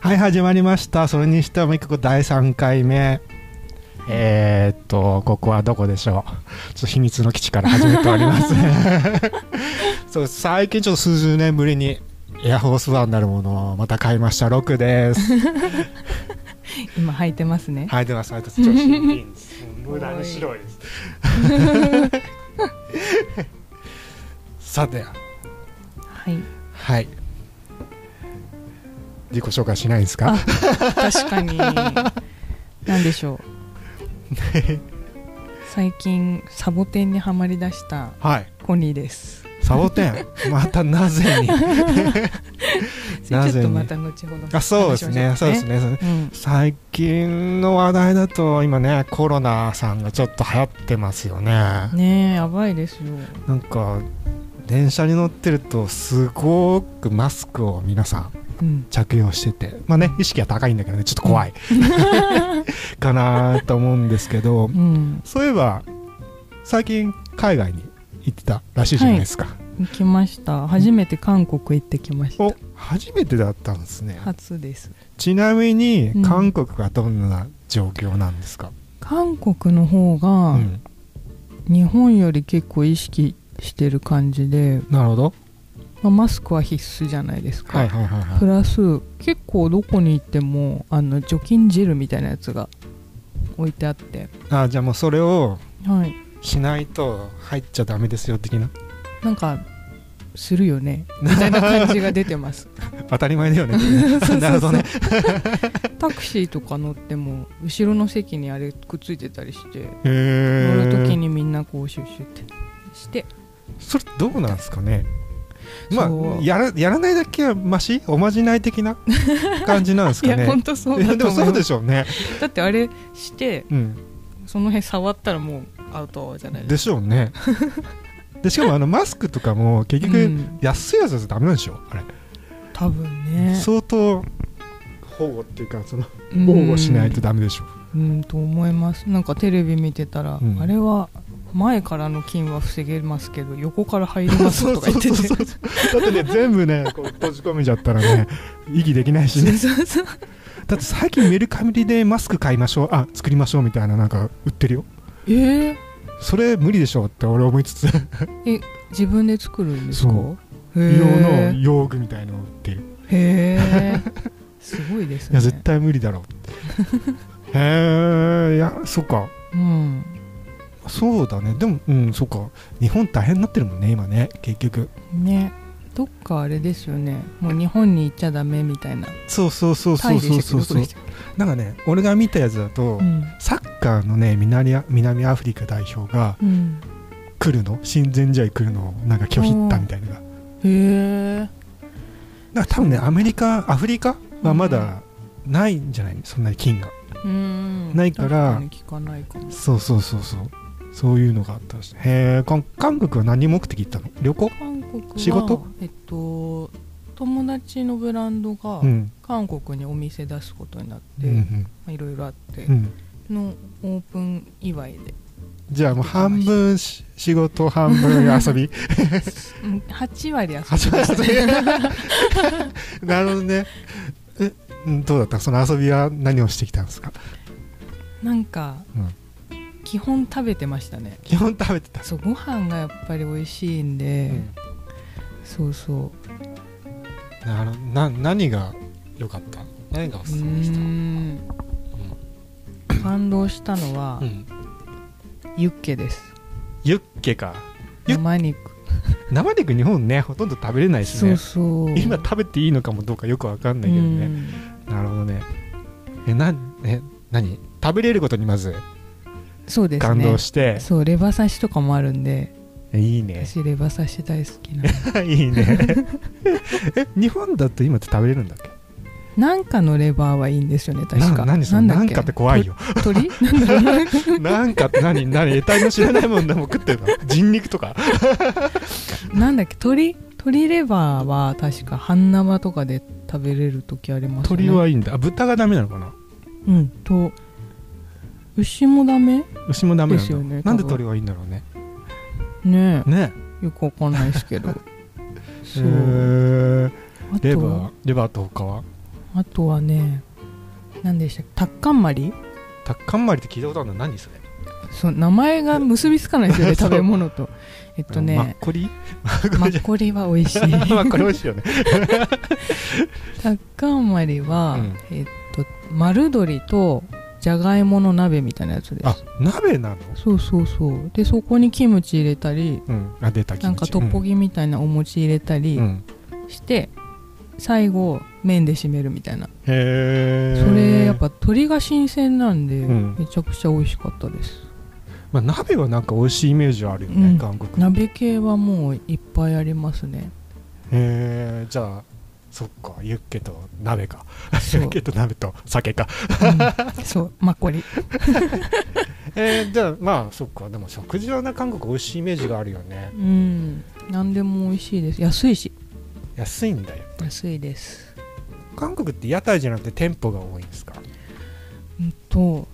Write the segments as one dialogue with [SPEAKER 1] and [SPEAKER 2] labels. [SPEAKER 1] はい始まりましたそれにしても一個第3回目えー、っとここはどこでしょうちょっと秘密の基地から始めておりますそう最近ちょっと数十年ぶりにエアフォースワンなるものをまた買いました6です
[SPEAKER 2] 今履いてますね。
[SPEAKER 1] はい出ますあいつ調子いいんです無駄に白いですさて
[SPEAKER 2] はい。
[SPEAKER 1] はい自己紹介しないんですか
[SPEAKER 2] あ確 かに。なんでしょう。最近サボテンにはまりだした
[SPEAKER 1] はい
[SPEAKER 2] コニーです。
[SPEAKER 1] サボテンまたなぜに
[SPEAKER 2] ちょ
[SPEAKER 1] な
[SPEAKER 2] っ
[SPEAKER 1] ぜ
[SPEAKER 2] とま
[SPEAKER 1] に
[SPEAKER 2] た後ほど。
[SPEAKER 1] あそうですね
[SPEAKER 2] 話し
[SPEAKER 1] そう
[SPEAKER 2] ま
[SPEAKER 1] で
[SPEAKER 2] し
[SPEAKER 1] す
[SPEAKER 2] ょ
[SPEAKER 1] ね
[SPEAKER 2] ううん。
[SPEAKER 1] 最近の話題だと今ねコロナさんがちょっと流行ってますよね
[SPEAKER 2] ねえやばいですよ。
[SPEAKER 1] なんか電車に乗ってるとすごくマスクを皆さん
[SPEAKER 2] うん。
[SPEAKER 1] 着用しててまあね意識は高いんだけどねちょっと 怖いかなと思うんですけど
[SPEAKER 2] うん。
[SPEAKER 1] そういえば最近海外に行ってたらしいじゃないですか、
[SPEAKER 2] 行きました。初めて韓国行ってきました
[SPEAKER 1] お。初めてだったんですね
[SPEAKER 2] 初です。
[SPEAKER 1] ちなみに
[SPEAKER 2] うん
[SPEAKER 1] 韓国がどんな状況なんですか、
[SPEAKER 2] 韓国の方
[SPEAKER 1] う
[SPEAKER 2] が
[SPEAKER 1] ん
[SPEAKER 2] 日本より結構意識してる感じで、
[SPEAKER 1] なるほど
[SPEAKER 2] まあ、マスクは必須じゃないですか。
[SPEAKER 1] はいはいはいは
[SPEAKER 2] プ
[SPEAKER 1] い
[SPEAKER 2] ラス結構どこに行ってもあの除菌汁みたいなやつが置いてあって
[SPEAKER 1] あじゃあもうそれを
[SPEAKER 2] はい
[SPEAKER 1] しないと入っちゃダメですよ的 な
[SPEAKER 2] なんかするよねみたいな感じが出てます
[SPEAKER 1] 当たり前だよねなるほどね
[SPEAKER 2] タクシーとか乗っても後ろの席にあれくっついてたりして
[SPEAKER 1] へ
[SPEAKER 2] 乗る時
[SPEAKER 1] え
[SPEAKER 2] にみんなこうシュッシュってして
[SPEAKER 1] それどうなんですかねまあ
[SPEAKER 2] そう
[SPEAKER 1] やらやらないだけはマシおまじない的 な感じなんです
[SPEAKER 2] い
[SPEAKER 1] か
[SPEAKER 2] や本
[SPEAKER 1] ね
[SPEAKER 2] 当そう
[SPEAKER 1] いや
[SPEAKER 2] だ
[SPEAKER 1] で
[SPEAKER 2] と
[SPEAKER 1] も
[SPEAKER 2] 思い
[SPEAKER 1] そう
[SPEAKER 2] ま
[SPEAKER 1] ですしょうね、
[SPEAKER 2] だってあれして
[SPEAKER 1] うん、
[SPEAKER 2] その辺触ったらもうアウトじゃない
[SPEAKER 1] ですしょう ねでしかもあのマスクとかも結
[SPEAKER 2] か、
[SPEAKER 1] 局、
[SPEAKER 2] うん
[SPEAKER 1] 安いやつだとダメなんでしょあれ
[SPEAKER 2] 多分ね
[SPEAKER 1] 相当保護っていうかその
[SPEAKER 2] うん
[SPEAKER 1] 防護しないとダメでしょ
[SPEAKER 2] うんと思いますなんかテレビ見てたら、
[SPEAKER 1] うん
[SPEAKER 2] あれは前からの菌は防げますけど横から入りますとか言ってて
[SPEAKER 1] そうそうそうだってね全部ねこう閉じ込めちゃったらね息できないしね
[SPEAKER 2] そうそう
[SPEAKER 1] だって最近メルカリでマスク買いましょうあ作りましょうみたいななんか売ってるよ
[SPEAKER 2] えー、
[SPEAKER 1] それ無理でしょって俺思いつつ
[SPEAKER 2] 自分で作るんですか
[SPEAKER 1] そう
[SPEAKER 2] へ
[SPEAKER 1] 美容の
[SPEAKER 2] ー
[SPEAKER 1] 用具みたいのを売ってる
[SPEAKER 2] へーすごいです
[SPEAKER 1] いや
[SPEAKER 2] ね
[SPEAKER 1] 絶対無理だろう ってへえいやそっか
[SPEAKER 2] うん
[SPEAKER 1] そうだねでもうんそっか日本大変になってるもんね今ね結局
[SPEAKER 2] ねどっかあれですよねもう日本に行っちゃダメみたいな
[SPEAKER 1] そうそうそう
[SPEAKER 2] タ
[SPEAKER 1] そ
[SPEAKER 2] イ
[SPEAKER 1] う
[SPEAKER 2] で
[SPEAKER 1] そう
[SPEAKER 2] し
[SPEAKER 1] そう
[SPEAKER 2] たっけどこでしたっ
[SPEAKER 1] なんかね俺が見たやつだと、
[SPEAKER 2] けうん
[SPEAKER 1] サッカーのね南ア南アフリカ代表が
[SPEAKER 2] うん
[SPEAKER 1] 来るの親善試合来るのをなんか拒否ったみたいなのがだか
[SPEAKER 2] へえ
[SPEAKER 1] ら多分ねアメリカアフリカはまだないんじゃないそんなに金が
[SPEAKER 2] うん
[SPEAKER 1] ないから
[SPEAKER 2] 確に聞かないかも
[SPEAKER 1] そうそうそうそうそういうのがあったらしいへえ韓韓国は何目的行ったの旅行
[SPEAKER 2] 韓国は
[SPEAKER 1] 仕事
[SPEAKER 2] えっと友達のブランドが
[SPEAKER 1] うん
[SPEAKER 2] 韓国にお店出すことになっ
[SPEAKER 1] う
[SPEAKER 2] て、
[SPEAKER 1] んう
[SPEAKER 2] ま
[SPEAKER 1] ん
[SPEAKER 2] あいろいろあって
[SPEAKER 1] う、ん
[SPEAKER 2] のオープン祝いで
[SPEAKER 1] じゃあもう半分し仕事半分遊 び
[SPEAKER 2] うん8割遊びま
[SPEAKER 1] 始まり
[SPEAKER 2] し
[SPEAKER 1] ま
[SPEAKER 2] た
[SPEAKER 1] した なるほどねえうんどうだったその遊びは何をしてきたんですか
[SPEAKER 2] なんか、
[SPEAKER 1] うん
[SPEAKER 2] 基本食べてましたね
[SPEAKER 1] 基本食べてた
[SPEAKER 2] そうご飯がやっぱり美味しいんで、そうそ
[SPEAKER 1] なるな何が良かった何がお
[SPEAKER 2] ううーん感動したのは、
[SPEAKER 1] うん
[SPEAKER 2] ユッケです
[SPEAKER 1] ユッケかユッ
[SPEAKER 2] 生肉
[SPEAKER 1] 生肉日本ねほとんど食べれないし
[SPEAKER 2] そ
[SPEAKER 1] ね
[SPEAKER 2] うそう
[SPEAKER 1] 今食べていいのかもどうかよくわかんないけどね、なるほどねえなえ何食べれることにまず
[SPEAKER 2] うんそうですね
[SPEAKER 1] 感動して、
[SPEAKER 2] そうレバ刺しとかもあるんで
[SPEAKER 1] えいいね
[SPEAKER 2] 私レバ刺し大好き な
[SPEAKER 1] いいねえ日本だと今って食べれるんだっけ
[SPEAKER 2] なんかのレバーはいいんですよね確
[SPEAKER 1] な
[SPEAKER 2] か
[SPEAKER 1] 何その
[SPEAKER 2] だ
[SPEAKER 1] なんかって怖いよ
[SPEAKER 2] と 鳥なんだろうな
[SPEAKER 1] なんかって何何得体の知らないもんでも食ってる の人肉とか
[SPEAKER 2] なんだっけ鳥鳥レバーは確か半生とかで食べれる時ありますよね
[SPEAKER 1] 鳥はいいんだあ豚がダメなのかな
[SPEAKER 2] うんと牛もダメ
[SPEAKER 1] 牛もダメなん
[SPEAKER 2] です
[SPEAKER 1] だ、
[SPEAKER 2] よね多分
[SPEAKER 1] なんで鳥はいいんだろうね
[SPEAKER 2] ね
[SPEAKER 1] ね
[SPEAKER 2] えよくわか んないですけど
[SPEAKER 1] え
[SPEAKER 2] そうあと
[SPEAKER 1] レバーレバーと他は
[SPEAKER 2] あとはね何でしたっけタッカンマリ
[SPEAKER 1] タッカンマリって聞いたことあるの何それ
[SPEAKER 2] そう名前が結びつかないですよね
[SPEAKER 1] そう
[SPEAKER 2] 食べ物とえっと
[SPEAKER 1] マッ
[SPEAKER 2] ね
[SPEAKER 1] コリ
[SPEAKER 2] マッコリは美味しい
[SPEAKER 1] マッコリ美味しいよね
[SPEAKER 2] タッカンマリは、
[SPEAKER 1] うん
[SPEAKER 2] えっと丸鶏とじゃがいもの鍋みたいなやつで
[SPEAKER 1] あ
[SPEAKER 2] す
[SPEAKER 1] 鍋なの
[SPEAKER 2] そうそうそうでそこにキムチ入れたり
[SPEAKER 1] うんあ出た
[SPEAKER 2] なんかトッポギみたいなお餅入れた
[SPEAKER 1] ギ
[SPEAKER 2] り
[SPEAKER 1] うん
[SPEAKER 2] して、最後麺で締めるみたいな
[SPEAKER 1] へえ
[SPEAKER 2] それやっぱ鶏が新鮮なんで、
[SPEAKER 1] うん
[SPEAKER 2] めちゃくちゃ美味しかったです
[SPEAKER 1] まあ鍋はなんか美味しいイメージあるよ
[SPEAKER 2] う
[SPEAKER 1] ね
[SPEAKER 2] ん
[SPEAKER 1] 韓国へ
[SPEAKER 2] 鍋系はもういっぱいありま すね
[SPEAKER 1] えじゃあそっかユッケと鍋か
[SPEAKER 2] そ
[SPEAKER 1] ユ
[SPEAKER 2] う
[SPEAKER 1] ッ、ケと鍋と酒か
[SPEAKER 2] うんそうマッコリ
[SPEAKER 1] えーじゃあまあそっかでも食事はな韓国美味しいイメージがあるよね
[SPEAKER 2] うん何でも美味しいです安いし
[SPEAKER 1] 安いんだよ
[SPEAKER 2] 安いです
[SPEAKER 1] 韓国って屋台じゃなくて店舗が多いんですか
[SPEAKER 2] うんと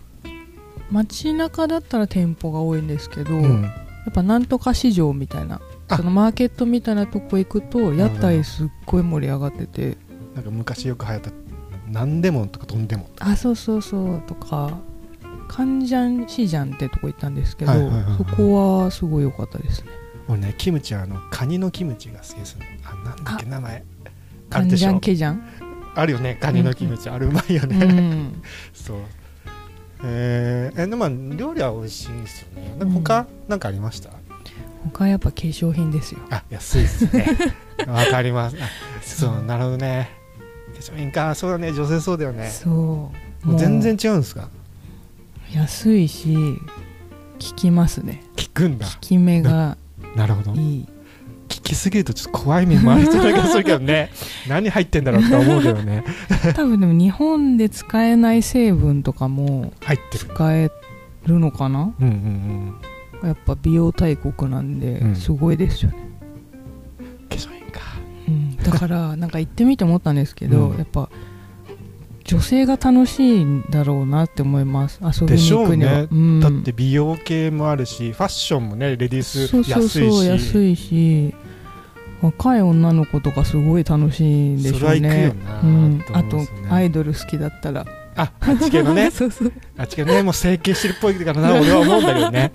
[SPEAKER 2] 街中だったら店舗が多いんですけど、
[SPEAKER 1] う
[SPEAKER 2] やっぱなんとか市場みたいな
[SPEAKER 1] あ
[SPEAKER 2] そのマーケットみたいなとこ行くと屋台すっごい盛り上がってて、
[SPEAKER 1] なんか昔よく流行った何でもとかとんでも
[SPEAKER 2] あそうそうそうとかカンジャンシジャンってとこ行ったんですけど、
[SPEAKER 1] はいはいはいはい
[SPEAKER 2] そこはすごい良かったですね
[SPEAKER 1] 俺ねキムチはあのカニのキムチが好きですあなんだっけ名前あ
[SPEAKER 2] カ
[SPEAKER 1] る
[SPEAKER 2] ン
[SPEAKER 1] で
[SPEAKER 2] ジ
[SPEAKER 1] し
[SPEAKER 2] ャン
[SPEAKER 1] ょ
[SPEAKER 2] ケジャン、
[SPEAKER 1] あるよねカニのキムチ、あれうまいよ
[SPEAKER 2] う
[SPEAKER 1] ね、
[SPEAKER 2] ん、
[SPEAKER 1] そうえー、えでもまあ料理は美味しいですよねなんか他、なんかありました
[SPEAKER 2] 他はやっぱ化粧品ですよ
[SPEAKER 1] あ安いですね わかりますあそうなるほどね化粧品かそうだね女性そうだよね
[SPEAKER 2] そう
[SPEAKER 1] も
[SPEAKER 2] も
[SPEAKER 1] う
[SPEAKER 2] う
[SPEAKER 1] 全然違うんですか
[SPEAKER 2] 安いし効きますね
[SPEAKER 1] 聞くんだ
[SPEAKER 2] 効き目が
[SPEAKER 1] なるほど
[SPEAKER 2] いい
[SPEAKER 1] 聞きすぎるとちょっと怖い目もありそうな気がするけど ね何入ってんだろうって思うけどね
[SPEAKER 2] 多分でも日本で使えない成分とかも
[SPEAKER 1] 入ってる
[SPEAKER 2] 使えるのかな
[SPEAKER 1] うんうん
[SPEAKER 2] やっぱ美容大国なん
[SPEAKER 1] うん
[SPEAKER 2] ですごいですよね、
[SPEAKER 1] うん化粧品か
[SPEAKER 2] うん だからなんか行ってみて思ったんですけど、
[SPEAKER 1] うん
[SPEAKER 2] やっぱ女性が楽しいんだろうなって思います遊び
[SPEAKER 1] で
[SPEAKER 2] に
[SPEAKER 1] しょ
[SPEAKER 2] 行
[SPEAKER 1] う
[SPEAKER 2] くには
[SPEAKER 1] ね
[SPEAKER 2] うん
[SPEAKER 1] だって美容系もあるしファッションもねレディース
[SPEAKER 2] そうそう
[SPEAKER 1] 安
[SPEAKER 2] そう
[SPEAKER 1] いし
[SPEAKER 2] 安いし若い女の子とかすごい楽しいんで
[SPEAKER 1] そ
[SPEAKER 2] し
[SPEAKER 1] れ
[SPEAKER 2] ょ
[SPEAKER 1] は
[SPEAKER 2] う
[SPEAKER 1] 行く
[SPEAKER 2] ね
[SPEAKER 1] よな
[SPEAKER 2] うん、あ
[SPEAKER 1] 思
[SPEAKER 2] と
[SPEAKER 1] んですよね
[SPEAKER 2] アイドル好きだったら、
[SPEAKER 1] ああっち系のね
[SPEAKER 2] そうそう
[SPEAKER 1] あっち系のねもう整形してるっぽいからな俺は思うんだけどね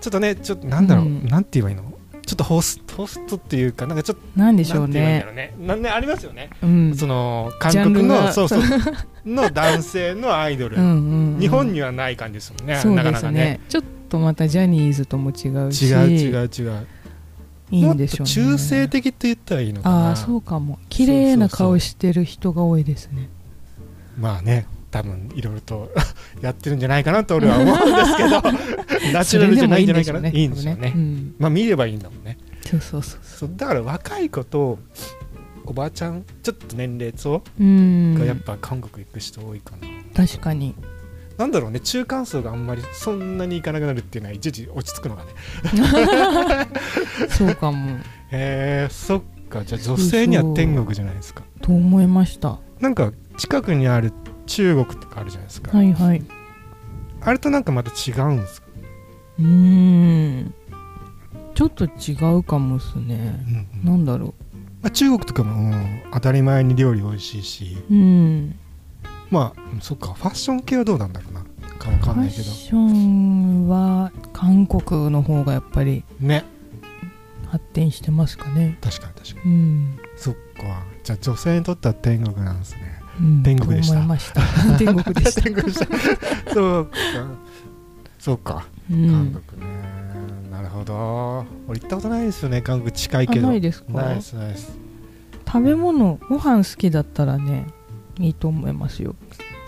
[SPEAKER 1] ちょっとねちょっとなんだろう、
[SPEAKER 2] うん
[SPEAKER 1] なんて言えばいいのちょっとホースホストっていうかなんかちょっと
[SPEAKER 2] なんでしょう
[SPEAKER 1] なんて言えばいいんだ
[SPEAKER 2] ね
[SPEAKER 1] ろうねなんねありますよね
[SPEAKER 2] うん
[SPEAKER 1] その韓
[SPEAKER 2] ジャン
[SPEAKER 1] 国
[SPEAKER 2] ル
[SPEAKER 1] の
[SPEAKER 2] が
[SPEAKER 1] そう そうの男性のアイドル、
[SPEAKER 2] うんうんうん
[SPEAKER 1] 日本にはない感じですもんね、
[SPEAKER 2] そう
[SPEAKER 1] なか
[SPEAKER 2] で
[SPEAKER 1] な
[SPEAKER 2] す
[SPEAKER 1] か
[SPEAKER 2] ね
[SPEAKER 1] ね
[SPEAKER 2] ちょっとまたジャニーズとも違うし
[SPEAKER 1] 違う違う違う
[SPEAKER 2] いいんでしょ
[SPEAKER 1] もっと
[SPEAKER 2] うね
[SPEAKER 1] 中性的って言ったらいいのかな
[SPEAKER 2] ああそうかも綺麗な顔してる人が多いですね
[SPEAKER 1] まあね多分いろいろと やってるんじゃないかなと俺は思うんですけ どナチュラルじゃないんじゃないかないいんでしょうね
[SPEAKER 2] うん
[SPEAKER 1] まあ見ればいいんだもんね
[SPEAKER 2] そうそうそうそ
[SPEAKER 1] そうだから若い子とおばあちゃんちょっと年齢層
[SPEAKER 2] ううん
[SPEAKER 1] がやっぱ韓国行く人多いかな、
[SPEAKER 2] 確かに
[SPEAKER 1] なんだろうね中間層があんまりそんなにいかなくなるっていうのは一時落ち着くのがね
[SPEAKER 2] そうかも
[SPEAKER 1] へえそっかじゃあ女性には天国じゃないですか
[SPEAKER 2] と思いました
[SPEAKER 1] なんか近くにある中国とかあるじゃないですか、
[SPEAKER 2] はいはい
[SPEAKER 1] あれとなんかまた違うんですか、
[SPEAKER 2] うーんちょっと違うかもっすね
[SPEAKER 1] うんうん
[SPEAKER 2] なんだろ
[SPEAKER 1] まあ、中国とかも、うん当たり前に料理美味しいし
[SPEAKER 2] ううん
[SPEAKER 1] まあうんそっかファッション系はどうなんだろうなかわ
[SPEAKER 2] フ
[SPEAKER 1] かん
[SPEAKER 2] ァ
[SPEAKER 1] な
[SPEAKER 2] ッ
[SPEAKER 1] いけど
[SPEAKER 2] ションは韓国の方がやっぱり
[SPEAKER 1] ね
[SPEAKER 2] 発展してますかね
[SPEAKER 1] 確かに確かに
[SPEAKER 2] うん、
[SPEAKER 1] そっかじゃあ女性にとっては天国なんです ね
[SPEAKER 2] うん、
[SPEAKER 1] 天国でした
[SPEAKER 2] と思いました 天国でした
[SPEAKER 1] 天国じゃんそうかそうか
[SPEAKER 2] う
[SPEAKER 1] 韓
[SPEAKER 2] ん
[SPEAKER 1] 国ね、なるほど俺行ったことないですよね韓国近い
[SPEAKER 2] あ
[SPEAKER 1] けど
[SPEAKER 2] ないですか
[SPEAKER 1] ないですないです
[SPEAKER 2] 食べ物ご飯好きだったらねいいと思いますよ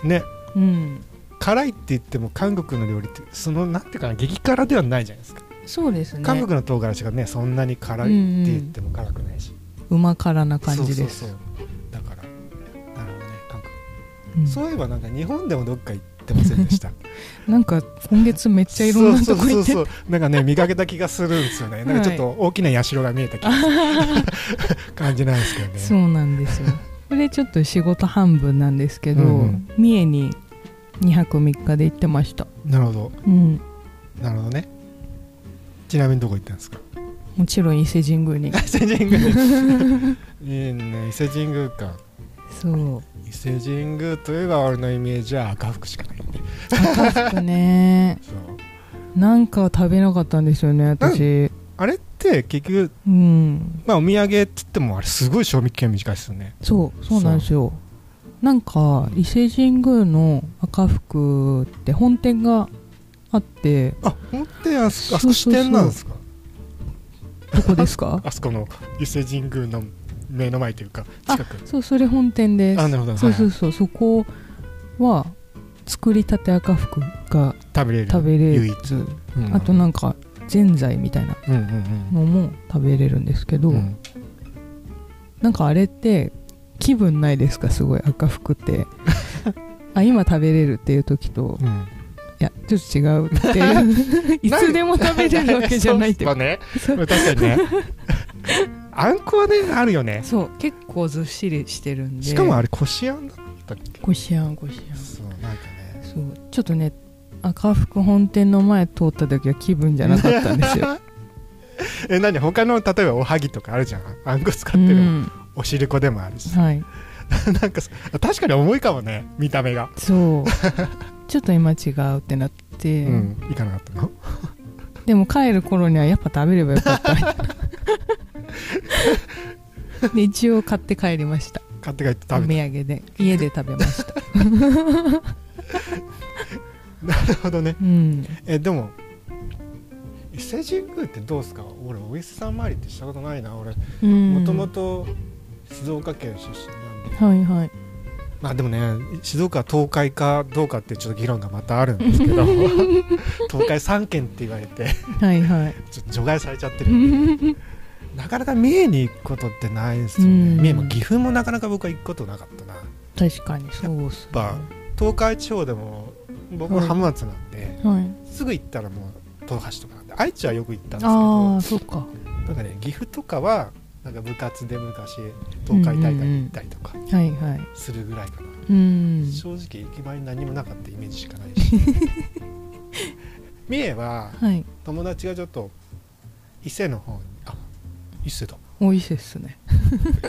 [SPEAKER 1] ね
[SPEAKER 2] うん
[SPEAKER 1] 辛いって言っても韓国の料理ってそのなんていうかな激辛ではないじゃないですか、
[SPEAKER 2] そうですね
[SPEAKER 1] 韓国の唐辛子がねそんなに辛いって言っても辛くないし、
[SPEAKER 2] うま辛な感じです
[SPEAKER 1] そうそうそうだからなるほどね韓国、
[SPEAKER 2] うん
[SPEAKER 1] そういえばなんか日本でもどっか行ってませんでした めっ
[SPEAKER 2] なんか今月めっちゃいろんなとこ行って
[SPEAKER 1] そうそうそうそうなんかね見かけた気がするんですよねなんかちょっと大きな社が見えた気がする 感じなんですけどね
[SPEAKER 2] そうなんですよこれちょっと仕事半分なんですけど、
[SPEAKER 1] うんうん
[SPEAKER 2] 三重に2泊3日で行ってました
[SPEAKER 1] なるほど
[SPEAKER 2] うん
[SPEAKER 1] なるほどねちなみにどこ行ったんですか
[SPEAKER 2] もちろん伊勢神宮に
[SPEAKER 1] 伊勢神宮いいね伊勢神宮か
[SPEAKER 2] そう
[SPEAKER 1] 伊勢神宮といえば俺のイメージは赤服しかないんで
[SPEAKER 2] 確かね
[SPEAKER 1] そう
[SPEAKER 2] なんか食べなかったんですよね私
[SPEAKER 1] あれって結局、
[SPEAKER 2] うん
[SPEAKER 1] まあ、お土産っつってもあれすごい賞味期限短いですよね
[SPEAKER 2] そうそうなんですよなんか伊勢神宮の赤福って本店があって
[SPEAKER 1] あ本当にあそこあそ
[SPEAKER 2] そ
[SPEAKER 1] こ
[SPEAKER 2] う
[SPEAKER 1] 支
[SPEAKER 2] そうそう
[SPEAKER 1] 店なんですか
[SPEAKER 2] どこですか
[SPEAKER 1] あそこの伊勢神宮の目の前というか
[SPEAKER 2] あ
[SPEAKER 1] 近く
[SPEAKER 2] そうそれ本店で
[SPEAKER 1] あ
[SPEAKER 2] す
[SPEAKER 1] なるほど
[SPEAKER 2] そうそう
[SPEAKER 1] はい
[SPEAKER 2] そうそこは作りたて赤福が
[SPEAKER 1] 食べれる
[SPEAKER 2] 食べれる
[SPEAKER 1] 唯一、うん
[SPEAKER 2] あとなんかぜんざいみたいな
[SPEAKER 1] うんうん
[SPEAKER 2] のも食べれるんですけど、
[SPEAKER 1] うんうん
[SPEAKER 2] なんかあれって気分ないですかすごい赤服って あ今食べれるっていう時と
[SPEAKER 1] うん
[SPEAKER 2] いやちょっと違うって いういつでも食べれるわけじゃないって
[SPEAKER 1] そうまあね確か にねあんこはねあるよね
[SPEAKER 2] そう結構ずっしりしてるんで
[SPEAKER 1] しかもあ
[SPEAKER 2] れ
[SPEAKER 1] れこしあんだったっけ
[SPEAKER 2] こしあんこしあん
[SPEAKER 1] そうなんかね
[SPEAKER 2] そうちょっとね赤服本店の前通った時は気分じゃなかったんです よ
[SPEAKER 1] え何他の例えばおはぎとかあるじゃんあんこ使って
[SPEAKER 2] う
[SPEAKER 1] る、
[SPEAKER 2] ん
[SPEAKER 1] おしるこでもあるし
[SPEAKER 2] はい
[SPEAKER 1] なんかさ確かに重いかもね見た目が
[SPEAKER 2] そうちょっと今違うってなって、
[SPEAKER 1] うんいかなかったの
[SPEAKER 2] でも帰る頃にはやっぱ食べればよか ったみたいなで一応買って帰りました
[SPEAKER 1] 買って帰って
[SPEAKER 2] お土
[SPEAKER 1] 食べた
[SPEAKER 2] 産で家で食べま した
[SPEAKER 1] なるほどね
[SPEAKER 2] うん
[SPEAKER 1] えでも伊勢神宮ってどうすか俺お伊勢さん参りってしたことないな俺もともと静岡県出身なんで
[SPEAKER 2] はいはい
[SPEAKER 1] まあでもね静岡は東海かどうかってちょっと議論がまたあるんですけ ど東海3県って言われて
[SPEAKER 2] はいはい
[SPEAKER 1] ちょっと除外されちゃってるんでなかなか三重に行くことってないですよ
[SPEAKER 2] う
[SPEAKER 1] ね
[SPEAKER 2] ん
[SPEAKER 1] 三重も岐阜もなかなか僕は行くことなかったな
[SPEAKER 2] 確かにそうっすね
[SPEAKER 1] やっ東海地方でも僕は浜松なんで、
[SPEAKER 2] はい
[SPEAKER 1] すぐ行ったらもう東橋とかなんで愛知はよく行ったんですけ
[SPEAKER 2] あ
[SPEAKER 1] ど
[SPEAKER 2] あそうか
[SPEAKER 1] なんかね岐阜とかはなんか部活で昔東海大会に行ったりとか
[SPEAKER 2] はいはい
[SPEAKER 1] するぐらいかな、
[SPEAKER 2] うん
[SPEAKER 1] 正直駅前に何もなかったイメージしかない し三重は
[SPEAKER 2] はい
[SPEAKER 1] 友達がちょっと伊勢の方にあ伊勢だ
[SPEAKER 2] 美味しいっすね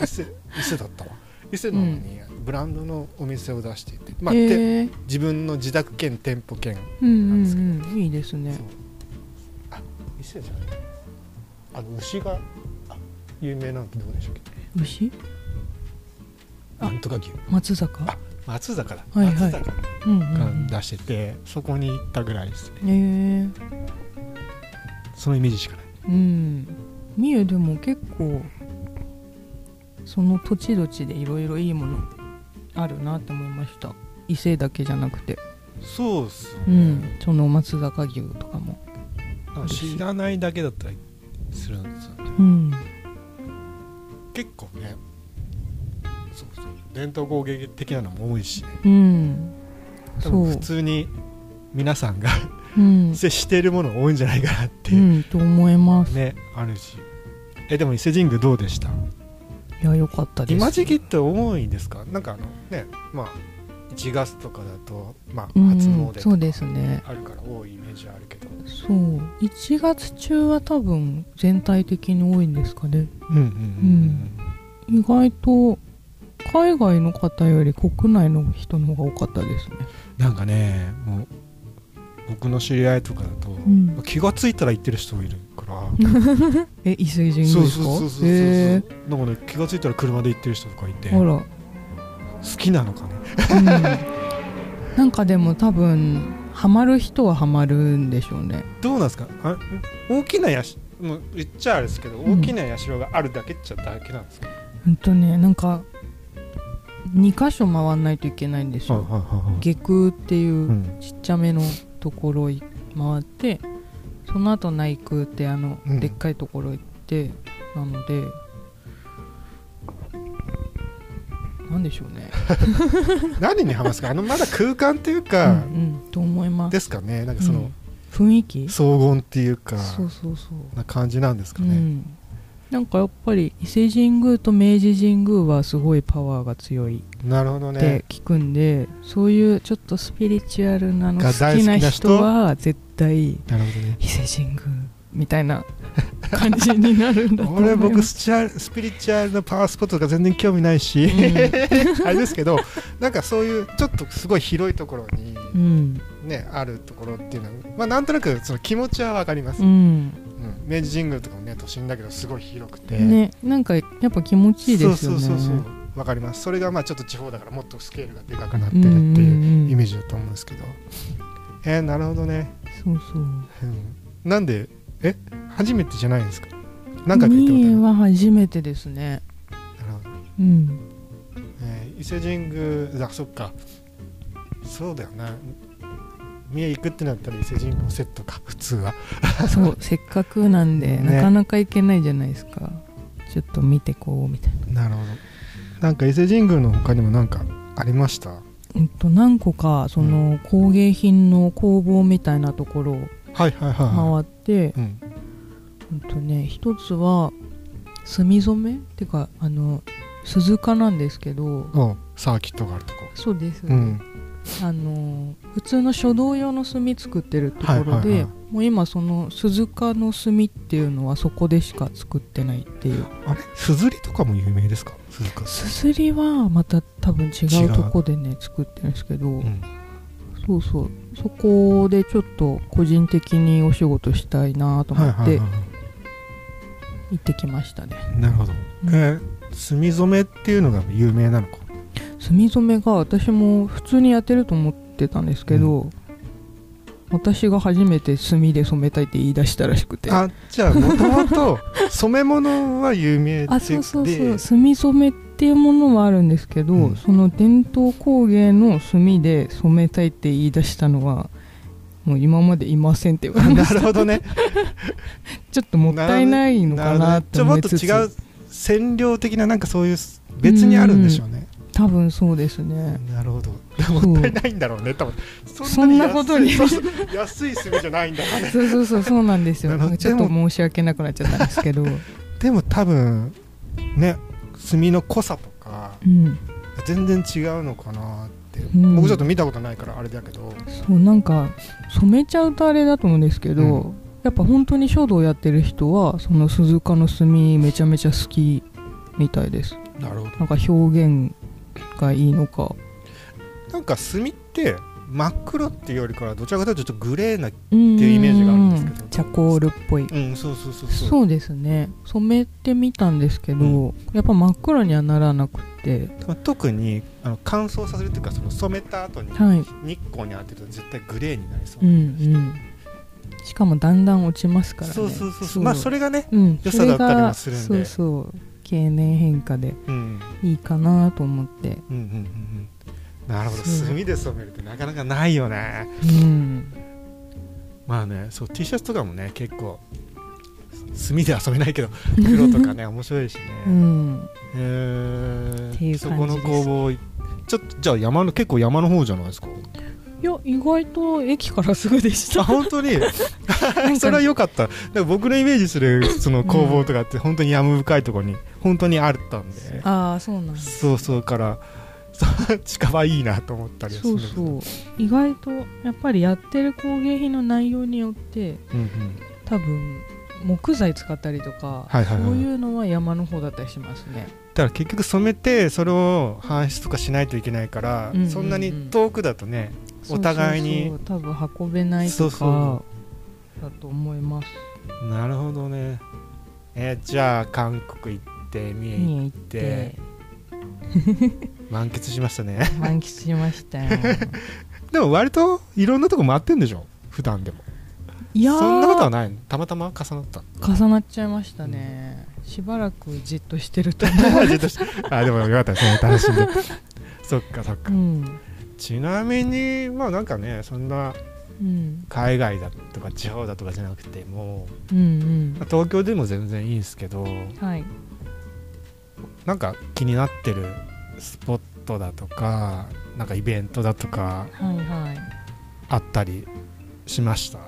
[SPEAKER 1] 伊勢伊勢だったわ伊勢の方にブランドのお店を出していて、まあ
[SPEAKER 2] え
[SPEAKER 1] て
[SPEAKER 2] ー
[SPEAKER 1] 自分の自宅兼店舗兼、
[SPEAKER 2] うん
[SPEAKER 1] なんです
[SPEAKER 2] うんうんいいですね
[SPEAKER 1] そうあ伊勢じゃないあの牛があ有名なんてどこでしたっ
[SPEAKER 2] 牛
[SPEAKER 1] け
[SPEAKER 2] あ
[SPEAKER 1] なんとか牛
[SPEAKER 2] 松坂
[SPEAKER 1] あ松坂だ、
[SPEAKER 2] はいはい
[SPEAKER 1] 松坂
[SPEAKER 2] うんうんうん
[SPEAKER 1] が出しててそこに行ったぐらいですね
[SPEAKER 2] えー
[SPEAKER 1] そのイメージしかない
[SPEAKER 2] うん三重でも結構その土地土地でいろいろいいものあるなって思いました伊勢だけじゃなくて、
[SPEAKER 1] そうっすね、
[SPEAKER 2] うん、その松坂牛とかも、
[SPEAKER 1] なんか知らないだけだったりするんですよね
[SPEAKER 2] うん、
[SPEAKER 1] 結構ねそうそう伝統工芸的なのも多いしね
[SPEAKER 2] うん、
[SPEAKER 1] 多
[SPEAKER 2] そ
[SPEAKER 1] 分
[SPEAKER 2] う
[SPEAKER 1] 普通に皆さんが
[SPEAKER 2] うん、
[SPEAKER 1] 接しているもの多いんじゃないかなって
[SPEAKER 2] う
[SPEAKER 1] いう、
[SPEAKER 2] ん、と思います
[SPEAKER 1] ねあるしえでも伊勢神宮どうでした
[SPEAKER 2] いや良かったです
[SPEAKER 1] 今時期って多いんですかなんかあのねまあ1月とかだとまあ
[SPEAKER 2] うん
[SPEAKER 1] 初詣
[SPEAKER 2] そう
[SPEAKER 1] と
[SPEAKER 2] ですね
[SPEAKER 1] かあるから多いイメージあるけど
[SPEAKER 2] そう1月中は多分全体的に多いんですかね
[SPEAKER 1] うんうん
[SPEAKER 2] 意外と海外の方より国内の人の方が多かったですね
[SPEAKER 1] なんかねもう僕の知り合いとかだと、
[SPEAKER 2] ん
[SPEAKER 1] 気がついたら行ってる人もいるから
[SPEAKER 2] え伊勢神宮です
[SPEAKER 1] そ
[SPEAKER 2] か
[SPEAKER 1] うそうそうそうそう、
[SPEAKER 2] へー
[SPEAKER 1] なんかね気がついたら車で行ってる人とかいて
[SPEAKER 2] あ
[SPEAKER 1] 好
[SPEAKER 2] ら
[SPEAKER 1] きなのかね
[SPEAKER 2] うん なんかでも多分ハマる人はハマるんでしょうね
[SPEAKER 1] どうなんですかあ大きなやしもう言っちゃあれですけど、
[SPEAKER 2] うん
[SPEAKER 1] 大きな社があるだけっちゃだけなんですか、
[SPEAKER 2] ほんとねなんか2箇所回んないといけないんですよ、下空っていうちっちゃめのところい回ってその後内空ってあの
[SPEAKER 1] うん
[SPEAKER 2] でっかいところ行って、なのでなんでしょうね
[SPEAKER 1] 何にハマるんですか あのまだ空間っていう
[SPEAKER 2] う
[SPEAKER 1] か、
[SPEAKER 2] ん、うん、と思います
[SPEAKER 1] ですかねなんかその、
[SPEAKER 2] うん雰囲気
[SPEAKER 1] 荘
[SPEAKER 2] そ
[SPEAKER 1] 厳っていうか
[SPEAKER 2] うそうそう
[SPEAKER 1] な感じなんですか
[SPEAKER 2] う
[SPEAKER 1] ね、
[SPEAKER 2] ん、なんかやっぱり伊勢神宮と明治神宮はすごいパワーが強い
[SPEAKER 1] なるほど
[SPEAKER 2] っ
[SPEAKER 1] ね
[SPEAKER 2] て聞くんで、そういうちょっとスピリチュアルなの
[SPEAKER 1] が
[SPEAKER 2] 好
[SPEAKER 1] 大好
[SPEAKER 2] き
[SPEAKER 1] きな
[SPEAKER 2] な
[SPEAKER 1] 人
[SPEAKER 2] 人は絶対
[SPEAKER 1] なるほどね
[SPEAKER 2] 伊勢神宮みたいな感じになるんだと思い
[SPEAKER 1] 俺僕
[SPEAKER 2] ます
[SPEAKER 1] スチャスピリチュアルなパワースポットとか全然興味ないし、あれですけどなんかそういうちょっとすごい広いところに、
[SPEAKER 2] うん
[SPEAKER 1] ね、あるところっていうのは、まあ、なんとなくその気持ちはわかります、
[SPEAKER 2] う
[SPEAKER 1] うん
[SPEAKER 2] ん
[SPEAKER 1] 明治神宮とかもね都心だけどすごい広くて、
[SPEAKER 2] ねなんかやっぱ気持ちいいですよね
[SPEAKER 1] そうそうそうそうわかりますそれがまあちょっと地方だからもっとスケールがでかくなって
[SPEAKER 2] うん
[SPEAKER 1] るっ
[SPEAKER 2] う
[SPEAKER 1] て
[SPEAKER 2] ん
[SPEAKER 1] いう
[SPEAKER 2] うん
[SPEAKER 1] イメージだと思うんですけど、えー、なるほどね、
[SPEAKER 2] そう
[SPEAKER 1] う
[SPEAKER 2] そう
[SPEAKER 1] んなんでえ初めてじゃないんですか何回か行ったことあ
[SPEAKER 2] 三
[SPEAKER 1] る
[SPEAKER 2] 重は初めてですね
[SPEAKER 1] なるほど
[SPEAKER 2] うん
[SPEAKER 1] えー伊勢神宮あそっかそうだよな三重行くってなったら伊勢神宮のセットか普通は
[SPEAKER 2] そうせっかくなんで、
[SPEAKER 1] ね
[SPEAKER 2] なかなか行けないじゃないですかちょっと見てこうみたいな
[SPEAKER 1] なるほどなんか伊勢神宮の他にも何かありました
[SPEAKER 2] うんと何個かその工芸品の工房みたいなところを
[SPEAKER 1] はいはいはいは
[SPEAKER 2] 回っ
[SPEAKER 1] い、
[SPEAKER 2] て
[SPEAKER 1] うん、
[SPEAKER 2] うんとね一つは墨染めってかあの鈴鹿なんですけど
[SPEAKER 1] おサーキットがあるとこ
[SPEAKER 2] そうです、
[SPEAKER 1] うん
[SPEAKER 2] あの普通の書道用の墨作ってるところで、
[SPEAKER 1] はいはいはい
[SPEAKER 2] もう今その鈴鹿の墨っていうのはそこでしか作ってないっていう
[SPEAKER 1] あれすずりとかも有名ですか鈴鹿
[SPEAKER 2] すすりはまた多分違
[SPEAKER 1] 違
[SPEAKER 2] う
[SPEAKER 1] う
[SPEAKER 2] とこでね作ってるんですけど、
[SPEAKER 1] うん
[SPEAKER 2] そうそうそこでちょっと個人的にお仕事したいなと思っ
[SPEAKER 1] はいはい
[SPEAKER 2] て
[SPEAKER 1] は
[SPEAKER 2] 行ってきましたね、
[SPEAKER 1] いなるほどえー墨染めっていうのが有名なのか
[SPEAKER 2] 墨染めが私も普通にやってると思ってたんですけど、私が初めて墨で染めたいって言い出したらしくて
[SPEAKER 1] あじゃあもともと染め物は有名って
[SPEAKER 2] あそうそうそ
[SPEAKER 1] で
[SPEAKER 2] う墨染めっていうものはあるんですけど、
[SPEAKER 1] うん
[SPEAKER 2] その伝統工芸の墨で染めたいって言い出したのはもう今までいませんって言われ ま
[SPEAKER 1] な
[SPEAKER 2] し
[SPEAKER 1] るほどね
[SPEAKER 2] たちょっともったいないのかなって
[SPEAKER 1] ちょ
[SPEAKER 2] 思
[SPEAKER 1] っ
[SPEAKER 2] い
[SPEAKER 1] と
[SPEAKER 2] つつ
[SPEAKER 1] 違う占領的ななんかそういう別にあるんでしょうね
[SPEAKER 2] 多分そうで すね
[SPEAKER 1] なるほど
[SPEAKER 2] そう
[SPEAKER 1] もったいないんだろうね多分
[SPEAKER 2] そんなことに
[SPEAKER 1] 安いそうそう安い墨じゃないんだろうね
[SPEAKER 2] そうそうそうそうなんですよ
[SPEAKER 1] なるほど
[SPEAKER 2] ちょっと申し訳なくなっちゃったんです けど、う
[SPEAKER 1] でも多分ね墨の濃さとか
[SPEAKER 2] ん、
[SPEAKER 1] 全然違うのかなって、
[SPEAKER 2] ん
[SPEAKER 1] 僕ちょっと見たことないからあれだけど
[SPEAKER 2] そうなんか染めちゃうとあれだと思うんですけど、
[SPEAKER 1] う
[SPEAKER 2] やっぱ本当に書道やってる人はその鈴鹿の墨めちゃめちゃ好きみたいです
[SPEAKER 1] なるほど
[SPEAKER 2] なんか表現がいいのか
[SPEAKER 1] なんか墨って真っ黒っていうよりからどちらかというとちょっとグレーな
[SPEAKER 2] っていう
[SPEAKER 1] イメージがあるんですけど
[SPEAKER 2] チャコールっぽい
[SPEAKER 1] うんそうそうそうそう
[SPEAKER 2] そうですね染めてみたんですけど、
[SPEAKER 1] うん
[SPEAKER 2] やっぱ真っ黒にはならなくて
[SPEAKER 1] 特にあの乾燥させるっていうかその染めた後に
[SPEAKER 2] はい
[SPEAKER 1] 日光に当てると絶対グレーになりそう
[SPEAKER 2] うん
[SPEAKER 1] な
[SPEAKER 2] うんしかもだんだん落ちますからね
[SPEAKER 1] そうそうそうそうまあそれがね、
[SPEAKER 2] うん、
[SPEAKER 1] 良さだったりもするんで
[SPEAKER 2] それがそうそう経年変化で
[SPEAKER 1] うん、うん
[SPEAKER 2] いいかなと思って
[SPEAKER 1] うんうんうんなるほど
[SPEAKER 2] そう
[SPEAKER 1] 墨で染めるってなかなかないよね
[SPEAKER 2] うん
[SPEAKER 1] まあねそう T シャツとかもね結構墨では染め ないけど黒とかね面白いしね、
[SPEAKER 2] うん
[SPEAKER 1] へー
[SPEAKER 2] っていう感じです
[SPEAKER 1] そこの工房いちょっとじゃあ山の結構山の方じゃない ですか
[SPEAKER 2] いや意外と駅からすぐでし
[SPEAKER 1] あ
[SPEAKER 2] た
[SPEAKER 1] 本当 に それは良かっただから僕のイメージするその工房とかって本当に山深いところに本当にあったんで、
[SPEAKER 2] ああそうなんです
[SPEAKER 1] そうそうから そう近場いいなと思ったりはす
[SPEAKER 2] そ
[SPEAKER 1] る
[SPEAKER 2] うそう意外とやっぱりやってる工芸品の内容によって
[SPEAKER 1] うんうん、
[SPEAKER 2] 多分木材使ったりとか、
[SPEAKER 1] はいはいはい
[SPEAKER 2] そういうのは山の方だったりしますね
[SPEAKER 1] だから結局染めてそれを搬出とかしないといけないから、
[SPEAKER 2] うんうんうん
[SPEAKER 1] そんなに遠くだとねお互いに
[SPEAKER 2] そうそうそう多分運べない
[SPEAKER 1] そ
[SPEAKER 2] と
[SPEAKER 1] うそ
[SPEAKER 2] かだと思います
[SPEAKER 1] なるほどねえーじゃあ韓国行って三重行っ
[SPEAKER 2] に行って
[SPEAKER 1] て満喫しましたね
[SPEAKER 2] 満喫しましたよ
[SPEAKER 1] でも割といろんなとこ回ってんでしょ普段でも
[SPEAKER 2] いやー
[SPEAKER 1] そんなことは ないの たまたま重なった
[SPEAKER 2] 重なっちゃいましたね、しばらくじっとしてる と
[SPEAKER 1] じっとしてあでもよかったですね楽し んでそっかそっ
[SPEAKER 2] う
[SPEAKER 1] か、
[SPEAKER 2] ん、
[SPEAKER 1] ちなみにまあなんかねそんな
[SPEAKER 2] うん、
[SPEAKER 1] 海外だとか地方だとかじゃなくても
[SPEAKER 2] うんうん
[SPEAKER 1] うまあ東京でも全然いいんですけど
[SPEAKER 2] はい
[SPEAKER 1] なんか気になってるスポットだとかなんかイベントだとか
[SPEAKER 2] はいはい
[SPEAKER 1] あったりしました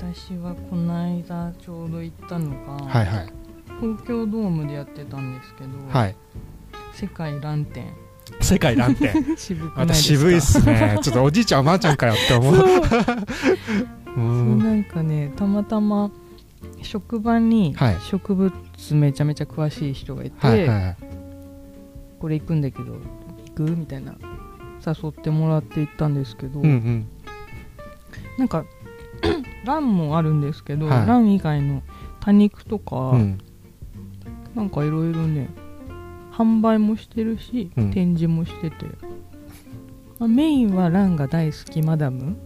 [SPEAKER 2] 私はこの間ちょうど行ったのが、
[SPEAKER 1] はいはい
[SPEAKER 2] 東京ドームでやってたんですけど、
[SPEAKER 1] はい
[SPEAKER 2] 世界ランテン
[SPEAKER 1] 世界なんて
[SPEAKER 2] 渋くない
[SPEAKER 1] ま
[SPEAKER 2] で
[SPEAKER 1] た
[SPEAKER 2] すか
[SPEAKER 1] 渋いっすねちょっとおじい ちゃんおばあちゃんかよって思うう
[SPEAKER 2] そうんなんかねたまたま職場に
[SPEAKER 1] はい
[SPEAKER 2] 植物めちゃめちゃ詳しい人がいて、
[SPEAKER 1] はいはい
[SPEAKER 2] これ行くんだけど行くみたいな誘ってもらって行ったんですけど、
[SPEAKER 1] うんうん
[SPEAKER 2] なんか ランもあるんですけど、
[SPEAKER 1] はい
[SPEAKER 2] ラン以外の多肉とか、
[SPEAKER 1] うん
[SPEAKER 2] なんかいろいろね販売もしてるし、
[SPEAKER 1] うん
[SPEAKER 2] 展示もしてて、まあ、メインはランが大好きマダ ム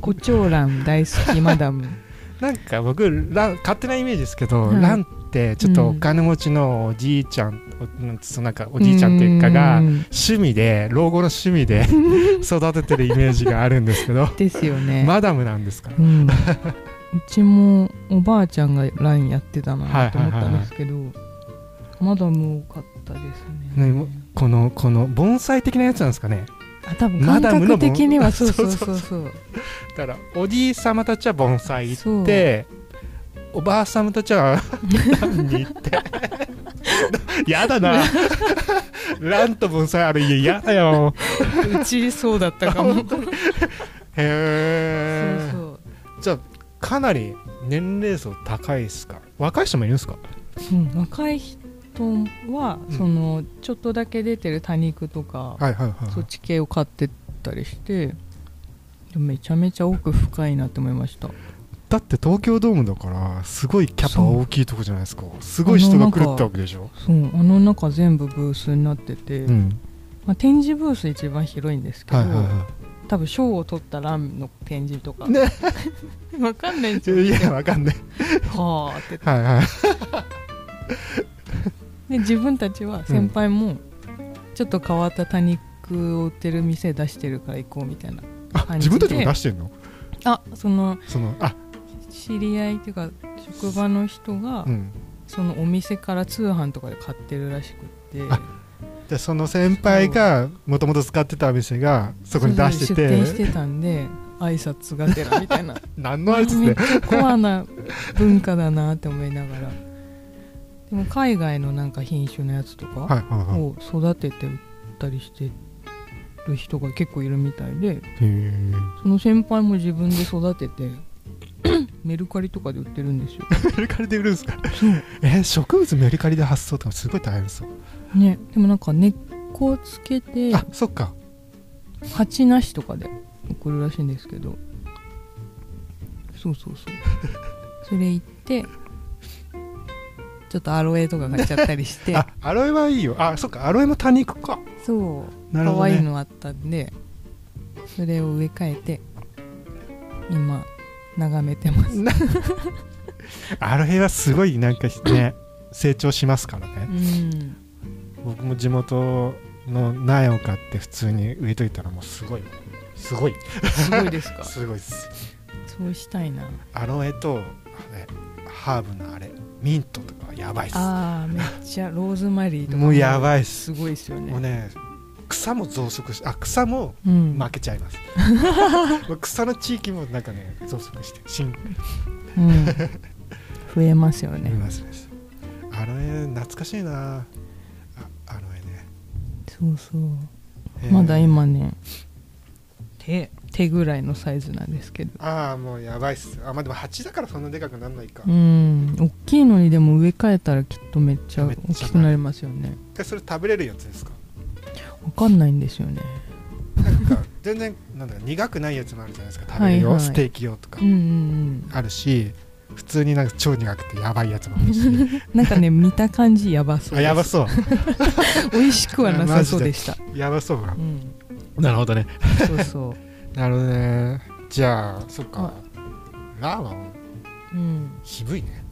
[SPEAKER 2] 胡蝶蘭大好きマダム
[SPEAKER 1] なんか僕ラン勝手なイメージですけど、
[SPEAKER 2] はい
[SPEAKER 1] ランってちょっとお金持ちのおじいちゃん、おなんつうなんか おじいちゃんっていうかが
[SPEAKER 2] うん
[SPEAKER 1] 趣味で老後の趣味で育ててるイメージがあるんですけど
[SPEAKER 2] ですよね、
[SPEAKER 1] マダムなんですか、
[SPEAKER 2] うんうちもおばあちゃんがランやってたなと思ったんですけど、マダム多かったですね
[SPEAKER 1] ねもこのこの盆栽的なやつなんですかね
[SPEAKER 2] あ多分
[SPEAKER 1] マ
[SPEAKER 2] 感
[SPEAKER 1] ダムの
[SPEAKER 2] 覚
[SPEAKER 1] 盆
[SPEAKER 2] 的にはそうそう
[SPEAKER 1] そう
[SPEAKER 2] そ
[SPEAKER 1] そうう
[SPEAKER 2] そう
[SPEAKER 1] だからおじいさまたちは盆栽行
[SPEAKER 2] そ う
[SPEAKER 1] っておばあさまたちは ランに行って やだ なランと盆栽ある家やだよ
[SPEAKER 2] うちそうだったかも そう
[SPEAKER 1] へえ
[SPEAKER 2] そう
[SPEAKER 1] かなり年齢層高いですか若い人もいるんですか
[SPEAKER 2] うん若い人は、
[SPEAKER 1] うん
[SPEAKER 2] そのちょっとだけ出てる多肉とか、
[SPEAKER 1] はいはいはい
[SPEAKER 2] そっち系を買ってったりしてめちゃめちゃ奥深いなって思いました
[SPEAKER 1] だって東京ドームだからすごいキャパ大きいとこじゃないですかすごい人が来るってわけでしょ
[SPEAKER 2] そうあの中全部ブースになってて、
[SPEAKER 1] うん
[SPEAKER 2] まあ、展示ブース一番広いんですけど、
[SPEAKER 1] はいはいは
[SPEAKER 2] 多分賞を取った欄の展示とか、
[SPEAKER 1] ね
[SPEAKER 2] わかんないんです
[SPEAKER 1] いい
[SPEAKER 2] よ
[SPEAKER 1] やわかんない
[SPEAKER 2] はあって
[SPEAKER 1] はいはい
[SPEAKER 2] で自分たちは先輩もちょっと変わった多肉を売ってる店出してるから行こうみたいな
[SPEAKER 1] あ自分たちも出してんの
[SPEAKER 2] あその
[SPEAKER 1] そのあ
[SPEAKER 2] 知り合いっていうか職場の人が、
[SPEAKER 1] うん
[SPEAKER 2] そのお店から通販とかで買ってるらしくって
[SPEAKER 1] あでその先輩がもともと使ってたお店がそこに出して
[SPEAKER 2] そうそう出店
[SPEAKER 1] て
[SPEAKER 2] してたんで挨拶がてらみた いな
[SPEAKER 1] 何の
[SPEAKER 2] め
[SPEAKER 1] あ
[SPEAKER 2] っ
[SPEAKER 1] いつって
[SPEAKER 2] ちゃコアな文化だなって思いながらでも海外のなんか品種のやつとか
[SPEAKER 1] はいはいはい
[SPEAKER 2] を育てて売ったりしてる人が結構いるみたいで
[SPEAKER 1] へえ
[SPEAKER 2] その先輩も自分で育 ててメルカリとかで売ってるんですよ
[SPEAKER 1] メルカリで売るんですかえ植物メルカリで発送とかすごい大変そう
[SPEAKER 2] ねでもなんか根っこをつけて
[SPEAKER 1] あそっか
[SPEAKER 2] 鉢なしとかで送るらしいんですけどそうそ うそうそれ行ってちょっとアロエとか買っちゃったりし て
[SPEAKER 1] あアロエはいいよあそっかアロエも多肉か
[SPEAKER 2] そう
[SPEAKER 1] なるほど
[SPEAKER 2] 可
[SPEAKER 1] ね
[SPEAKER 2] 愛いのあったんでそれを植え替えて今眺めてます、
[SPEAKER 1] アロエはすごいなんかね成長しますからね
[SPEAKER 2] うん、
[SPEAKER 1] 僕も地元の苗を買って普通に植えといたらもうすごいすごい
[SPEAKER 2] すごいですか
[SPEAKER 1] すごいです
[SPEAKER 2] そうしたいな
[SPEAKER 1] アロエとあれハーブのあれミントとかはやばいっす
[SPEAKER 2] あーめっちゃローズマリーとか
[SPEAKER 1] もうやばいっ
[SPEAKER 2] す
[SPEAKER 1] す
[SPEAKER 2] ごいですよね
[SPEAKER 1] もうね草も増殖しあ草も
[SPEAKER 2] うん
[SPEAKER 1] 負けちゃい ますもう草の地域もなんかね増殖して進
[SPEAKER 2] うん、増えますよ ね
[SPEAKER 1] いますですアロエ懐かしいなあアロエね、
[SPEAKER 2] そうそう
[SPEAKER 1] えー
[SPEAKER 2] まだ今ね手手ぐらいのサイズなんですけど
[SPEAKER 1] ああもうやばいっすあまあでも蜂だからそんなでかくなんないか、
[SPEAKER 2] うん大きいのにでも植え替えたらきっとめっちゃ
[SPEAKER 1] めっちゃ
[SPEAKER 2] 大きくなりますよね
[SPEAKER 1] でそれ食べれるやつですか
[SPEAKER 2] わかんないんですよね
[SPEAKER 1] なんか全然なんだか苦くないやつもあるじゃないですか食べるよ、
[SPEAKER 2] はいはい
[SPEAKER 1] ステーキ用とか
[SPEAKER 2] うんうん
[SPEAKER 1] あるし普通になんか超苦くてやばいやつもあ るし
[SPEAKER 2] うんなんかね見た感じやばそう
[SPEAKER 1] あやば
[SPEAKER 2] です
[SPEAKER 1] そう
[SPEAKER 2] 美味しくはなさそうで した
[SPEAKER 1] やばそうな
[SPEAKER 2] うん
[SPEAKER 1] なるほどね
[SPEAKER 2] そうそう
[SPEAKER 1] なるほどねじゃあそっか、
[SPEAKER 2] は
[SPEAKER 1] ラーマン
[SPEAKER 2] うん
[SPEAKER 1] 渋いね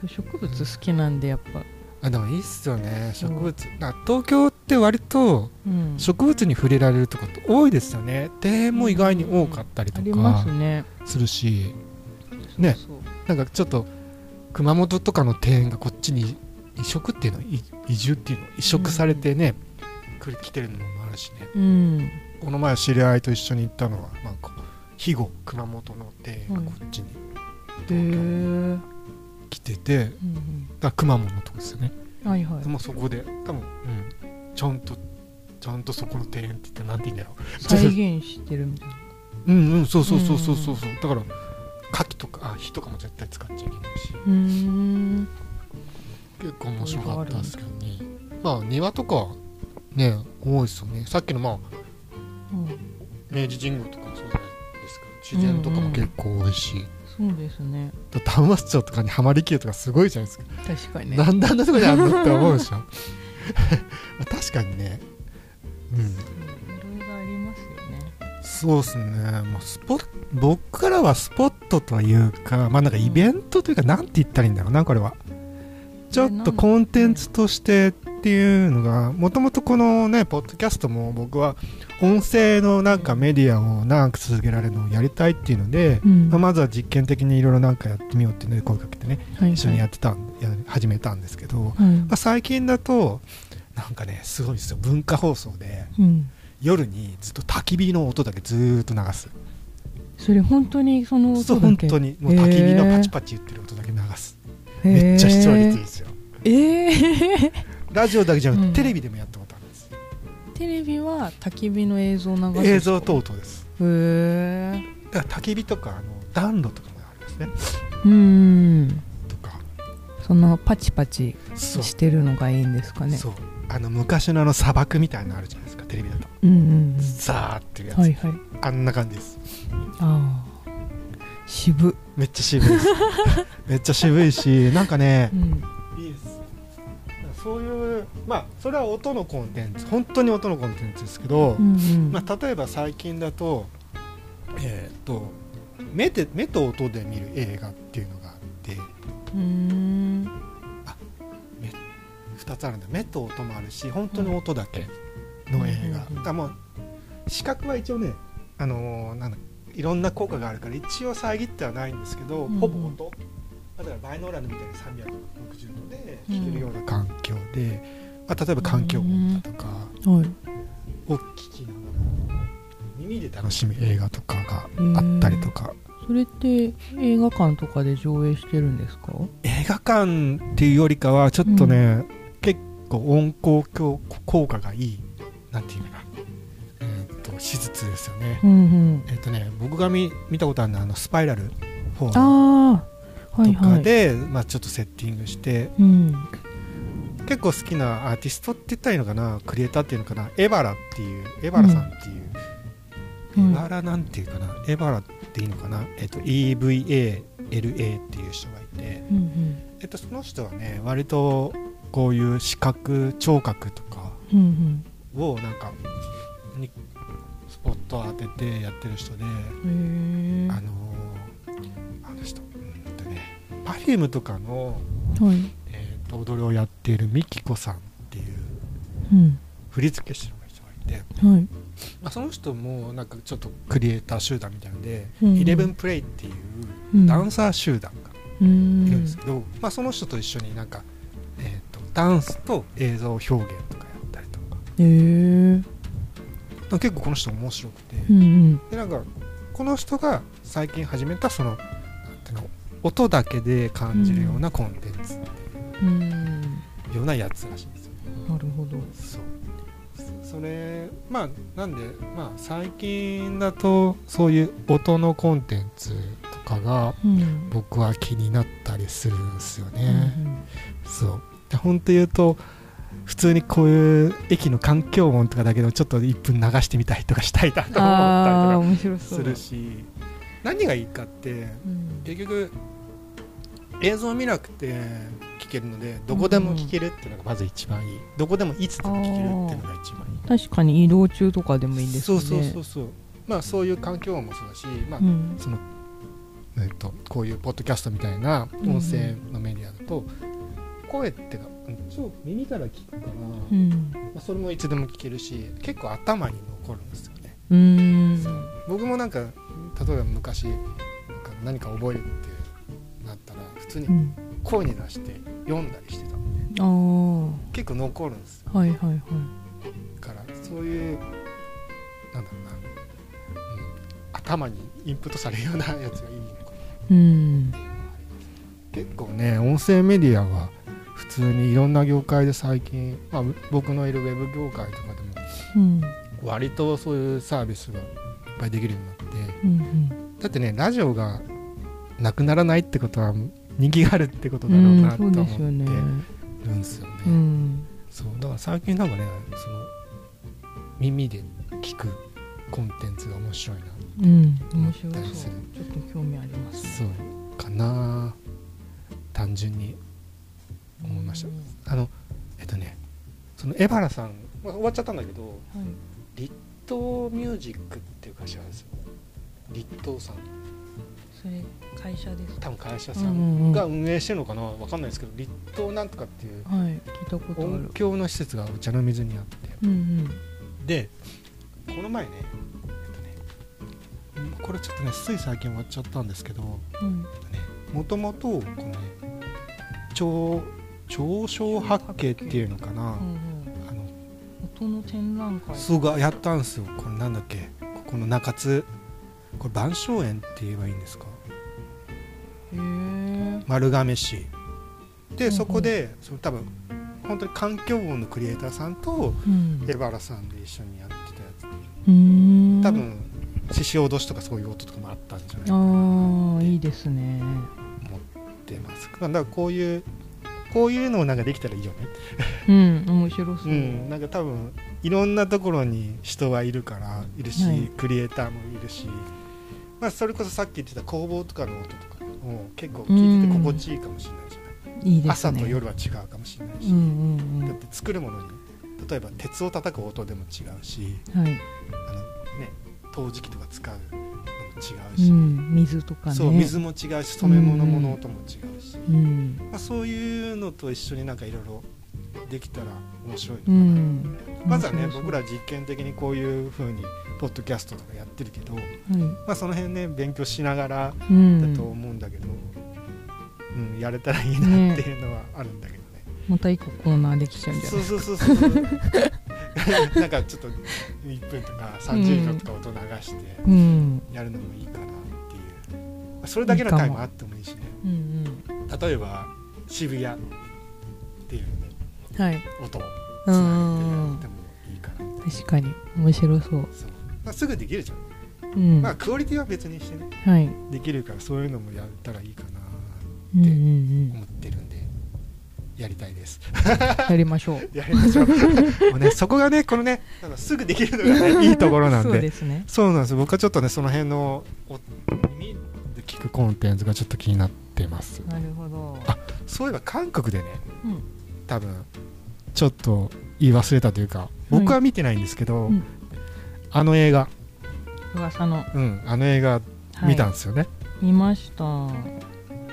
[SPEAKER 2] そう植物好きなんでやっぱ
[SPEAKER 1] あでもいいっすよね植
[SPEAKER 2] う
[SPEAKER 1] 物な東京って割と
[SPEAKER 2] うん
[SPEAKER 1] 植物に触れられるとこって多いですよね庭園も意外に多かったり
[SPEAKER 2] あ
[SPEAKER 1] と
[SPEAKER 2] りま
[SPEAKER 1] か
[SPEAKER 2] すね
[SPEAKER 1] するしね
[SPEAKER 2] そうそう
[SPEAKER 1] なんかちょっと熊本とかの庭園がこっちに移植っていうのい移住っていうの移植されてね、来る来てるのもあるしね
[SPEAKER 2] うん
[SPEAKER 1] この前知り合いと一緒に行ったのはなんか肥後熊本の庭園がこっちに
[SPEAKER 2] へえうん
[SPEAKER 1] 来てて、だから熊本のとこですよね、
[SPEAKER 2] うんはいはい
[SPEAKER 1] でもそこで多分、うん、ちゃんとちゃんとそこの庭園って言ったらなんて言うんだろ
[SPEAKER 2] 再現してるみたいな
[SPEAKER 1] ううんうんそうそうそうそうそうそうだから柿火とかも絶対使っちゃいけないし
[SPEAKER 2] うーん
[SPEAKER 1] 結構面白かったですけどねまあ庭とかね多いですよねさっきのまあ
[SPEAKER 2] うん
[SPEAKER 1] 明治神宮とかもそうじゃないですか自然とかも結構多いし、
[SPEAKER 2] そうですね
[SPEAKER 1] だって浜松町とかにハマりきるとかすごいじゃないですか
[SPEAKER 2] 確かにね
[SPEAKER 1] なんであんなとこにあるのって思うでしょ確かにねうん
[SPEAKER 2] うんいろいろありますよね
[SPEAKER 1] そうですねもうスポッ僕からはスポットというかまあなんかイベントというかなんて言ったらいいんだろうなこれはちょっとコンテンツとしてっていうのがもともとこのねポッドキャストも僕は音声のなんかメディアを長く続けられるのをやりたいっていうので、
[SPEAKER 2] うん
[SPEAKER 1] まあまずは実験的にいろいろなんかやってみようっていうので声かけてね
[SPEAKER 2] はい
[SPEAKER 1] 一緒にやってたんや始めたんですけど、ま
[SPEAKER 2] はい
[SPEAKER 1] あ、最近だとなんかねすごいんですよ文化放送で
[SPEAKER 2] うん
[SPEAKER 1] 夜にずっと焚き火の音だけずーっと流す
[SPEAKER 2] それ本当にその
[SPEAKER 1] そ
[SPEAKER 2] 音
[SPEAKER 1] う
[SPEAKER 2] だ
[SPEAKER 1] 本
[SPEAKER 2] け
[SPEAKER 1] 当にもう焚き火のパチパチ言ってる音だけ流す、
[SPEAKER 2] へー
[SPEAKER 1] めっちゃ視聴率いいですよ
[SPEAKER 2] えー
[SPEAKER 1] ラジオだけじゃなくて、
[SPEAKER 2] うん
[SPEAKER 1] テレビでもやったことあるんです
[SPEAKER 2] テレビは焚き火の映像を流す
[SPEAKER 1] 映像等々です
[SPEAKER 2] へえ
[SPEAKER 1] だから焚き火とかあの暖炉とかもありますね
[SPEAKER 2] うん
[SPEAKER 1] とか
[SPEAKER 2] そのパチパチ
[SPEAKER 1] そう,、
[SPEAKER 2] してるのがいいんですかね
[SPEAKER 1] そうあの昔のあの砂漠みたいなのあるじゃないですかテレビだと
[SPEAKER 2] うんうんう
[SPEAKER 1] ザーっていうやつ、
[SPEAKER 2] んはいはい
[SPEAKER 1] あんな感じです
[SPEAKER 2] ああ渋
[SPEAKER 1] めっちゃ渋 いですめっちゃ渋いしなんかね
[SPEAKER 2] うん
[SPEAKER 1] いいですそういうまあそれは音のコンテンツ本当に音のコンテンツですけど、
[SPEAKER 2] うん
[SPEAKER 1] まあ、例えば最近だと,、えー、と目で目と音で見る映画っていうのがあって
[SPEAKER 2] うんう
[SPEAKER 1] 2つあるんだ目と音もあるし本当に音だけの映画、
[SPEAKER 2] うんうんうん
[SPEAKER 1] だからもう視覚は一応ね、あのーなんだいろんな効果があるから一応遮ってはないんですけど、
[SPEAKER 2] うんうん
[SPEAKER 1] ほぼ音だからバイノーラルみたいに360度で聴けるような環境で、まあ、例えば環境音だとか
[SPEAKER 2] ーんはい
[SPEAKER 1] を聞きながら耳で楽しむ映画とかがあったりとか。
[SPEAKER 2] それって映画館とかで上映してるんですか
[SPEAKER 1] 映画館っていうよりかはちょっとね、結構音効効効果がいいなんていうのかな、えー、と手術ですよね、
[SPEAKER 2] うんうん
[SPEAKER 1] えっ、とね僕が見見たことあるのはあのスパイラル4と
[SPEAKER 2] ああはい
[SPEAKER 1] か
[SPEAKER 2] はい
[SPEAKER 1] で、まあ、ちょっとセッティングして
[SPEAKER 2] うん
[SPEAKER 1] 結構好きなアーティストって言ったらいいのかなクリエイターっていうのかなエバラっていうエバラさんっていう、
[SPEAKER 2] うん
[SPEAKER 1] エバラなんていうかなエバラっていいのかな、えっと EVALA っていう人がいて、
[SPEAKER 2] うん
[SPEAKER 1] えっと、その人はね割とこういう視覚聴覚とか
[SPEAKER 2] うんうん
[SPEAKER 1] をなんかにスポットを当ててやってる人で、
[SPEAKER 2] うんへ
[SPEAKER 1] あのーあの人うんとね Perfume とかの、
[SPEAKER 2] えはい
[SPEAKER 1] えーと踊りをやっているミキコさんっていう
[SPEAKER 2] うん
[SPEAKER 1] 振り付け師の人がいて、
[SPEAKER 2] はい
[SPEAKER 1] まあ、その人もなんかちょっとクリエイター集団みたいなので、
[SPEAKER 2] うんうん
[SPEAKER 1] イレブンプレイっていう
[SPEAKER 2] うん
[SPEAKER 1] ダンサー集団が
[SPEAKER 2] う
[SPEAKER 1] いる
[SPEAKER 2] ん
[SPEAKER 1] んですけど、まあ、その人と一緒になんか、えー、とダンスと映像表現とかやったりとか
[SPEAKER 2] へえ
[SPEAKER 1] なんか結構この人面白くて、
[SPEAKER 2] うんうん
[SPEAKER 1] でなんかこの人が最近始めたそのなんていうの音だけで感じるようなコンテンツ、
[SPEAKER 2] うん
[SPEAKER 1] ようなやつらしいんですよ。
[SPEAKER 2] なるほど
[SPEAKER 1] そうそそれまあなんで、まあ、最近だとそういう音のコンテンツとかが
[SPEAKER 2] うん
[SPEAKER 1] 僕は気になったりするんですよね。
[SPEAKER 2] うん
[SPEAKER 1] そうで本当言うと普通にこういう駅の環境音とかだけどちょっと1分流してみたりとかしたいなと思
[SPEAKER 2] ああ
[SPEAKER 1] ったり
[SPEAKER 2] 面白
[SPEAKER 1] と
[SPEAKER 2] そ
[SPEAKER 1] か
[SPEAKER 2] う
[SPEAKER 1] するし何がいいかって
[SPEAKER 2] うん
[SPEAKER 1] 結局映像見なくて聞けるのでどこでも聞けるっていうのがまず一番いいどこでもいつでも聞けるっていうのが一番いい
[SPEAKER 2] 確かに移動中とかでもいいです
[SPEAKER 1] そ
[SPEAKER 2] ね
[SPEAKER 1] うそうそうそうまあそういう環境音もそうだしまあ
[SPEAKER 2] うん
[SPEAKER 1] その、えっと、こういうポッドキャストみたいな音声のメディアだと、声ってか超耳から聞くから、
[SPEAKER 2] う
[SPEAKER 1] ま
[SPEAKER 2] ん
[SPEAKER 1] あ、それもいつでも聞けるし結構頭に残るんですよね、
[SPEAKER 2] うー
[SPEAKER 1] そうん僕もなんか例えば昔なんか何か覚えるってなったら普通
[SPEAKER 2] う
[SPEAKER 1] に
[SPEAKER 2] ん
[SPEAKER 1] 声に出して読んだりしてたんで
[SPEAKER 2] ああ
[SPEAKER 1] 結構残るんですよ
[SPEAKER 2] はいはいはい
[SPEAKER 1] だからそういうなんだろうな、うん、頭にインプットされるようなやつがいいのかな
[SPEAKER 2] うん
[SPEAKER 1] 結構ね音声メディアは普通にいろんな業界で最近、まあ、僕のいるウェブ業界とかでも
[SPEAKER 2] うん
[SPEAKER 1] 割とそういうサービスがいっぱいできるようになって
[SPEAKER 2] うん
[SPEAKER 1] だってねラジオがなくならないってことは人気があるってことだろうなと
[SPEAKER 2] そ
[SPEAKER 1] 思
[SPEAKER 2] う
[SPEAKER 1] って
[SPEAKER 2] ですよね。
[SPEAKER 1] るんですよね。
[SPEAKER 2] うん。
[SPEAKER 1] そうだから最近なんかねその耳で聞くコンテンツが面白いな
[SPEAKER 2] うん。面白そう
[SPEAKER 1] 大。事
[SPEAKER 2] ちょっと興味あります。
[SPEAKER 1] そうかな単純に思いました
[SPEAKER 2] うん
[SPEAKER 1] あのえっとねそのエバラさん、まあ、終わっちゃったんだけど
[SPEAKER 2] はい。
[SPEAKER 1] リットーミュージックっていう会社なんですよリットーさん
[SPEAKER 2] それ会社です。
[SPEAKER 1] 多分会社さ
[SPEAKER 2] うんんうん。
[SPEAKER 1] が
[SPEAKER 2] はい。
[SPEAKER 1] 運営してるのかなわかんないですけどリットーなんとかっていう
[SPEAKER 2] 聞いたことあ
[SPEAKER 1] 音
[SPEAKER 2] る。
[SPEAKER 1] 響の施設がお茶の水にあって
[SPEAKER 2] うん
[SPEAKER 1] でこの前ね,、えっと、ねこれちょっとねつい最近終わっちゃったんですけど
[SPEAKER 2] うん。うん。
[SPEAKER 1] もともとこのね超超小八景っていうのかな、
[SPEAKER 2] うんうん。
[SPEAKER 1] あの
[SPEAKER 2] 音の展覧会。
[SPEAKER 1] そうがやったんですよこれなんだっけここの中津これ万象園って言えばいいんですか
[SPEAKER 2] へえ。
[SPEAKER 1] 丸亀市
[SPEAKER 2] うんう
[SPEAKER 1] で
[SPEAKER 2] ん
[SPEAKER 1] そこでその多分本当に環境音のクリエイターさんと
[SPEAKER 2] うん。
[SPEAKER 1] エバラさんで一緒にやってたやつ
[SPEAKER 2] うーん。
[SPEAKER 1] 多。分獅子落としとかそういう音とかもあったんじゃないかな
[SPEAKER 2] ああ、いいですね。
[SPEAKER 1] 思ってますだからこういうこういうのをなんかできたらいいよね
[SPEAKER 2] うん、面白そうう。
[SPEAKER 1] んなんか多分いろんなところに人はいるからいるし、
[SPEAKER 2] はい
[SPEAKER 1] クリエイターもいるし、まあ、それこそさっき言ってた工房とかの音とかも結構聞いてて心地いいかもしれないじゃない、
[SPEAKER 2] いいですね。
[SPEAKER 1] 朝と。夜は違うかもしれない
[SPEAKER 2] うん
[SPEAKER 1] し、
[SPEAKER 2] うん
[SPEAKER 1] だって作るものに例えば鉄を叩く音でも違うし
[SPEAKER 2] うん。はい。
[SPEAKER 1] あの、ね、陶磁器とか使うのも違うし、
[SPEAKER 2] うん、水とかね。
[SPEAKER 1] そう水も違うし染め物の音も違うし。
[SPEAKER 2] うん。
[SPEAKER 1] まあ、そういうのと一緒になんかいろいろできたら面白いのか
[SPEAKER 2] う
[SPEAKER 1] な、
[SPEAKER 2] ん。
[SPEAKER 1] まずはね
[SPEAKER 2] 面白そう
[SPEAKER 1] 僕ら実験的にこういう風にポッドキャストとかやってるけど、ま
[SPEAKER 2] は
[SPEAKER 1] あ、その辺ね勉強しながら
[SPEAKER 2] い。うん。
[SPEAKER 1] だと思うんだけど、うんやれたらいいなっていうのはあるんだけどね
[SPEAKER 2] また一個コーナーできちゃうんじゃ
[SPEAKER 1] そ
[SPEAKER 2] な
[SPEAKER 1] う
[SPEAKER 2] い
[SPEAKER 1] そうそう そうなんかちょっと1分とか30秒とか音流して
[SPEAKER 2] うん。
[SPEAKER 1] やるのもいいかなっていう、まあそれだけのタイムあってもいいしね
[SPEAKER 2] うん
[SPEAKER 1] 例えば渋谷っていう
[SPEAKER 2] うん。はい。
[SPEAKER 1] 音を
[SPEAKER 2] う
[SPEAKER 1] つない
[SPEAKER 2] んうん
[SPEAKER 1] でやってもいいかなって
[SPEAKER 2] 確かに。面白そう。
[SPEAKER 1] そう、まあ、すぐできるじゃん、
[SPEAKER 2] うん。
[SPEAKER 1] まあ
[SPEAKER 2] は
[SPEAKER 1] クオリティは別にしてね
[SPEAKER 2] い。うん
[SPEAKER 1] できるからそういうのもやったらいいかな
[SPEAKER 2] うんう
[SPEAKER 1] と
[SPEAKER 2] ん。
[SPEAKER 1] 思ってるんでやりたいです
[SPEAKER 2] やりましょう。
[SPEAKER 1] やりま しょうもうねそこがねこのねなんかすぐできるのが、 ね、いいところなんで
[SPEAKER 2] そ
[SPEAKER 1] そうう
[SPEAKER 2] ですね。
[SPEAKER 1] なんです僕はちょっとねその辺のお耳で聞くコンテンツがちょっと気になってます
[SPEAKER 2] なるほど。
[SPEAKER 1] あそういえば韓国でね
[SPEAKER 2] うん。
[SPEAKER 1] 多分ちょっと言い忘れたというか僕は見てないんですけど、
[SPEAKER 2] うん
[SPEAKER 1] あの映画、
[SPEAKER 2] 噂の。
[SPEAKER 1] うん、あの映画
[SPEAKER 2] はい
[SPEAKER 1] 見たんですよね、
[SPEAKER 2] 見ました。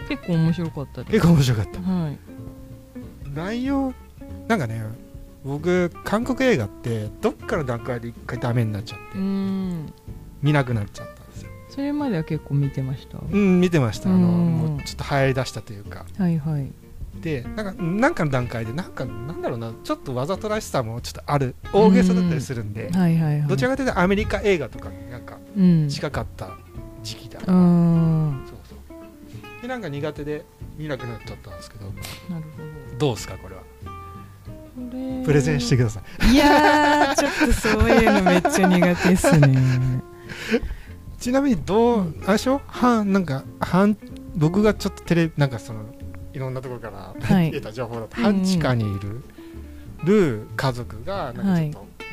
[SPEAKER 2] 結構面白かったです。
[SPEAKER 1] 結構面白かった
[SPEAKER 2] はい。
[SPEAKER 1] 内容なんかね僕韓国映画ってどっかの段階で一回ダメになっちゃって、
[SPEAKER 2] うん。
[SPEAKER 1] 見なくなっちゃったんですよ
[SPEAKER 2] それまでは結構見てました。
[SPEAKER 1] うん見てましたあの
[SPEAKER 2] うん
[SPEAKER 1] もうちょっと入り出したというか
[SPEAKER 2] はいはい。
[SPEAKER 1] でなんかなんかの段階でなんかなんだろうなちょっとわざとらしさもちょっとある大げさだったりするんで、
[SPEAKER 2] はいはいはい。
[SPEAKER 1] どちらかというとアメリカ映画とかになんか
[SPEAKER 2] うん。
[SPEAKER 1] 近かった時期だ、
[SPEAKER 2] うーん。な
[SPEAKER 1] そうそうでなんか苦手で見なくなっちゃったんですけど
[SPEAKER 2] るほど。
[SPEAKER 1] どうですかこれは
[SPEAKER 2] これ
[SPEAKER 1] プレゼンしてください
[SPEAKER 2] いやーちょっとそういうのめっちゃ苦手っすね
[SPEAKER 1] ちなみにどう、
[SPEAKER 2] うん
[SPEAKER 1] あれでしょ半なんか半僕がちょっとテレビなんかそのいろんなところから、
[SPEAKER 2] はい
[SPEAKER 1] 得た情報だと
[SPEAKER 2] うんうん
[SPEAKER 1] 半地下にいる、る家族がなんかちょっと、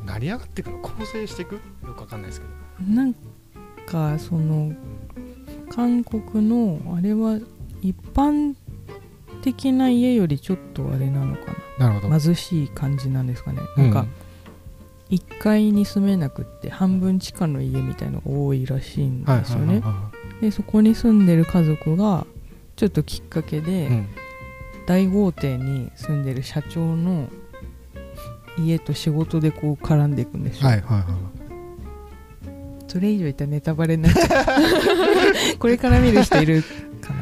[SPEAKER 1] うん、成り上がっていくの構成していくよくわかんないですけど、
[SPEAKER 2] なんかその韓国のあれは一般的な家よりちょっとあれなのか
[SPEAKER 1] なるほ
[SPEAKER 2] な貧しい感じなんですかね
[SPEAKER 1] う
[SPEAKER 2] なん
[SPEAKER 1] ん
[SPEAKER 2] か1階に住めなくって半分地下の家みたいのが多いらしいん
[SPEAKER 1] はい
[SPEAKER 2] ですよ
[SPEAKER 1] はいはい
[SPEAKER 2] ね
[SPEAKER 1] は
[SPEAKER 2] でそこに住んでる家族がちょっときっかけで、
[SPEAKER 1] いうん
[SPEAKER 2] 大豪邸に住んでる社長の家と仕事でこう絡んでいくんですよ、
[SPEAKER 1] はいはいはい
[SPEAKER 2] それ以上言ったらネタバレになっちゃう これから見る人いるか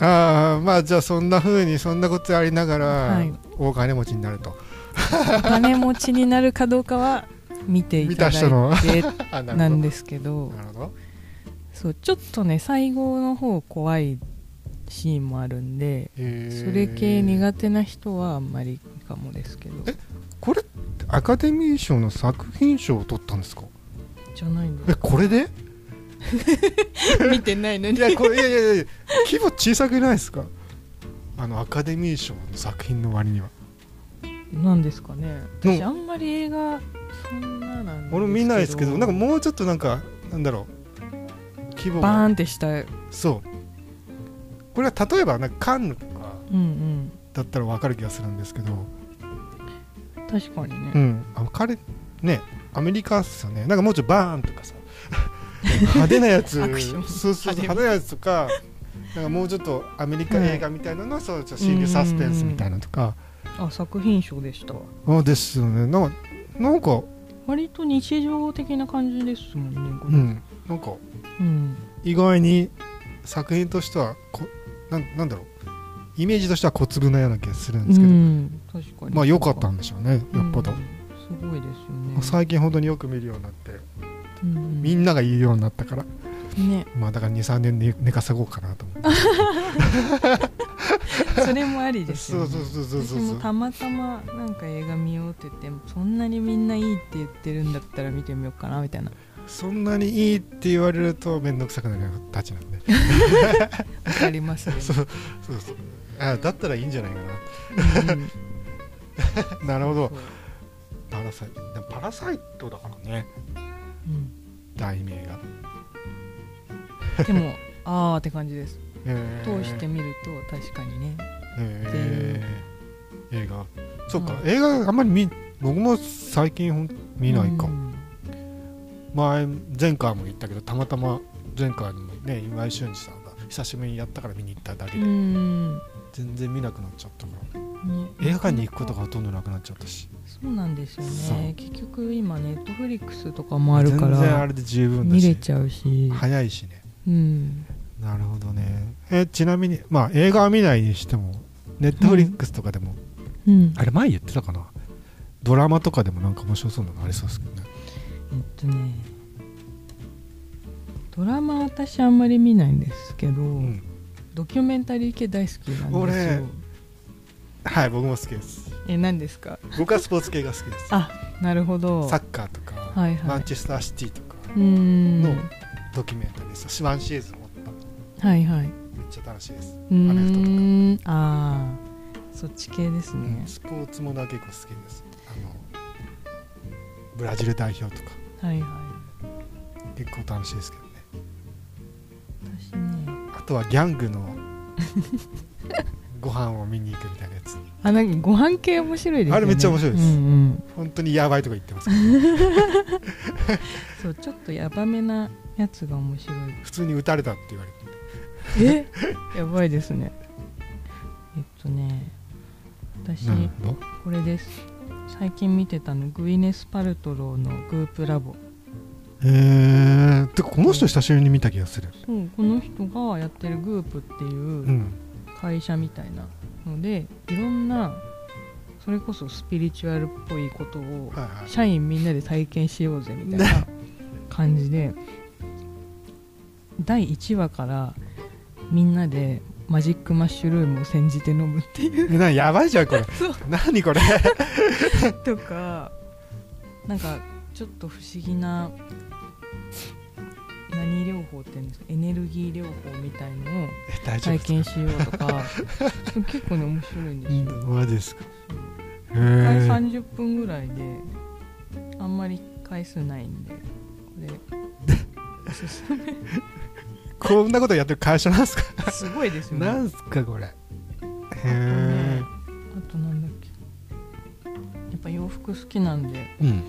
[SPEAKER 2] な
[SPEAKER 1] ああまあじゃあそんなふうにそんなことやりながら、
[SPEAKER 2] はい
[SPEAKER 1] 大金持ちになると
[SPEAKER 2] お金持ちになるかどうかは見てい
[SPEAKER 1] 見た
[SPEAKER 2] ただ
[SPEAKER 1] 人の
[SPEAKER 2] いて
[SPEAKER 1] あな
[SPEAKER 2] な
[SPEAKER 1] る
[SPEAKER 2] んですけ
[SPEAKER 1] ほ
[SPEAKER 2] ど
[SPEAKER 1] どなるほど
[SPEAKER 2] そうちょっとね最後の方怖いシーンもあるんで
[SPEAKER 1] へー
[SPEAKER 2] それ系苦手な人はあんまりかもですけど
[SPEAKER 1] えこれってアカデミー賞の作品賞を取ったんですか
[SPEAKER 2] じゃないんです
[SPEAKER 1] えこれで
[SPEAKER 2] 見てないの
[SPEAKER 1] い
[SPEAKER 2] に
[SPEAKER 1] やこれいやいやいや規模小さくないですかあのアカデミー賞の作品の割には
[SPEAKER 2] なんですかね私
[SPEAKER 1] うん
[SPEAKER 2] あんまり映画そんななん
[SPEAKER 1] 俺も見ないですけどなんかもうちょっとなんかなんだろう規模
[SPEAKER 2] バ
[SPEAKER 1] が
[SPEAKER 2] ーンってしたうん
[SPEAKER 1] そうこれは例えばなんかカンヌとか
[SPEAKER 2] うん
[SPEAKER 1] だったら分かる気がするんですけど
[SPEAKER 2] 確かにね、
[SPEAKER 1] うんあ彼ねアメリカっすよねなんかもうちょいバーンとかさ 派手なや つ
[SPEAKER 2] アクション
[SPEAKER 1] そうそうそう
[SPEAKER 2] 派手な
[SPEAKER 1] 派手なやつとかなんかもうちょっとアメリカ映画みたいなのはそうちょっと心理サスペンスみたいなのとか
[SPEAKER 2] あ作品賞でしたわ
[SPEAKER 1] あですよねなんかなんか
[SPEAKER 2] 割と日常的な感じですもんねこ
[SPEAKER 1] う
[SPEAKER 2] れ
[SPEAKER 1] んなんか
[SPEAKER 2] うん
[SPEAKER 1] 意外に作品としてはこなんなんだろうイメージとしては小粒なような気がするんですけど、
[SPEAKER 2] うん、確かに
[SPEAKER 1] まあ良かったんでしょうねよっぽど、
[SPEAKER 2] うんすごいですよね
[SPEAKER 1] 最近本当によく見るようになって
[SPEAKER 2] うんうん
[SPEAKER 1] みんなが言うようになったから
[SPEAKER 2] ね
[SPEAKER 1] まあだから23年寝寝かさごうかなと思って
[SPEAKER 2] それもありですよ、
[SPEAKER 1] そ
[SPEAKER 2] ね、
[SPEAKER 1] うそうそうそうそう
[SPEAKER 2] 私
[SPEAKER 1] そ
[SPEAKER 2] も
[SPEAKER 1] う
[SPEAKER 2] たまたまなんか映画見ようって言ってそんなにみんないいって言ってるんだったら見てみようかなみたいな
[SPEAKER 1] そんなにいいって言われると面倒くさくなるたちなんで
[SPEAKER 2] わかりますね
[SPEAKER 1] そうそうそうあだったらいいんじゃないか
[SPEAKER 2] うん
[SPEAKER 1] ななるほど
[SPEAKER 2] そう
[SPEAKER 1] パラサイでもパラサイトだからね
[SPEAKER 2] うん
[SPEAKER 1] 題名が、
[SPEAKER 2] でもあーって感じです
[SPEAKER 1] えー
[SPEAKER 2] 通してみると確かにね
[SPEAKER 1] えー映画そうか、
[SPEAKER 2] う
[SPEAKER 1] 映画あんまり見僕も最近ほん見ないか、
[SPEAKER 2] うん
[SPEAKER 1] 前前回も言ったけどたまたま前回にもね今井俊二さんが久しぶりにやったから見に行っただけ
[SPEAKER 2] う
[SPEAKER 1] で、
[SPEAKER 2] んね
[SPEAKER 1] 全然見なくなっちゃったから映画館に行くことがほとんどなくなっちゃったし
[SPEAKER 2] そうなんですよ
[SPEAKER 1] そう
[SPEAKER 2] ね結局今ネットフリックスとかもあるか
[SPEAKER 1] 全然あ
[SPEAKER 2] ら
[SPEAKER 1] れで十分だ
[SPEAKER 2] 見れ
[SPEAKER 1] し
[SPEAKER 2] ちゃうし、
[SPEAKER 1] 早いしね
[SPEAKER 2] うん、
[SPEAKER 1] なるほどねえちなみにまあ映画は見ないにしてもネットフリックスとかでも、
[SPEAKER 2] うん、
[SPEAKER 1] あれ前言ってたかなドラマとかでもなんか面白そうなのありそうですけどね
[SPEAKER 2] えっとねドラマ私あんまり見ないんですけど、
[SPEAKER 1] うん
[SPEAKER 2] ドキュメンタリー系大好きなんですよ
[SPEAKER 1] 俺はい僕も好きです
[SPEAKER 2] え何ですか
[SPEAKER 1] 僕はスポーツ系が好きです
[SPEAKER 2] あなるほど
[SPEAKER 1] サッカーとか、
[SPEAKER 2] はいはい
[SPEAKER 1] マンチェスターシティとか
[SPEAKER 2] うーん
[SPEAKER 1] のドキュメンタリーですワンシーズン持った
[SPEAKER 2] はいはいア
[SPEAKER 1] めっちゃ楽しいです、
[SPEAKER 2] メ
[SPEAKER 1] アメフトとか
[SPEAKER 2] とかあーそっち系ですね、
[SPEAKER 1] スポーツものは結構好きですあのブラジル代表とか
[SPEAKER 2] はいはい
[SPEAKER 1] 結構楽しいですけどね
[SPEAKER 2] 私ね
[SPEAKER 1] あとはギャングのご飯を見に行くみたいなやつ
[SPEAKER 2] あなんかご飯系面白いですよね
[SPEAKER 1] あれめっちゃ面白いです
[SPEAKER 2] うんうん、
[SPEAKER 1] 本当にやばいとか言ってますけど
[SPEAKER 2] そうちょっとヤバめなやつが面白い
[SPEAKER 1] 普通に撃たれたって言われて
[SPEAKER 2] え やばいですねえっとね私、
[SPEAKER 1] ほど
[SPEAKER 2] これです最近見てたのグイネス・パルトローのグープラボ
[SPEAKER 1] へえてかこの人久しぶりに見た気がする
[SPEAKER 2] そうこの人がやってるグープって
[SPEAKER 1] う
[SPEAKER 2] いうん会社みたいなのでいろんなそれこそスピリチュアルっぽいことを
[SPEAKER 1] はいはい
[SPEAKER 2] 社員みんなで体験しようぜみたい な感じで第1話からみんなでマジックマッシュルームを煎じて飲むっていう
[SPEAKER 1] えなやばいじゃんこれ 何これ
[SPEAKER 2] とかなんかちょっと不思議な何療法って言うんですかエネルギー療法みたいのを
[SPEAKER 1] え大丈夫
[SPEAKER 2] 体
[SPEAKER 1] で
[SPEAKER 2] 験
[SPEAKER 1] すか
[SPEAKER 2] しようと かそう結構ね面白いんですよ、
[SPEAKER 1] うんマジですかへ
[SPEAKER 2] 一回
[SPEAKER 1] え
[SPEAKER 2] 30分ぐらいであんまり回数ないんでこれ おすすめ
[SPEAKER 1] こんなことやってる会社なんですか
[SPEAKER 2] すごいですよね
[SPEAKER 1] なんすかこれへえ
[SPEAKER 2] あとなんだっけやっぱ洋服好きなんで
[SPEAKER 1] うん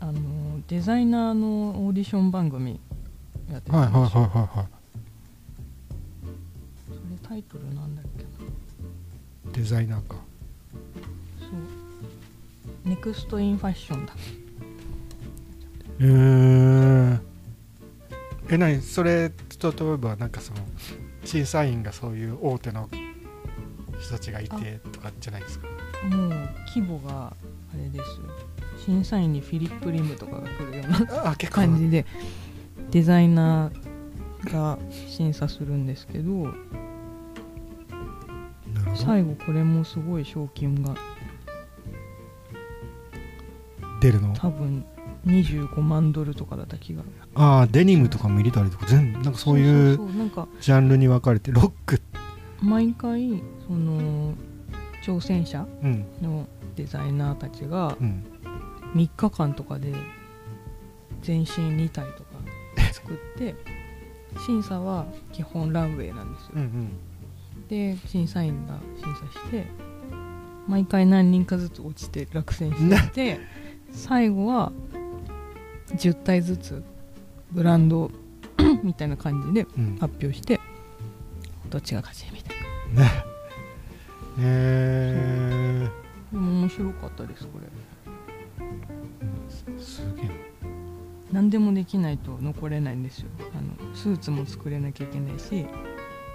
[SPEAKER 2] あのデザイナーのオーディション番組やってたんですよ、
[SPEAKER 1] はいはいはいはいは
[SPEAKER 2] それタイトルなんだっけない
[SPEAKER 1] デザイナーか
[SPEAKER 2] そうネクストインファッションだ
[SPEAKER 1] へええ何それ例えばなんかその審査員がそういう大手の人たちがいてとかじゃないですか
[SPEAKER 2] もう規模があれですよ審査員にフィリップ・リムとかが来るような
[SPEAKER 1] あ結
[SPEAKER 2] 感じでデザイナーが審査するんですけど
[SPEAKER 1] なるほど
[SPEAKER 2] 最後これもすごい賞金が
[SPEAKER 1] 出るの
[SPEAKER 2] 多分25万ドルとかだった気が
[SPEAKER 1] ああデニムとかミリタリーとか全部なんかそういう
[SPEAKER 2] そうそうそうなんか
[SPEAKER 1] ジャンルに分かれてロック
[SPEAKER 2] 毎回その挑戦者
[SPEAKER 1] うん
[SPEAKER 2] のデザイナーたちが
[SPEAKER 1] うん
[SPEAKER 2] 3日間とかで全身2体とか作って審査は基本ランウェイなんですよ、
[SPEAKER 1] うん
[SPEAKER 2] で審査員が審査して毎回何人かずつ落ちて落選
[SPEAKER 1] うんな
[SPEAKER 2] して最後は10体ずつブランド みたいな感じで
[SPEAKER 1] うん
[SPEAKER 2] 発表してどっちが勝ちみたいな
[SPEAKER 1] ねえ
[SPEAKER 2] でも面白かったですこれ
[SPEAKER 1] ー、すげえ
[SPEAKER 2] 何でもできないと残れないんですよあのスーツも作れなきゃいけないし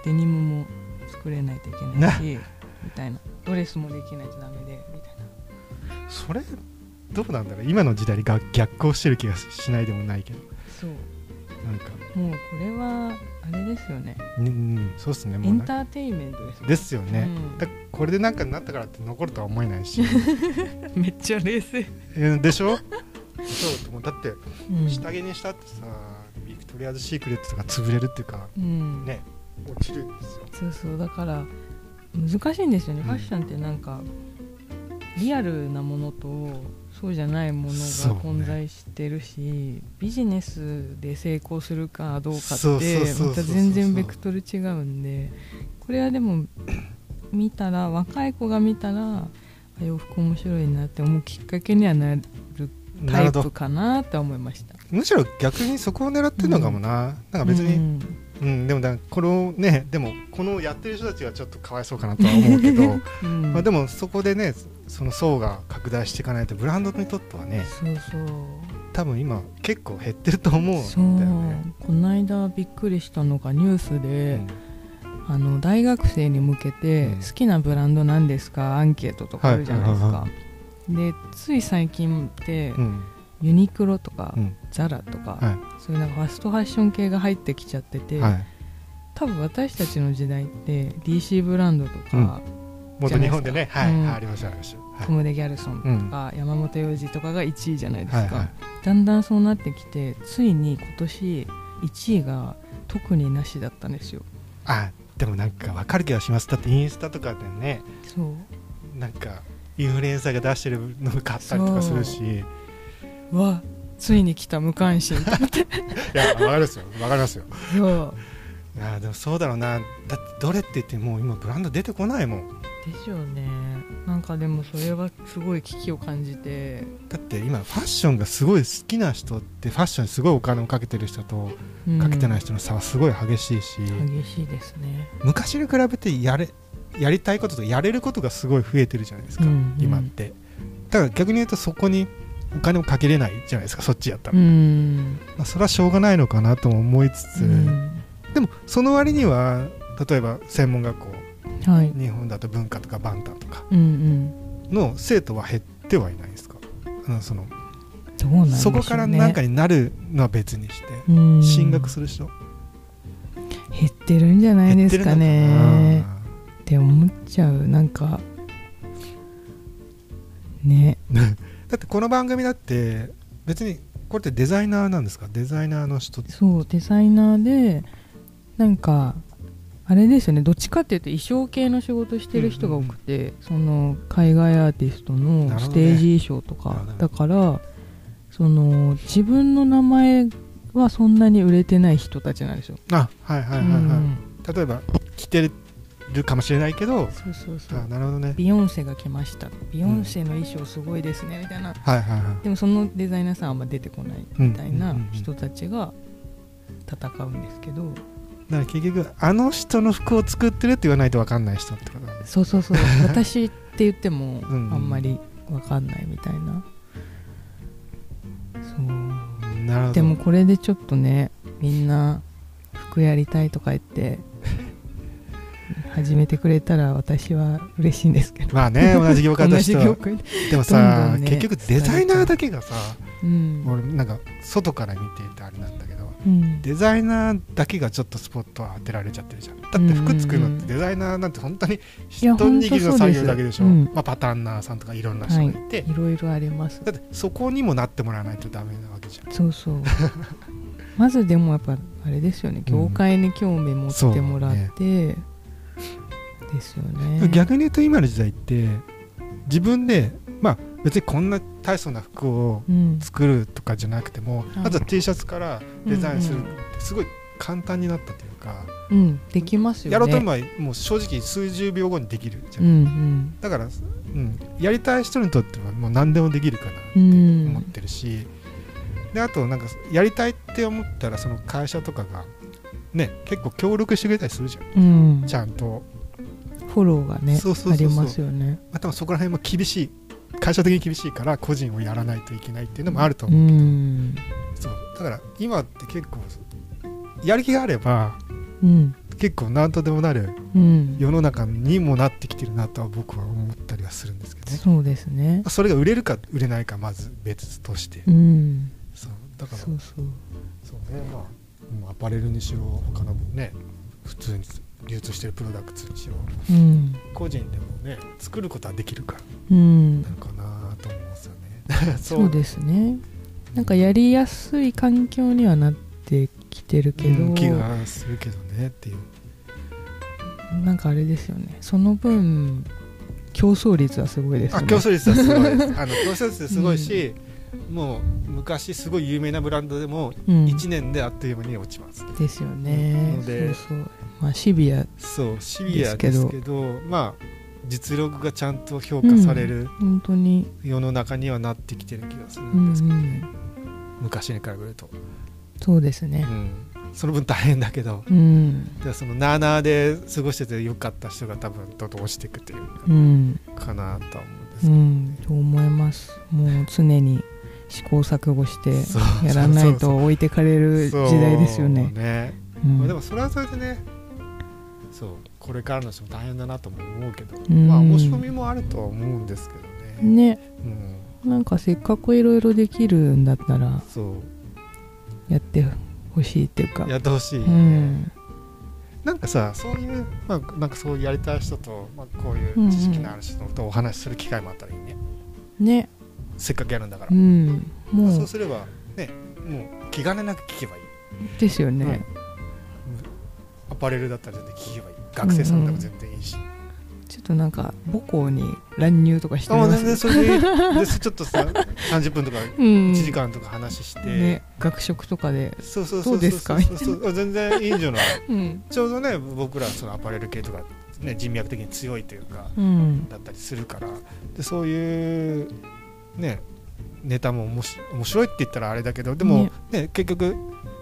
[SPEAKER 2] デニムも作れないといけないし、 みたいなドレスもできないとダメでみたいな
[SPEAKER 1] それどうなんだろう今の時代にが逆行してる気がしないでもないけど
[SPEAKER 2] そう
[SPEAKER 1] なんか
[SPEAKER 2] もうこれはあれですよね
[SPEAKER 1] うんうんそうっすね
[SPEAKER 2] エ
[SPEAKER 1] もう
[SPEAKER 2] ン
[SPEAKER 1] なんか
[SPEAKER 2] ターテインメントですよ
[SPEAKER 1] ですよね、
[SPEAKER 2] うん
[SPEAKER 1] だこれでなんかになったからって残るとは思えない し
[SPEAKER 2] めっちゃ冷静、
[SPEAKER 1] えーでしょそうと思うだって
[SPEAKER 2] うん
[SPEAKER 1] 下着にしたってさビクトリアーズ・シークレットとか潰れるっていうか
[SPEAKER 2] うん
[SPEAKER 1] ね落ちるんですよ
[SPEAKER 2] そうそうだから難しいんですよね、
[SPEAKER 1] うん
[SPEAKER 2] ファッションってなんかリアルなものとそうじゃないもの
[SPEAKER 1] そう
[SPEAKER 2] が
[SPEAKER 1] ね
[SPEAKER 2] 混在してるし、ビジネスで成功するかどうかって
[SPEAKER 1] そうそうそうそう
[SPEAKER 2] また全然ベクトル違うんでこれはでも見たら若い子が見たらあ洋服面白いなって思うきっかけにはなる
[SPEAKER 1] な
[SPEAKER 2] タ
[SPEAKER 1] る
[SPEAKER 2] イ
[SPEAKER 1] ほ
[SPEAKER 2] プ
[SPEAKER 1] ど
[SPEAKER 2] かなって思いました。
[SPEAKER 1] むしろ逆にそこを狙ってるのかもな、なんか別
[SPEAKER 2] う
[SPEAKER 1] に、
[SPEAKER 2] ん
[SPEAKER 1] うんでもだこれをねでもこのやってる人たちはちょっとかわいそうかなとは思うけど
[SPEAKER 2] うん
[SPEAKER 1] まあでもそこでねその層が拡大していかないとブランドにとってはね
[SPEAKER 2] そうそう
[SPEAKER 1] 多分今結構減ってると思
[SPEAKER 2] そ
[SPEAKER 1] うんだよね。
[SPEAKER 2] うこの間びっくりしたのがニュース
[SPEAKER 1] う
[SPEAKER 2] で
[SPEAKER 1] ん、
[SPEAKER 2] あの大学生に向けて
[SPEAKER 1] うん
[SPEAKER 2] 好きなブランドなんですかアンケートとかあるじゃないです
[SPEAKER 1] はいは
[SPEAKER 2] かでつい最近って
[SPEAKER 1] うん
[SPEAKER 2] ユニクロとか
[SPEAKER 1] うん
[SPEAKER 2] ザラとか
[SPEAKER 1] は
[SPEAKER 2] そういうなんかファストファッション系が入ってきちゃって
[SPEAKER 1] い
[SPEAKER 2] て
[SPEAKER 1] はい、
[SPEAKER 2] 多分私たちの時代って DC ブランドとか
[SPEAKER 1] 元日本でね、
[SPEAKER 2] じゃ
[SPEAKER 1] は
[SPEAKER 2] ないいですかうん
[SPEAKER 1] ありましたありました。
[SPEAKER 2] ト
[SPEAKER 1] はい
[SPEAKER 2] ム・デ・ギャルソン
[SPEAKER 1] う
[SPEAKER 2] と
[SPEAKER 1] ん
[SPEAKER 2] か山本耀司とかが1位じゃないです
[SPEAKER 1] はい
[SPEAKER 2] か
[SPEAKER 1] は
[SPEAKER 2] だんだんそうなってきてついに今年1位が特になしだったんですよ
[SPEAKER 1] あでもなんかわかる気がしますだってインスタとかでね
[SPEAKER 2] そう
[SPEAKER 1] なんかインフルエンサーが出してるの買ったりとかするしい
[SPEAKER 2] わついに来た無関心 だって
[SPEAKER 1] やわかるですよわかりますよ
[SPEAKER 2] そう
[SPEAKER 1] いやでもそうだろうなだってどれって言ってもう今ブランド出てこないもん
[SPEAKER 2] ですよねなんかでもそれはすごい危機を感じて
[SPEAKER 1] だって今ファッションがすごい好きな人ってファッションにすごいお金をかけてる人と
[SPEAKER 2] うん
[SPEAKER 1] かけてない人の差はすごい激しいし、
[SPEAKER 2] 激しいですね
[SPEAKER 1] 昔に比べてやれやりたいこととやれることがすごい増えてるじゃないですか、
[SPEAKER 2] うんうん
[SPEAKER 1] 今ってだから逆に言うとそこにお金をかけれないじゃないですかそっちやった
[SPEAKER 2] う
[SPEAKER 1] ら、
[SPEAKER 2] ん
[SPEAKER 1] まあ、それはしょうがないのかなとも思いつつ、
[SPEAKER 2] うん
[SPEAKER 1] でもその割には例えば専門学校
[SPEAKER 2] はい
[SPEAKER 1] 日本だと文化とか万端とか
[SPEAKER 2] うん
[SPEAKER 1] の生徒は減ってはいないですかあのその
[SPEAKER 2] うんどうなんでしょうね
[SPEAKER 1] そこからなんかになるのは別にして、
[SPEAKER 2] うん
[SPEAKER 1] 進学する人
[SPEAKER 2] 減ってるんじゃない
[SPEAKER 1] 減
[SPEAKER 2] で
[SPEAKER 1] って
[SPEAKER 2] す
[SPEAKER 1] るの
[SPEAKER 2] か
[SPEAKER 1] かな
[SPEAKER 2] ねって思っちゃうなんかね
[SPEAKER 1] だってこの番組だって別にこれってデザイナーなんですかデザイナーの人って
[SPEAKER 2] そうデザイナーでなんかあれですよねどっちかっていうと衣装系の仕事してる人が多くて、その海外アーティスト
[SPEAKER 1] な
[SPEAKER 2] の
[SPEAKER 1] るほ
[SPEAKER 2] ス
[SPEAKER 1] どね
[SPEAKER 2] テージ衣装と
[SPEAKER 1] なる
[SPEAKER 2] か、
[SPEAKER 1] ほどね
[SPEAKER 2] だからその自分の名前はそんなに売れてない人たちなんですよ。
[SPEAKER 1] あはいはいはいはい、
[SPEAKER 2] うん
[SPEAKER 1] 例えば着てるかもしれないけど
[SPEAKER 2] そうそうそ
[SPEAKER 1] あ
[SPEAKER 2] う
[SPEAKER 1] なるほどね
[SPEAKER 2] ビヨンセが来ましたビヨンセの衣装すごいですねみたいな
[SPEAKER 1] はいはいはい
[SPEAKER 2] でもそのデザイナーさんはあんま出てこないみたいな人たちが戦うんですけど、
[SPEAKER 1] だから結局あの人の服を作ってるって言わないと分かんない人ってことなんです
[SPEAKER 2] そ うそうそう私って言ってもあ
[SPEAKER 1] うん
[SPEAKER 2] んまりわかんないみたいなそう
[SPEAKER 1] なるほど
[SPEAKER 2] でもこれでちょっとねみんな服やりたいとか言って 始めてくれたら私は嬉しいんですけど
[SPEAKER 1] まあ ね同じ業界
[SPEAKER 2] 同
[SPEAKER 1] とし
[SPEAKER 2] じ
[SPEAKER 1] て
[SPEAKER 2] 業
[SPEAKER 1] は
[SPEAKER 2] 界で、
[SPEAKER 1] でもさ
[SPEAKER 2] どんどんね
[SPEAKER 1] 結局デザイナーだけがさ
[SPEAKER 2] うん、
[SPEAKER 1] 俺なんか外から見ていてあれなんだけど
[SPEAKER 2] うん
[SPEAKER 1] デザイナーだけがちょっとスポットを当てられちゃってるじゃんだって服作るのってデザイナーなんて本当に一握りの作業だけでしょ
[SPEAKER 2] いや本当そうですうん
[SPEAKER 1] まあ、パターンナーさんとかいろんな人がいて、
[SPEAKER 2] いろいろあります
[SPEAKER 1] だってそこにもなってもらわないとダメなわけじゃん
[SPEAKER 2] そうそう まずでもやっぱあれですよね業界に興味持ってもらって、ですよね
[SPEAKER 1] 逆に言うと今の時代って自分でまあ別にこんな大層な服を
[SPEAKER 2] うん、
[SPEAKER 1] 作るとかじゃなくても、
[SPEAKER 2] うん
[SPEAKER 1] まずは T シャツからデザインする
[SPEAKER 2] う
[SPEAKER 1] っ
[SPEAKER 2] ん
[SPEAKER 1] てすごい簡単になったというか、
[SPEAKER 2] うん、できますよね
[SPEAKER 1] やろうと思えばもう正直数十秒後にできるじゃ、
[SPEAKER 2] うんん
[SPEAKER 1] だから、うん、やりたい人にとってはもう何でもできるかなって
[SPEAKER 2] うん
[SPEAKER 1] 思ってるし、であとなんかやりたいって思ったらその会社とかがね結構協力してくれたりするじゃん、
[SPEAKER 2] うん、うん
[SPEAKER 1] ちゃんと
[SPEAKER 2] フォローがね
[SPEAKER 1] そうそうそうそう
[SPEAKER 2] ありますよね
[SPEAKER 1] まあ、多分そこら辺も厳しい会社的に厳しいから個人をやらないといけないっていうのもあると
[SPEAKER 2] う
[SPEAKER 1] 思う,、
[SPEAKER 2] ん、
[SPEAKER 1] そうだから今って結構やる気があれば
[SPEAKER 2] うん
[SPEAKER 1] 結構何とでもなる
[SPEAKER 2] うん、
[SPEAKER 1] 世の中にもなってきてるなとは僕は思ったりはするんですけどね
[SPEAKER 2] そうですね
[SPEAKER 1] それが売れるか売れないかまず別として、
[SPEAKER 2] うん
[SPEAKER 1] そうだから
[SPEAKER 2] そうそう
[SPEAKER 1] そうねまあもうアパレルにしろ他のね普通に流通してるプロダクツにしろ
[SPEAKER 2] うん
[SPEAKER 1] 個人でもね作ることはできるから
[SPEAKER 2] うん
[SPEAKER 1] なのかなと思うんですよ ねそ
[SPEAKER 2] そうですねなんかやりやすい環境にはなってきてるけど、
[SPEAKER 1] うん気がするけどねっていう
[SPEAKER 2] なんかあれですよねその分競争率はすごいです
[SPEAKER 1] あ
[SPEAKER 2] ね
[SPEAKER 1] 競争率はすごいで すあの競争率はすごいし、もう昔すごい有名なブランドでも
[SPEAKER 2] うん
[SPEAKER 1] 1年であっという間に落ちます、
[SPEAKER 2] ですよね
[SPEAKER 1] なので
[SPEAKER 2] そうそうまあシビア
[SPEAKER 1] そうシビアですけどまあ実力がちゃんと評価される
[SPEAKER 2] 本当に
[SPEAKER 1] 世の中にはなってきてる気がする
[SPEAKER 2] うんん
[SPEAKER 1] ですけどね、
[SPEAKER 2] うん
[SPEAKER 1] 昔に比べると、
[SPEAKER 2] そうです
[SPEAKER 1] う
[SPEAKER 2] ね
[SPEAKER 1] ん、その分大変だけど
[SPEAKER 2] うん
[SPEAKER 1] でそのなあなあで過ごしててよかった人が多分どんどん落ちていくっていう
[SPEAKER 2] うん、
[SPEAKER 1] かなとは思うんです
[SPEAKER 2] う
[SPEAKER 1] けど
[SPEAKER 2] ん、と思いますもう常に試行錯誤して
[SPEAKER 1] そう
[SPEAKER 2] やらないと置いてかれる時代です
[SPEAKER 1] そ
[SPEAKER 2] よ
[SPEAKER 1] う
[SPEAKER 2] ね
[SPEAKER 1] ね
[SPEAKER 2] うん
[SPEAKER 1] まあ、でもそれはそれでねそうこれからの人も大変だなとも思うけど、
[SPEAKER 2] ん
[SPEAKER 1] まあ面白みもあるとは思うんですけどね、
[SPEAKER 2] ね
[SPEAKER 1] うん、
[SPEAKER 2] なんかせっかくいろいろできるんだったら
[SPEAKER 1] そ
[SPEAKER 2] やってほしいっていうか
[SPEAKER 1] うやってほしい、ね
[SPEAKER 2] うん
[SPEAKER 1] なんかさそういう、まあ、なんかそういうやりたい人と、まあ、こうい
[SPEAKER 2] ん
[SPEAKER 1] う
[SPEAKER 2] う
[SPEAKER 1] ん知識のある人とお話しする機会もあったらいいね、
[SPEAKER 2] ね
[SPEAKER 1] せっかくやるんだから、
[SPEAKER 2] うんも
[SPEAKER 1] そう
[SPEAKER 2] う
[SPEAKER 1] すればねもう気兼ねなく聞けばいい
[SPEAKER 2] ですよね、
[SPEAKER 1] アパレルだったら全然聞けばいい学生さんでも全然いいし、
[SPEAKER 2] ちょっとなんか母校に乱入とかしてみ
[SPEAKER 1] あもう
[SPEAKER 2] ま
[SPEAKER 1] 全
[SPEAKER 2] す
[SPEAKER 1] 然それでいいでそちょっとさ30分とか
[SPEAKER 2] うん
[SPEAKER 1] 1時間とか話して、
[SPEAKER 2] ね学食とかで
[SPEAKER 1] そうそうそう
[SPEAKER 2] どうですか
[SPEAKER 1] そうそうそう全然いいんじゃない
[SPEAKER 2] うん、
[SPEAKER 1] ちょうどね僕らそのアパレル系とか、ね、人脈的に強いというか
[SPEAKER 2] うん、
[SPEAKER 1] だったりするからでそういうねネタもおもし面白いって言ったらあれだけどでも
[SPEAKER 2] ね、
[SPEAKER 1] ね結局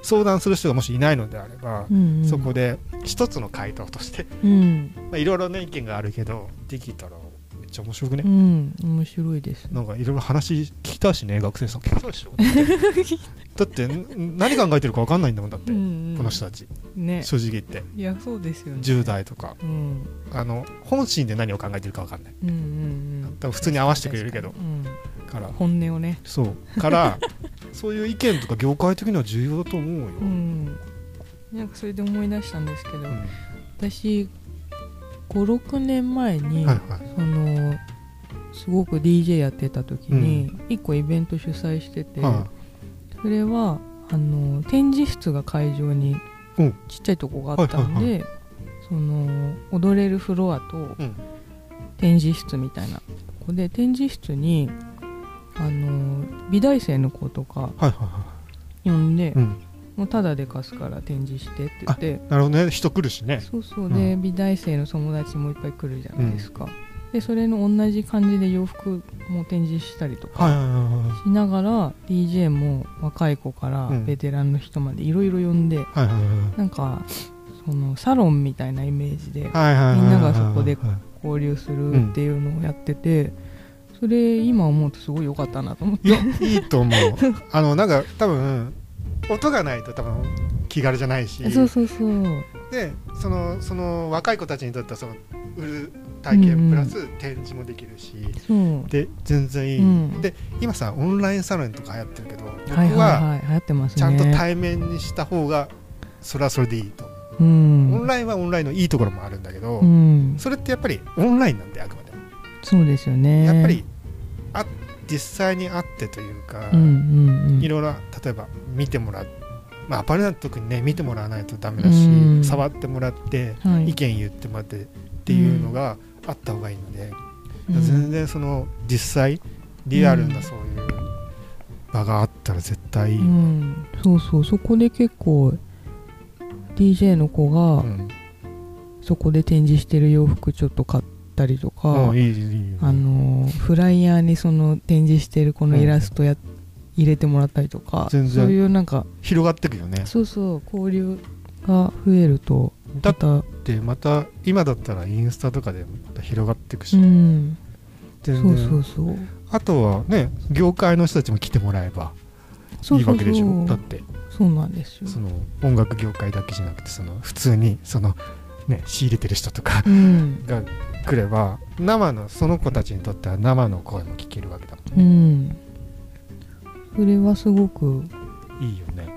[SPEAKER 1] 相談する人がもしいないのであれば、
[SPEAKER 2] うんうん
[SPEAKER 1] そこで一つの回答として、
[SPEAKER 2] うん、
[SPEAKER 1] まあ、いろいろね意見があるけどできたらめっちゃ面白くね
[SPEAKER 2] う、ん、面白いです
[SPEAKER 1] なんかいろいろ話聞きたいしね学生さん聞きたいでしょ だってん何考えてるか分かんないんだもんだって、この人たち
[SPEAKER 2] ね
[SPEAKER 1] 正直言って
[SPEAKER 2] いやそうですよね
[SPEAKER 1] 10代とか
[SPEAKER 2] うん
[SPEAKER 1] あの本心で何を考えてるか分かんない
[SPEAKER 2] うんうんうん
[SPEAKER 1] 多分普通に合わせてくれるけど
[SPEAKER 2] 確かにうん
[SPEAKER 1] から
[SPEAKER 2] 本音をね
[SPEAKER 1] そうから そういう意見とか業界的には重要だと思うよ、
[SPEAKER 2] うんなんかそれで思い出したんですけど、
[SPEAKER 1] うん
[SPEAKER 2] 私56年前に、
[SPEAKER 1] はいはい
[SPEAKER 2] そのすごく DJ やってた時に1個イベント主催してて、
[SPEAKER 1] は
[SPEAKER 2] それはあの展示室が会場に
[SPEAKER 1] うん
[SPEAKER 2] ちっちゃいとこがあったんで、
[SPEAKER 1] はいは
[SPEAKER 2] その踊れるフロアと
[SPEAKER 1] いうん
[SPEAKER 2] 展示室みたいなとこで展示室にあの美大生の子とか
[SPEAKER 1] はいはいは
[SPEAKER 2] 呼んで、
[SPEAKER 1] いうん
[SPEAKER 2] もうタダで貸すから展示してって言って
[SPEAKER 1] なるほどね人来るしね
[SPEAKER 2] そうそう
[SPEAKER 1] うん
[SPEAKER 2] で、美大生の友達もいっぱい来るじゃないですか、でそれの同じ感じで洋服も展示したりと
[SPEAKER 1] はい
[SPEAKER 2] か
[SPEAKER 1] はいは
[SPEAKER 2] しながら DJ も若い子から
[SPEAKER 1] うん
[SPEAKER 2] ベテランの人までいろいろ呼んで、
[SPEAKER 1] いはいはいはい
[SPEAKER 2] なんかそのサロンみたいなイメージで
[SPEAKER 1] はいはいはいはいはい
[SPEAKER 2] みんながそこで
[SPEAKER 1] はいはい
[SPEAKER 2] 交流するっていうのをやってて、それ今思うとすごい良かったなと思って
[SPEAKER 1] いやいいと思う あのなんか多分音がないと多分気軽じゃないし
[SPEAKER 2] そうそうそう
[SPEAKER 1] でそのその若い子たちにとってはその売る体
[SPEAKER 2] うんう
[SPEAKER 1] 験
[SPEAKER 2] ん
[SPEAKER 1] プラス展示もできるし、
[SPEAKER 2] そう
[SPEAKER 1] で全然いい、
[SPEAKER 2] うん
[SPEAKER 1] で今さオンラインサロンとか流行ってるけど僕
[SPEAKER 2] はい
[SPEAKER 1] は
[SPEAKER 2] はいはい流行ってますね
[SPEAKER 1] ちゃんと対面にした方がそれはそれでいいと、
[SPEAKER 2] うん
[SPEAKER 1] オンラインはオンラインのいいところもあるんだけど、
[SPEAKER 2] うん、
[SPEAKER 1] それってやっぱりオンラインなんであくまでも、
[SPEAKER 2] そうですよね
[SPEAKER 1] やっぱりあ実際に会ってというか、
[SPEAKER 2] うんうんうん
[SPEAKER 1] いろいろ例えば見てもらう、まあ、アパレルなんて特にね見てもらわないとダメだし、
[SPEAKER 2] うん
[SPEAKER 1] 触ってもらって
[SPEAKER 2] はい
[SPEAKER 1] 意見言ってもらってっていうのがあった方がいいので、
[SPEAKER 2] うん
[SPEAKER 1] 全然その実際リアルなそういう場があったら絶対いい、
[SPEAKER 2] う
[SPEAKER 1] うん
[SPEAKER 2] ん、そうそうそこで結構 DJ の子がそこで展示してる洋服ちょっと買ったりとか、
[SPEAKER 1] うんいいいいいい
[SPEAKER 2] あのフライヤーにその展示してるこのイラストや、入れてもらったりとかそう
[SPEAKER 1] 全然
[SPEAKER 2] いうなんか
[SPEAKER 1] 広がってくよね
[SPEAKER 2] そうそう交流が増えると
[SPEAKER 1] だっ
[SPEAKER 2] ま
[SPEAKER 1] てまた今だったらインスタとかでまた広がってく
[SPEAKER 2] た、
[SPEAKER 1] し、
[SPEAKER 2] うん、
[SPEAKER 1] 全
[SPEAKER 2] そ
[SPEAKER 1] 然
[SPEAKER 2] うそうそう
[SPEAKER 1] あとはね業界の人たちも来てもらえば
[SPEAKER 2] そ
[SPEAKER 1] いうい
[SPEAKER 2] そ
[SPEAKER 1] わ
[SPEAKER 2] う
[SPEAKER 1] け
[SPEAKER 2] そ
[SPEAKER 1] でしょだっ
[SPEAKER 2] う
[SPEAKER 1] て
[SPEAKER 2] そうなんですよ
[SPEAKER 1] その音楽業界だけじゃなくてその普通にその、ね、仕入れてる人とか
[SPEAKER 2] うん、
[SPEAKER 1] が来れば生のその子たちにとっては生の声も聞けるわけだもん
[SPEAKER 2] う
[SPEAKER 1] ね、
[SPEAKER 2] ん、それはすごく
[SPEAKER 1] いいよね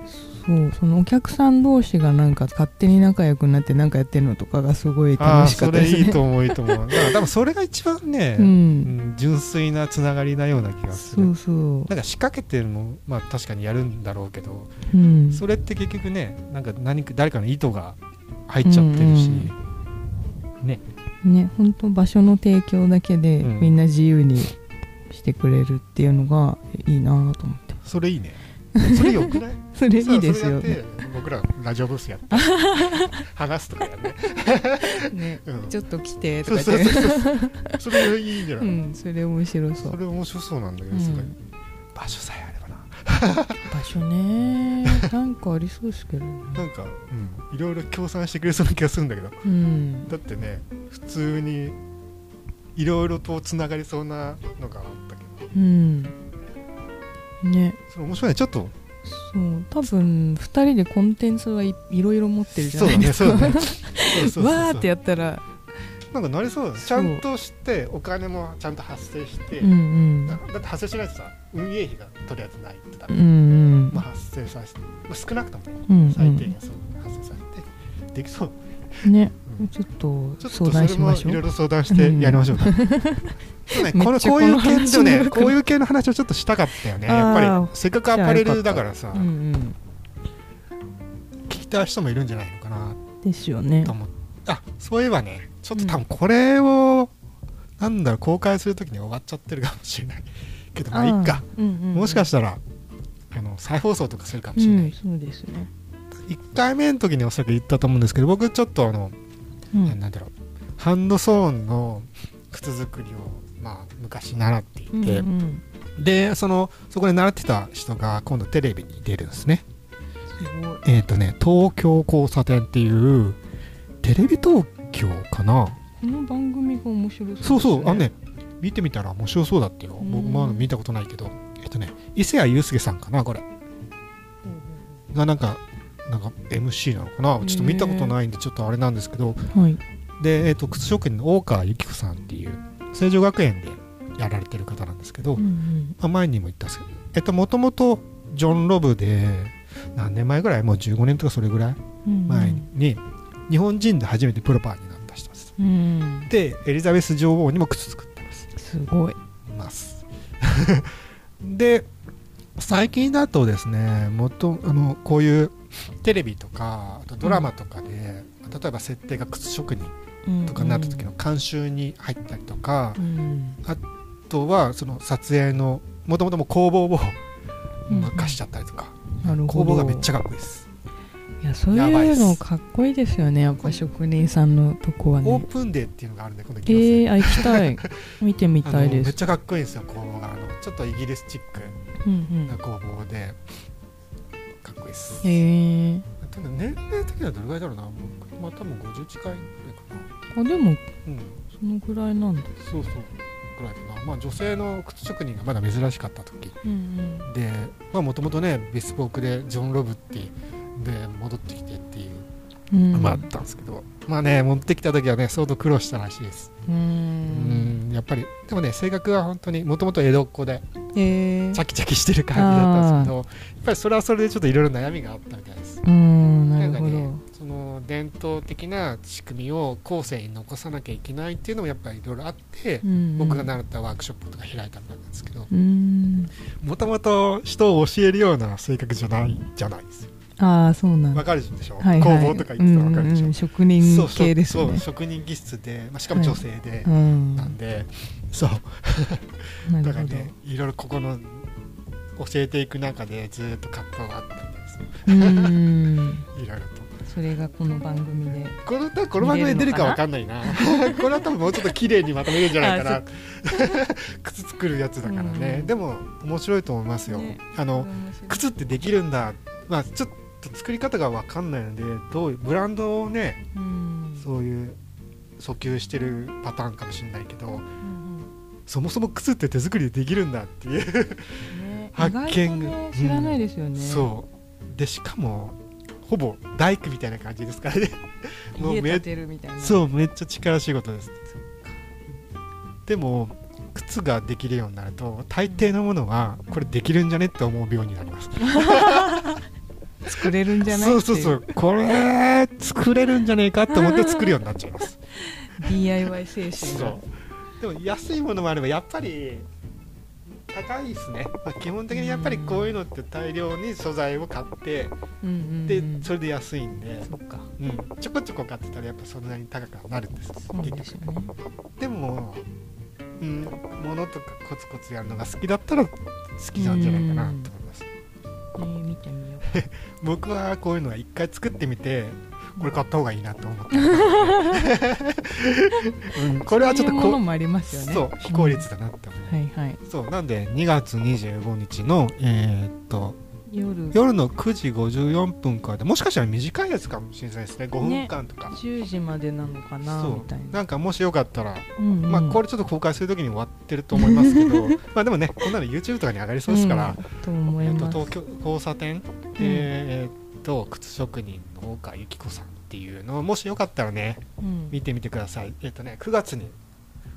[SPEAKER 2] そうそのお客さん同士がなんか勝手に仲良くなってなんかやってるのとかがすごい
[SPEAKER 1] ああ
[SPEAKER 2] 楽しか
[SPEAKER 1] そ
[SPEAKER 2] ったで
[SPEAKER 1] れ
[SPEAKER 2] すね
[SPEAKER 1] いいと思ういいと思うだから多分それが一番ね、
[SPEAKER 2] う、
[SPEAKER 1] うんん純粋なつながりなような気がす
[SPEAKER 2] そ
[SPEAKER 1] る
[SPEAKER 2] うそう
[SPEAKER 1] なんか仕掛けてるのもまあ確かにやるんだろうけど、
[SPEAKER 2] うん
[SPEAKER 1] それって結局ねなんか何か誰かの意図が入っちゃってるし、ね
[SPEAKER 2] ね本当場所の提供だけで
[SPEAKER 1] うん
[SPEAKER 2] みんな自由にしてくれるっていうのがいいなと思って
[SPEAKER 1] それいい ねそれよくない
[SPEAKER 2] それいいですよ
[SPEAKER 1] それや
[SPEAKER 2] ね
[SPEAKER 1] って僕らラジオブースやって話すとかやね、
[SPEAKER 2] ね
[SPEAKER 1] うん、
[SPEAKER 2] ちょっと来てと
[SPEAKER 1] そうそ
[SPEAKER 2] か
[SPEAKER 1] う
[SPEAKER 2] 言って
[SPEAKER 1] そうそうそれいいんじゃな
[SPEAKER 2] う
[SPEAKER 1] い、
[SPEAKER 2] んそれ面白そ
[SPEAKER 1] そうれ面白そうなんだけど、
[SPEAKER 2] うん
[SPEAKER 1] すごい場所さえあればな
[SPEAKER 2] 場所ねなんかありそうですけどね
[SPEAKER 1] なんか、うん、いろいろ協賛してくれそうな気がするんだけど
[SPEAKER 2] うん
[SPEAKER 1] だってね普通にいろいろとつながりそうなのがあったけど
[SPEAKER 2] うんね
[SPEAKER 1] それ面白いねちょっと
[SPEAKER 2] そう多分2人でコンテンツはい、いろいろ持ってるじゃ
[SPEAKER 1] そうだ
[SPEAKER 2] ないで
[SPEAKER 1] ね
[SPEAKER 2] す
[SPEAKER 1] そ
[SPEAKER 2] か
[SPEAKER 1] うだねそうそうそうそう
[SPEAKER 2] わーってやったら
[SPEAKER 1] なんかなりそうだねちゃんとしてお金もちゃんと発生して、
[SPEAKER 2] うんうん
[SPEAKER 1] だだって発生しないとさ運営費がとりあえずないってダ
[SPEAKER 2] う
[SPEAKER 1] メ、
[SPEAKER 2] んうん
[SPEAKER 1] まあ、発生させて、まあ、少なくともね
[SPEAKER 2] うん
[SPEAKER 1] 最低限そう発生させてできそう、
[SPEAKER 2] うんね
[SPEAKER 1] うん
[SPEAKER 2] ちょっ
[SPEAKER 1] ちょ
[SPEAKER 2] と
[SPEAKER 1] っと
[SPEAKER 2] 相
[SPEAKER 1] そ
[SPEAKER 2] 談
[SPEAKER 1] れ
[SPEAKER 2] し
[SPEAKER 1] も
[SPEAKER 2] ま
[SPEAKER 1] い
[SPEAKER 2] しょう
[SPEAKER 1] ろいろ相談してやりま しょうか、そうね、
[SPEAKER 2] めっ
[SPEAKER 1] この
[SPEAKER 2] ちゃ
[SPEAKER 1] こういう
[SPEAKER 2] この
[SPEAKER 1] 系
[SPEAKER 2] 話
[SPEAKER 1] のね
[SPEAKER 2] 長くな
[SPEAKER 1] こういう系の話をちょっとしたかったよね
[SPEAKER 2] あー
[SPEAKER 1] やっぱりせっかくアパレルだからさ、
[SPEAKER 2] うんうん
[SPEAKER 1] 聞いた人もいるんじゃないのかな
[SPEAKER 2] ですよね
[SPEAKER 1] と。思ってあそういえばねちょっと多分これを、なんだろう公開するときに終わっちゃってるかもしれない けどまあいっか、
[SPEAKER 2] うんうんうん
[SPEAKER 1] もしか
[SPEAKER 2] し
[SPEAKER 1] したらあの再放送とかするかも
[SPEAKER 2] う
[SPEAKER 1] しれない、
[SPEAKER 2] ん、そうですね。
[SPEAKER 1] 1回目の時におそらく言ったと思うんですけど僕ちょっとあの、
[SPEAKER 2] うん
[SPEAKER 1] ななんだろうハンドソーンの靴作りを、まあ、昔習っていて、
[SPEAKER 2] うんうん
[SPEAKER 1] でそのそこで習ってた人が今度テレビに出るんですね
[SPEAKER 2] すごい。
[SPEAKER 1] えっ、とね東京交差点っていうテレビ東京かな
[SPEAKER 2] この番組が面白そうですね。
[SPEAKER 1] そうそうあのね見てみたら面白そうだってよ
[SPEAKER 2] うん
[SPEAKER 1] 僕もあの見たことないけどえっとね伊勢谷友介さんかなこれ
[SPEAKER 2] うん
[SPEAKER 1] がなんかなんか MC なのかなちょっと見たことないんでちょっとあれなんですけど
[SPEAKER 2] うん。はい。
[SPEAKER 1] で、えー、と靴職人の大川由紀子さんっていう成城学園でやられてる方なんですけど、
[SPEAKER 2] う
[SPEAKER 1] ま
[SPEAKER 2] ん
[SPEAKER 1] あ、前にも言ったんですけどえっともともとジョン・ロブで何年前ぐらいもう15年とかそれぐらい
[SPEAKER 2] うん
[SPEAKER 1] 前に、日本人で初めてプロパーになった人です
[SPEAKER 2] うんうん。
[SPEAKER 1] でエリザベス女王にも靴作ってます
[SPEAKER 2] すごい。
[SPEAKER 1] ます で最近だとですねもっとあのこういうテレビとかあとドラマとかで、例えば設定が靴職人とかになった時の監修に入ったりとか、
[SPEAKER 2] うん
[SPEAKER 1] あとはその撮影のもともともう工房を
[SPEAKER 2] うん
[SPEAKER 1] 任しちゃったりとか、
[SPEAKER 2] なる
[SPEAKER 1] 工
[SPEAKER 2] ほど
[SPEAKER 1] 房がめっちゃかっこいいです、
[SPEAKER 2] いやそう
[SPEAKER 1] やばいっ
[SPEAKER 2] いう
[SPEAKER 1] す
[SPEAKER 2] のかっこいいですよねやっぱ職人さんのとこは
[SPEAKER 1] オー
[SPEAKER 2] ね
[SPEAKER 1] プンデーっていうのがあるんで今度行
[SPEAKER 2] え
[SPEAKER 1] きますね、
[SPEAKER 2] ー、あ行きたい見てみた
[SPEAKER 1] あの
[SPEAKER 2] いで
[SPEAKER 1] めっ
[SPEAKER 2] す
[SPEAKER 1] ちゃかっこいいんですよ工房があのちょっとイギリスチック
[SPEAKER 2] うん
[SPEAKER 1] な工房でかっこいいです、
[SPEAKER 2] うんへえ
[SPEAKER 1] ただ年齢的にはどれぐらいだろうな僕まあ多分50近いぐらいかな
[SPEAKER 2] あでも
[SPEAKER 1] うん
[SPEAKER 2] そのぐらいなんだ
[SPEAKER 1] そうそうぐらいかなまあ女性の靴職人がまだ珍しかった時
[SPEAKER 2] うん
[SPEAKER 1] でまあもともとねベスポークでジョン・ロブってで戻ってきてっていう
[SPEAKER 2] うん
[SPEAKER 1] のもあったんですけど、まあね持ってきた時はね相当苦労したらしいです
[SPEAKER 2] うー
[SPEAKER 1] う
[SPEAKER 2] ん
[SPEAKER 1] んやっぱりでもね性格は本当にもともと江戸っ子で
[SPEAKER 2] え
[SPEAKER 1] チャキチャキしてる感じだったんですけどやっぱりそれはそれでちょっといろいろ悩みがあったみたいです
[SPEAKER 2] うーんな
[SPEAKER 1] な
[SPEAKER 2] る
[SPEAKER 1] んか
[SPEAKER 2] ほど、
[SPEAKER 1] ねその伝統的な仕組みを後世に残さなきゃいけないっていうのもやっぱりいろいろあって
[SPEAKER 2] うんうん
[SPEAKER 1] 僕が習ったワークショップとか開いたみたいなんですけど
[SPEAKER 2] うーん
[SPEAKER 1] もともと人を教えるような性格じゃないじゃないですよ
[SPEAKER 2] ああそうなんだ
[SPEAKER 1] わかるでしょ、
[SPEAKER 2] はいは
[SPEAKER 1] 工
[SPEAKER 2] い
[SPEAKER 1] 房とか行ってたらわかるでしょ、
[SPEAKER 2] うんうん職人
[SPEAKER 1] そう
[SPEAKER 2] 系です
[SPEAKER 1] そう
[SPEAKER 2] ね
[SPEAKER 1] 職人気質で、まあ、しかも女性で
[SPEAKER 2] う、ん
[SPEAKER 1] な
[SPEAKER 2] なん
[SPEAKER 1] で、そう
[SPEAKER 2] る
[SPEAKER 1] だ
[SPEAKER 2] ほ
[SPEAKER 1] から
[SPEAKER 2] ど、
[SPEAKER 1] ねいろいろここの教えていく中でずーっと葛藤があったんです
[SPEAKER 2] うーん
[SPEAKER 1] いろいろと
[SPEAKER 2] それがこの番組で
[SPEAKER 1] このこの番組で出るかわかんないなこれは多分もうちょっと綺麗にまとめるんじゃ ないかな靴作るやつだからね、
[SPEAKER 2] うん
[SPEAKER 1] でも面白いと思いますよ、
[SPEAKER 2] ね
[SPEAKER 1] あの
[SPEAKER 2] 面白い
[SPEAKER 1] 靴ってできるんだまあちょっと作り方がわかんないのでどういうブランドをね
[SPEAKER 2] うん
[SPEAKER 1] そういう訴求してるパターンかもしれないけど
[SPEAKER 2] うん
[SPEAKER 1] そもそも靴って手作りでできるんだっていう
[SPEAKER 2] うんね
[SPEAKER 1] 発見
[SPEAKER 2] 意外と
[SPEAKER 1] うん
[SPEAKER 2] ね知らないですよね、
[SPEAKER 1] そうでしかもほぼ大工みたいな感じですからねも
[SPEAKER 2] 家
[SPEAKER 1] うめ
[SPEAKER 2] 建てるみたいな
[SPEAKER 1] そううめっちゃ力仕事ですでも靴ができるようになると大抵のものはこれできるんじゃねって思うようになります
[SPEAKER 2] 作れるんじゃない
[SPEAKER 1] そうそうそ
[SPEAKER 2] って
[SPEAKER 1] うこれ作れるんじゃねえかって思って作るようになっちゃいます
[SPEAKER 2] いう DIY 精神が
[SPEAKER 1] そうでも安いものもあればやっぱり高いですね、まあ、基本的にやっぱりこういうのって大量に素材を買って
[SPEAKER 2] うんうんうん
[SPEAKER 1] でそれで安いんで、
[SPEAKER 2] そっか
[SPEAKER 1] うん、ちょこちょこ買ってたらやっぱそんなに高くはなるんです
[SPEAKER 2] そう
[SPEAKER 1] 結
[SPEAKER 2] です
[SPEAKER 1] 局
[SPEAKER 2] よね
[SPEAKER 1] でも、うん、物とかコツコツやるのが好きだったら好きなんじゃないかなと思います
[SPEAKER 2] えー見てみよ
[SPEAKER 1] 僕はこういうのは一回作ってみてこれ買った方がいいなと思 った、うん、こ
[SPEAKER 2] う
[SPEAKER 1] れはちょっと
[SPEAKER 2] そういうも
[SPEAKER 1] こ
[SPEAKER 2] のもありますよね
[SPEAKER 1] そう非効率だなって思う、
[SPEAKER 2] うんはいはい
[SPEAKER 1] そうなんで2月25日のえーっと
[SPEAKER 2] 夜
[SPEAKER 1] 夜の9時54分からでもしかしたら短いやつかもしれないですね5分間とか、
[SPEAKER 2] 10時までなのかな
[SPEAKER 1] そ
[SPEAKER 2] み
[SPEAKER 1] う
[SPEAKER 2] たいな
[SPEAKER 1] なんかもしよかったら
[SPEAKER 2] うんうん
[SPEAKER 1] まあ、これちょっと公開するときに終わってると思いますけ どまあでもねこんなの YouTube とかに上がりそうですから、
[SPEAKER 2] うんと思
[SPEAKER 1] え
[SPEAKER 2] い
[SPEAKER 1] っと
[SPEAKER 2] ます
[SPEAKER 1] 東京交差点で、えっと靴職人の岡由紀子さんっていうのをもしよかったらね
[SPEAKER 2] うん
[SPEAKER 1] 見てみてくださいえっ、とね9月に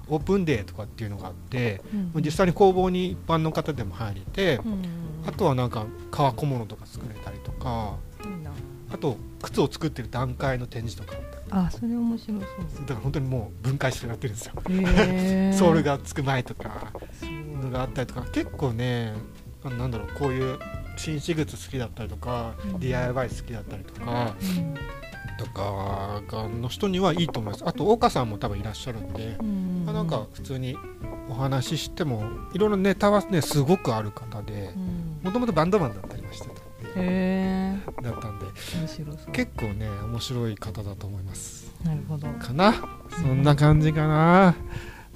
[SPEAKER 1] オープンデーとかっていうのがあって
[SPEAKER 2] うん
[SPEAKER 1] 実際に工房に一般の方でも入れて
[SPEAKER 2] うんうんうん
[SPEAKER 1] あとはなんか革小物とか作れたりとか
[SPEAKER 2] いいな
[SPEAKER 1] あと靴を作ってる段階の展示とか
[SPEAKER 2] あそれ面白そう
[SPEAKER 1] だから本当にもう分解してやってるんですよ
[SPEAKER 2] へー
[SPEAKER 1] ソールがつく前とか
[SPEAKER 2] そう
[SPEAKER 1] のがあったりとか結構ねあのなんだろうこういう紳士靴好きだったりとか、
[SPEAKER 2] うん
[SPEAKER 1] DIY 好きだったりとか
[SPEAKER 2] うん
[SPEAKER 1] とかがの人にはいいと思いますあと岡さんも多分いらっしゃるんで、
[SPEAKER 2] うん
[SPEAKER 1] まあ、なんか普通にお話ししてもいろいろネタはねすごくある方で
[SPEAKER 2] うん
[SPEAKER 1] もともとバンドマンだったりましてたんで
[SPEAKER 2] へえ
[SPEAKER 1] だったんで
[SPEAKER 2] 面白そう
[SPEAKER 1] 結構ね面白い方だと思います。
[SPEAKER 2] なるほど
[SPEAKER 1] かなそんな感じかな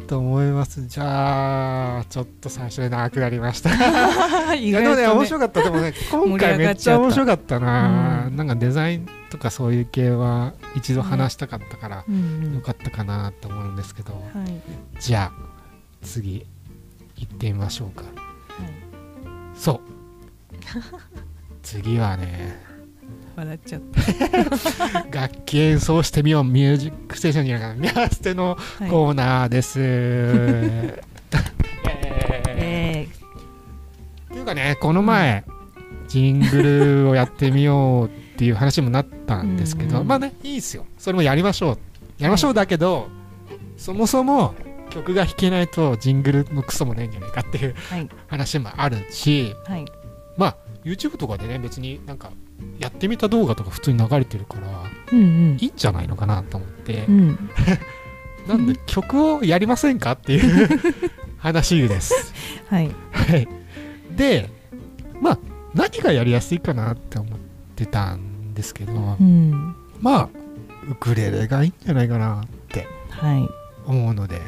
[SPEAKER 1] と思いますじゃあちょっと最初で長くなりました い
[SPEAKER 2] 意
[SPEAKER 1] やでもね面白
[SPEAKER 2] 外とね
[SPEAKER 1] かったでもね今
[SPEAKER 2] 盛り
[SPEAKER 1] 回
[SPEAKER 2] 上が
[SPEAKER 1] め
[SPEAKER 2] っ
[SPEAKER 1] っ
[SPEAKER 2] ち
[SPEAKER 1] ち
[SPEAKER 2] ゃった
[SPEAKER 1] ゃ面白かったな、
[SPEAKER 2] うん
[SPEAKER 1] なんかデザインとかそういう系は一度話したかったから、
[SPEAKER 2] うんう
[SPEAKER 1] よ
[SPEAKER 2] ん
[SPEAKER 1] かったかなと思うんですけど、
[SPEAKER 2] はいはい
[SPEAKER 1] じゃあ次行ってみましょうかそう 次はね
[SPEAKER 2] 笑っちゃった
[SPEAKER 1] 楽器演奏してみようミュージックステーションじゃないかなミャーステの
[SPEAKER 2] はい
[SPEAKER 1] コーナーです。え
[SPEAKER 2] え
[SPEAKER 1] ーっていうかねこの前、ジングルをやってみようっていう話もなったんですけど、
[SPEAKER 2] うん
[SPEAKER 1] まあねいいですよそれもやりましょうやりましょうだけど、そもそも曲が弾けないとジングルのクソもないんじゃないかっていう
[SPEAKER 2] ーはい
[SPEAKER 1] 話もあるし
[SPEAKER 2] はい
[SPEAKER 1] まあ YouTube とかでね別になんかやってみた動画とか普通に流れてるから
[SPEAKER 2] うん
[SPEAKER 1] いいんじゃないのかなと思って。
[SPEAKER 2] うんうん
[SPEAKER 1] なんで曲をやりませんかっていう話です。
[SPEAKER 2] はい
[SPEAKER 1] はい、でまあ何がやりやすいかなって思ってたんですけど
[SPEAKER 2] うん
[SPEAKER 1] まあウクレレがいいんじゃないかな
[SPEAKER 2] はい
[SPEAKER 1] 思うので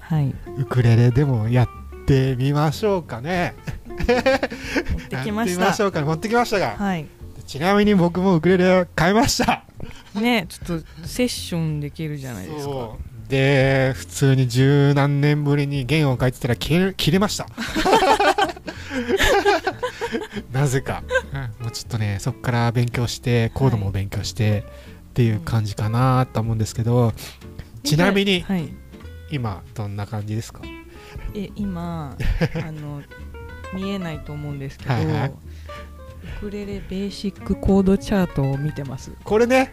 [SPEAKER 2] はい
[SPEAKER 1] ウクレレでもやってみましょうかね。
[SPEAKER 2] 持ってき
[SPEAKER 1] やって
[SPEAKER 2] ま
[SPEAKER 1] み
[SPEAKER 2] し
[SPEAKER 1] ましたょうかね持ってきましたが
[SPEAKER 2] はい
[SPEAKER 1] ちなみに僕もウクレレ買いました。
[SPEAKER 2] ねちょっとセッションできるじゃないですか
[SPEAKER 1] そうで普通に十何年ぶりに弦を書いてたら切れ切れました なぜか、もうちょっとねそこから勉強してコードも勉強して、っていう感じかなと思うんですけど、ちなみに
[SPEAKER 2] はい
[SPEAKER 1] 今どんな感じですか
[SPEAKER 2] え 今あの見えないと思うんですけど、
[SPEAKER 1] はいはい
[SPEAKER 2] ウクレレベーシックコードチャートを見てます
[SPEAKER 1] これね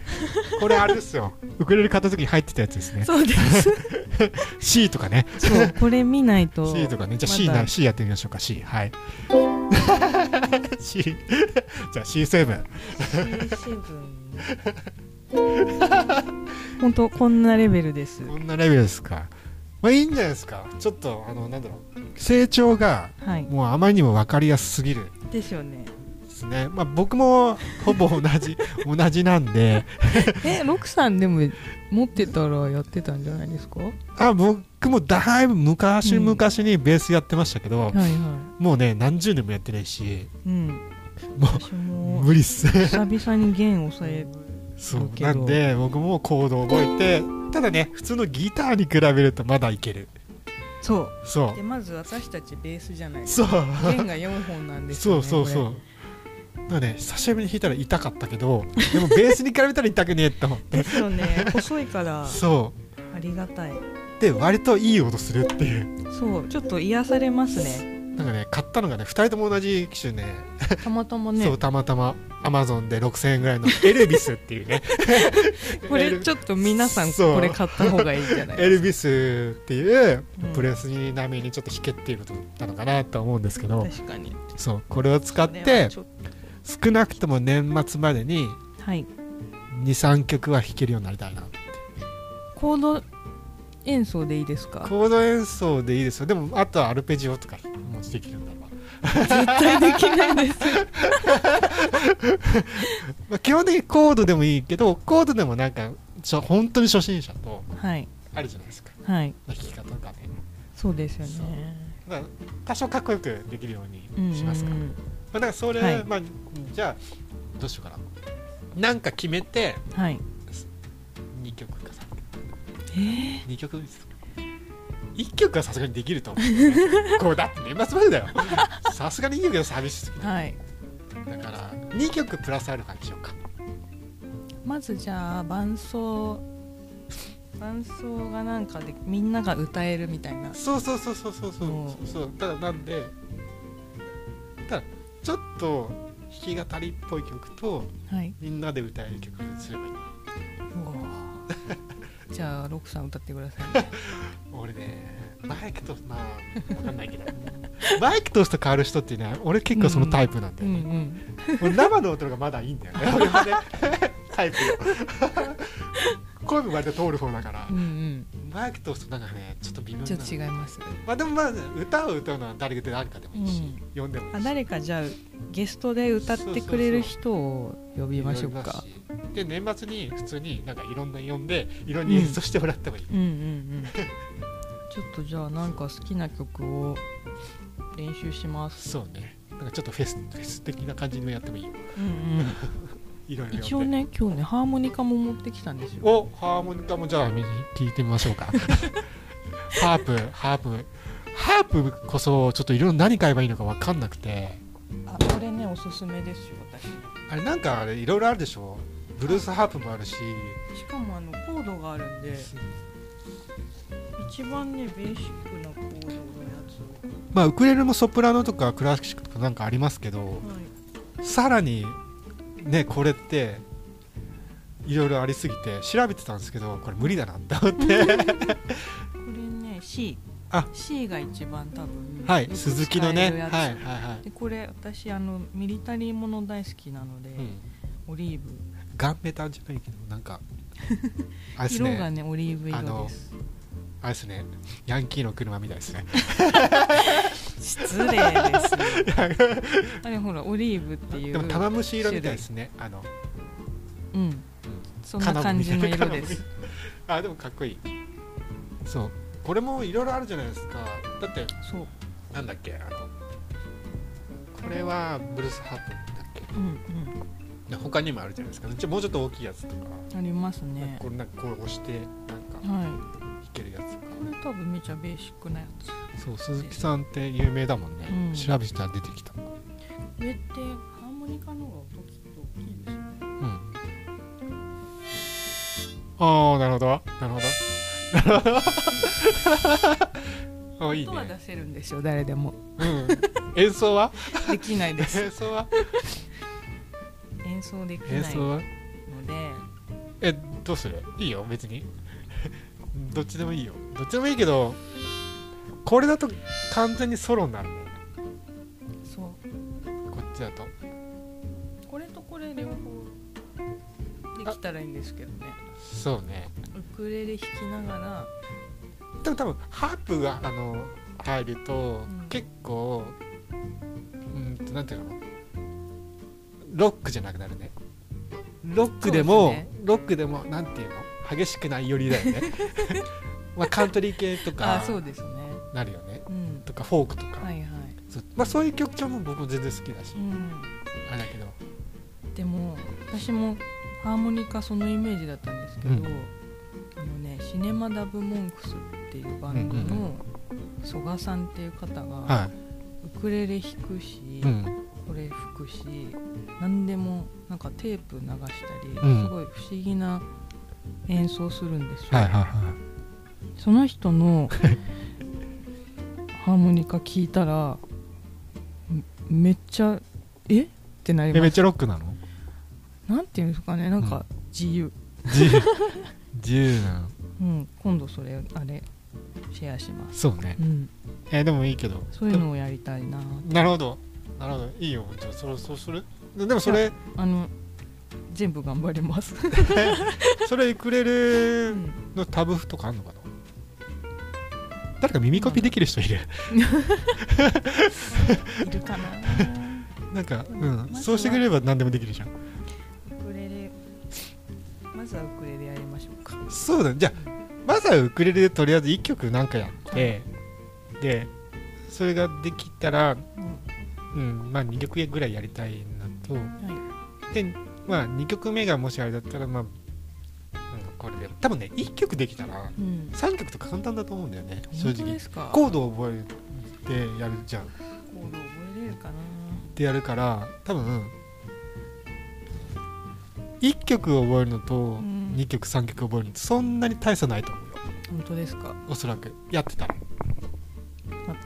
[SPEAKER 1] これあれですよ ウクレレ買った時に入ってたやつですね
[SPEAKER 2] そうです
[SPEAKER 1] C とかね
[SPEAKER 2] そうこれ見ないと
[SPEAKER 1] C とかねじゃあ
[SPEAKER 2] ま
[SPEAKER 1] C
[SPEAKER 2] だ
[SPEAKER 1] な C やってみましょうか C はい C じゃあ C7
[SPEAKER 2] 本当こんなレベルです
[SPEAKER 1] こんなレベルですかまあいいんじゃないですかちょっとあのなんだろう成長が
[SPEAKER 2] はい
[SPEAKER 1] もうあまりにも分かりやすすぎる
[SPEAKER 2] ですよね
[SPEAKER 1] ですねまあ僕もほぼ同じ 同じなんで
[SPEAKER 2] えロクさんでも持ってたらやってたんじゃないですかはい
[SPEAKER 1] あ僕もだいぶ昔
[SPEAKER 2] うん
[SPEAKER 1] 々にベースやってましたけど、
[SPEAKER 2] は
[SPEAKER 1] もうね何十年もやってないし
[SPEAKER 2] いうん
[SPEAKER 1] も
[SPEAKER 2] 私
[SPEAKER 1] う
[SPEAKER 2] も
[SPEAKER 1] 無理っす
[SPEAKER 2] 久々に弦押さえ
[SPEAKER 1] そう
[SPEAKER 2] けど
[SPEAKER 1] なんで僕もコードを覚えてただね普通のギターに比べるとまだいける
[SPEAKER 2] そ
[SPEAKER 1] そう
[SPEAKER 2] で
[SPEAKER 1] う
[SPEAKER 2] まず私たちベースじゃないです
[SPEAKER 1] そう
[SPEAKER 2] か弦が4本なんです
[SPEAKER 1] そ
[SPEAKER 2] よ
[SPEAKER 1] う
[SPEAKER 2] ね
[SPEAKER 1] そうそ
[SPEAKER 2] こ
[SPEAKER 1] うだからね久しぶりに弾いたら痛かったけどでもベースに比べたら痛くねえと思っ
[SPEAKER 2] れ
[SPEAKER 1] て
[SPEAKER 2] ですよね細いから
[SPEAKER 1] そ
[SPEAKER 2] ありがたいう
[SPEAKER 1] で割といい音するっていう
[SPEAKER 2] そうちょっと癒されますね
[SPEAKER 1] なんかね買ったのがね2人とも同じ機種ね
[SPEAKER 2] たまた
[SPEAKER 1] そ
[SPEAKER 2] ま
[SPEAKER 1] う
[SPEAKER 2] ね
[SPEAKER 1] たまたまアマゾンで6000円ぐらいのエルビスっていうね
[SPEAKER 2] これちょっと皆さん
[SPEAKER 1] そう
[SPEAKER 2] これ買った方がいいんじゃない
[SPEAKER 1] エルビスっていう
[SPEAKER 2] うん
[SPEAKER 1] プレスに並みにちょっと弾けっていうことなのかなと思うんですけど、
[SPEAKER 2] 確かに
[SPEAKER 1] そうこれを使っ
[SPEAKER 2] それ
[SPEAKER 1] て
[SPEAKER 2] はちょっ
[SPEAKER 1] 少なくとも年末までに
[SPEAKER 2] とはい
[SPEAKER 1] 23曲は弾けるようになりたいな
[SPEAKER 2] コード演奏でいいですか
[SPEAKER 1] コード演奏でいいですよでもあとはアルペジオとかもできるんだろうな、
[SPEAKER 2] 絶対できないです
[SPEAKER 1] まあ、基本的にコードでもいいけどコードでもなんかちょ本当に初心者と
[SPEAKER 2] はい
[SPEAKER 1] あるじゃないですか
[SPEAKER 2] はい
[SPEAKER 1] 弾き方とかね
[SPEAKER 2] そうですよ
[SPEAKER 1] そう
[SPEAKER 2] ね
[SPEAKER 1] だから多少かっこよくできるよう
[SPEAKER 2] うんうんう
[SPEAKER 1] に
[SPEAKER 2] ん
[SPEAKER 1] しますから、まあ、なんかそれ、
[SPEAKER 2] はい
[SPEAKER 1] まあ、じゃあどうしようかななんか決めて
[SPEAKER 2] はい
[SPEAKER 1] 2曲かさ
[SPEAKER 2] えー
[SPEAKER 1] 2曲です1曲はさすがにできると思うんだよねこうだって年末までだよさすがに2曲は寂しすぎる
[SPEAKER 2] はい
[SPEAKER 1] だから2曲プラスアルファにしようか
[SPEAKER 2] まずじゃあ伴奏伴奏がなんかでみんなが歌えるみたいな
[SPEAKER 1] そうそうそうそうそうそう
[SPEAKER 2] うん
[SPEAKER 1] そうそうただなんでただちょっと弾き語りっぽい曲と
[SPEAKER 2] はい
[SPEAKER 1] みんなで歌える曲にすればいい
[SPEAKER 2] じゃあロクさん歌ってください
[SPEAKER 1] 俺ねマイクとまあわかんないけ どマイクとして変わる人っていうね俺結構そのタイプなんだ
[SPEAKER 2] う
[SPEAKER 1] よ
[SPEAKER 2] んう
[SPEAKER 1] ね、
[SPEAKER 2] ん
[SPEAKER 1] 俺生の音がまだいいんだよね 俺はねタイプよ声も割と通る方だから
[SPEAKER 2] うんうん
[SPEAKER 1] マイク通すとなんかねちょっと微妙な
[SPEAKER 2] ちょっと違います
[SPEAKER 1] まあでもまあ歌を歌うのは誰であるかでもいいし、
[SPEAKER 2] うん
[SPEAKER 1] 読んでもいいし
[SPEAKER 2] あ誰かじゃあゲストで歌ってくれる人を呼びましょう
[SPEAKER 1] い
[SPEAKER 2] か
[SPEAKER 1] ろいろいますしで年末に普通になんかいろんな呼んでいろんな演奏してもらってもいい、
[SPEAKER 2] うんうんうん ちょっとじゃあなんか好きな曲を練習します
[SPEAKER 1] そうねなんかちょっとフェスフェス的な感じにやってもいいよ
[SPEAKER 2] うんうん
[SPEAKER 1] いろいろ呼んで
[SPEAKER 2] 一応ね今日ねハーモニカも持ってきたんですよ
[SPEAKER 1] おハーモニカもじゃあみ聞いてみましょうか ハープハープハープこそちょっといろいろ何買えばいいのか分かんなくて
[SPEAKER 2] あこれねおすすめですよ私
[SPEAKER 1] あれなんかあれいろいろあるでしょブルースハープもあるし
[SPEAKER 2] しかもあのコードがあるんで一番ねベーシックなコードのやつ
[SPEAKER 1] まあウクレレもソプラノとかクラシックとかなんかありますけど
[SPEAKER 2] を、はい、
[SPEAKER 1] さらにねこれっていろいろありすぎて調べてたんですけどこれ無理だなって思って
[SPEAKER 2] これね C
[SPEAKER 1] あ
[SPEAKER 2] C が一番多分
[SPEAKER 1] は
[SPEAKER 2] よ
[SPEAKER 1] い
[SPEAKER 2] く
[SPEAKER 1] 鈴木のね
[SPEAKER 2] 使える
[SPEAKER 1] は
[SPEAKER 2] や
[SPEAKER 1] い
[SPEAKER 2] つ
[SPEAKER 1] はいはい、
[SPEAKER 2] でこれ私あのミリタリーもの大好きなので、
[SPEAKER 1] うん、
[SPEAKER 2] オリーブ
[SPEAKER 1] ガンメタンじゃないけどなん かあれです
[SPEAKER 2] 色が
[SPEAKER 1] ね
[SPEAKER 2] ねオリーブ
[SPEAKER 1] あ
[SPEAKER 2] 色
[SPEAKER 1] の
[SPEAKER 2] です
[SPEAKER 1] あれですねヤンキーの車みたいですね
[SPEAKER 2] 失礼 ですねあれほらオリーブっていう
[SPEAKER 1] でも玉虫色みたいですねあの
[SPEAKER 2] うんそんな感じの色です
[SPEAKER 1] あでもかっこいいそうこれもいろいろあるじゃないですかだって
[SPEAKER 2] そう、
[SPEAKER 1] なんだっけあのこれはブルースハープだっけ
[SPEAKER 2] うん
[SPEAKER 1] で他にもあるじゃないですかじゃあもうちょっと大きいやつとか、
[SPEAKER 2] うん、あります
[SPEAKER 1] なんか
[SPEAKER 2] ね
[SPEAKER 1] これなんかこう押してなんか弾
[SPEAKER 2] はい
[SPEAKER 1] けるやつとか
[SPEAKER 2] これ多分めちゃベーシックなやつ
[SPEAKER 1] そう鈴木さんって有名だもんね、
[SPEAKER 2] うん
[SPEAKER 1] 調べたら出てきた
[SPEAKER 2] 上ってハーモニカの方が音きっと大きいですよね
[SPEAKER 1] うんああなるほどなるほど あいい
[SPEAKER 2] 音は
[SPEAKER 1] ね
[SPEAKER 2] 出せるんですよ誰でも
[SPEAKER 1] うん演奏は
[SPEAKER 2] できないです
[SPEAKER 1] 演奏は
[SPEAKER 2] 演奏でき
[SPEAKER 1] 演
[SPEAKER 2] ない
[SPEAKER 1] 奏
[SPEAKER 2] の
[SPEAKER 1] は
[SPEAKER 2] で
[SPEAKER 1] えどうするいいよ別に どっちでもいいよどっちでもいいけどこれだと完全にソロになるね
[SPEAKER 2] そ
[SPEAKER 1] こっちだと
[SPEAKER 2] うこれとこれ両方できたらいいんですけどね
[SPEAKER 1] そうね
[SPEAKER 2] ウクレレ弾きながら
[SPEAKER 1] でも多分ハープがあの入ると、
[SPEAKER 2] うん
[SPEAKER 1] 結構うんとなんていうのロックじゃなくなるねロックでも
[SPEAKER 2] そうですね
[SPEAKER 1] ロックでもなんていうの激しくない寄りだよ ねまあカントリー系と
[SPEAKER 2] あ
[SPEAKER 1] か
[SPEAKER 2] そうですね
[SPEAKER 1] なるよね
[SPEAKER 2] うん
[SPEAKER 1] とかフォークとか、
[SPEAKER 2] はいはい
[SPEAKER 1] そうまあ、そういう曲調も僕も全然好きだし、
[SPEAKER 2] うん
[SPEAKER 1] あれだけど
[SPEAKER 2] でも私もハーモニカそのイメージだったんですけど、
[SPEAKER 1] うん
[SPEAKER 2] あのねシネマダブモンクスっていうバンド
[SPEAKER 1] うんうん
[SPEAKER 2] の曽我さんっていう方が
[SPEAKER 1] は
[SPEAKER 2] ウクレレ弾くし、
[SPEAKER 1] い、うん、
[SPEAKER 2] これ吹くし何でもなんかテープ流したり、
[SPEAKER 1] うん
[SPEAKER 2] すごい不思議な演奏するんですよ、
[SPEAKER 1] はいはいは
[SPEAKER 2] その 人のハーモニカ聞いたらめめっちゃえってないり
[SPEAKER 1] えめ
[SPEAKER 2] ま
[SPEAKER 1] っ
[SPEAKER 2] す
[SPEAKER 1] ちゃロックなの
[SPEAKER 2] なんていうんですかねなんか自由、
[SPEAKER 1] 自由自由なの
[SPEAKER 2] うん、今度それあれシェアします、
[SPEAKER 1] そうね
[SPEAKER 2] うん、
[SPEAKER 1] えでもいいけど
[SPEAKER 2] そういうのをやりたいな
[SPEAKER 1] なるほどなるほどいいよじゃあそれそうするででもそ れ
[SPEAKER 2] あの全部頑張ります、
[SPEAKER 1] それウクレ
[SPEAKER 2] う
[SPEAKER 1] レ
[SPEAKER 2] ん
[SPEAKER 1] のタブ譜とかあんのかな誰か耳コピーできる人いる
[SPEAKER 2] いるか な
[SPEAKER 1] なんか、う
[SPEAKER 2] ま
[SPEAKER 1] ん
[SPEAKER 2] ず、は
[SPEAKER 1] そうしてくれれば何でもできるじゃん
[SPEAKER 2] ウクレレまずはウクレレやりましょうか
[SPEAKER 1] そうだねじゃあまずはウクレレでとりあえず1曲なんかやって、でそれができたら、うん、まあ2曲ぐらいやりたいなと
[SPEAKER 2] は
[SPEAKER 1] でまあ2曲目がもしあれだったらまあ、うん、これで多分ね1曲できたら
[SPEAKER 2] い、うん、
[SPEAKER 1] 3曲とか簡単だと思うんだよね正
[SPEAKER 2] 本当
[SPEAKER 1] 直
[SPEAKER 2] ですか
[SPEAKER 1] コードを覚えてやるじゃんっ
[SPEAKER 2] コード覚えれるかな
[SPEAKER 1] てやるから多分1曲覚えるのと
[SPEAKER 2] ん
[SPEAKER 1] 2曲3曲覚えるのとそんなに大差ないと思うよ
[SPEAKER 2] 本当ですか
[SPEAKER 1] おそらくやってたら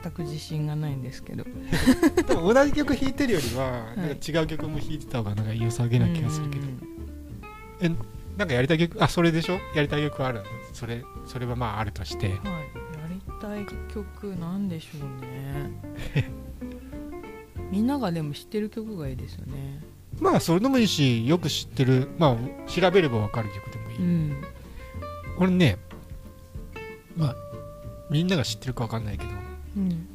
[SPEAKER 2] 全く自信がないんですけど
[SPEAKER 1] でも同じ曲弾いてるよりは
[SPEAKER 2] い
[SPEAKER 1] なんか違う曲も弾いてた方がなんか良さげな気がするけど
[SPEAKER 2] うんうん
[SPEAKER 1] なんかやりたい曲あそれでしょやりたい曲あるそれそれはまああるとして
[SPEAKER 2] うんはいやりたい曲なんでしょ うねみんながでも知ってる曲がいいですよね
[SPEAKER 1] まあそれでもいいしよく知ってるまあ調べれば分かる曲でもいい
[SPEAKER 2] うん
[SPEAKER 1] これねまあみんなが知ってるかわかんないけど
[SPEAKER 2] うん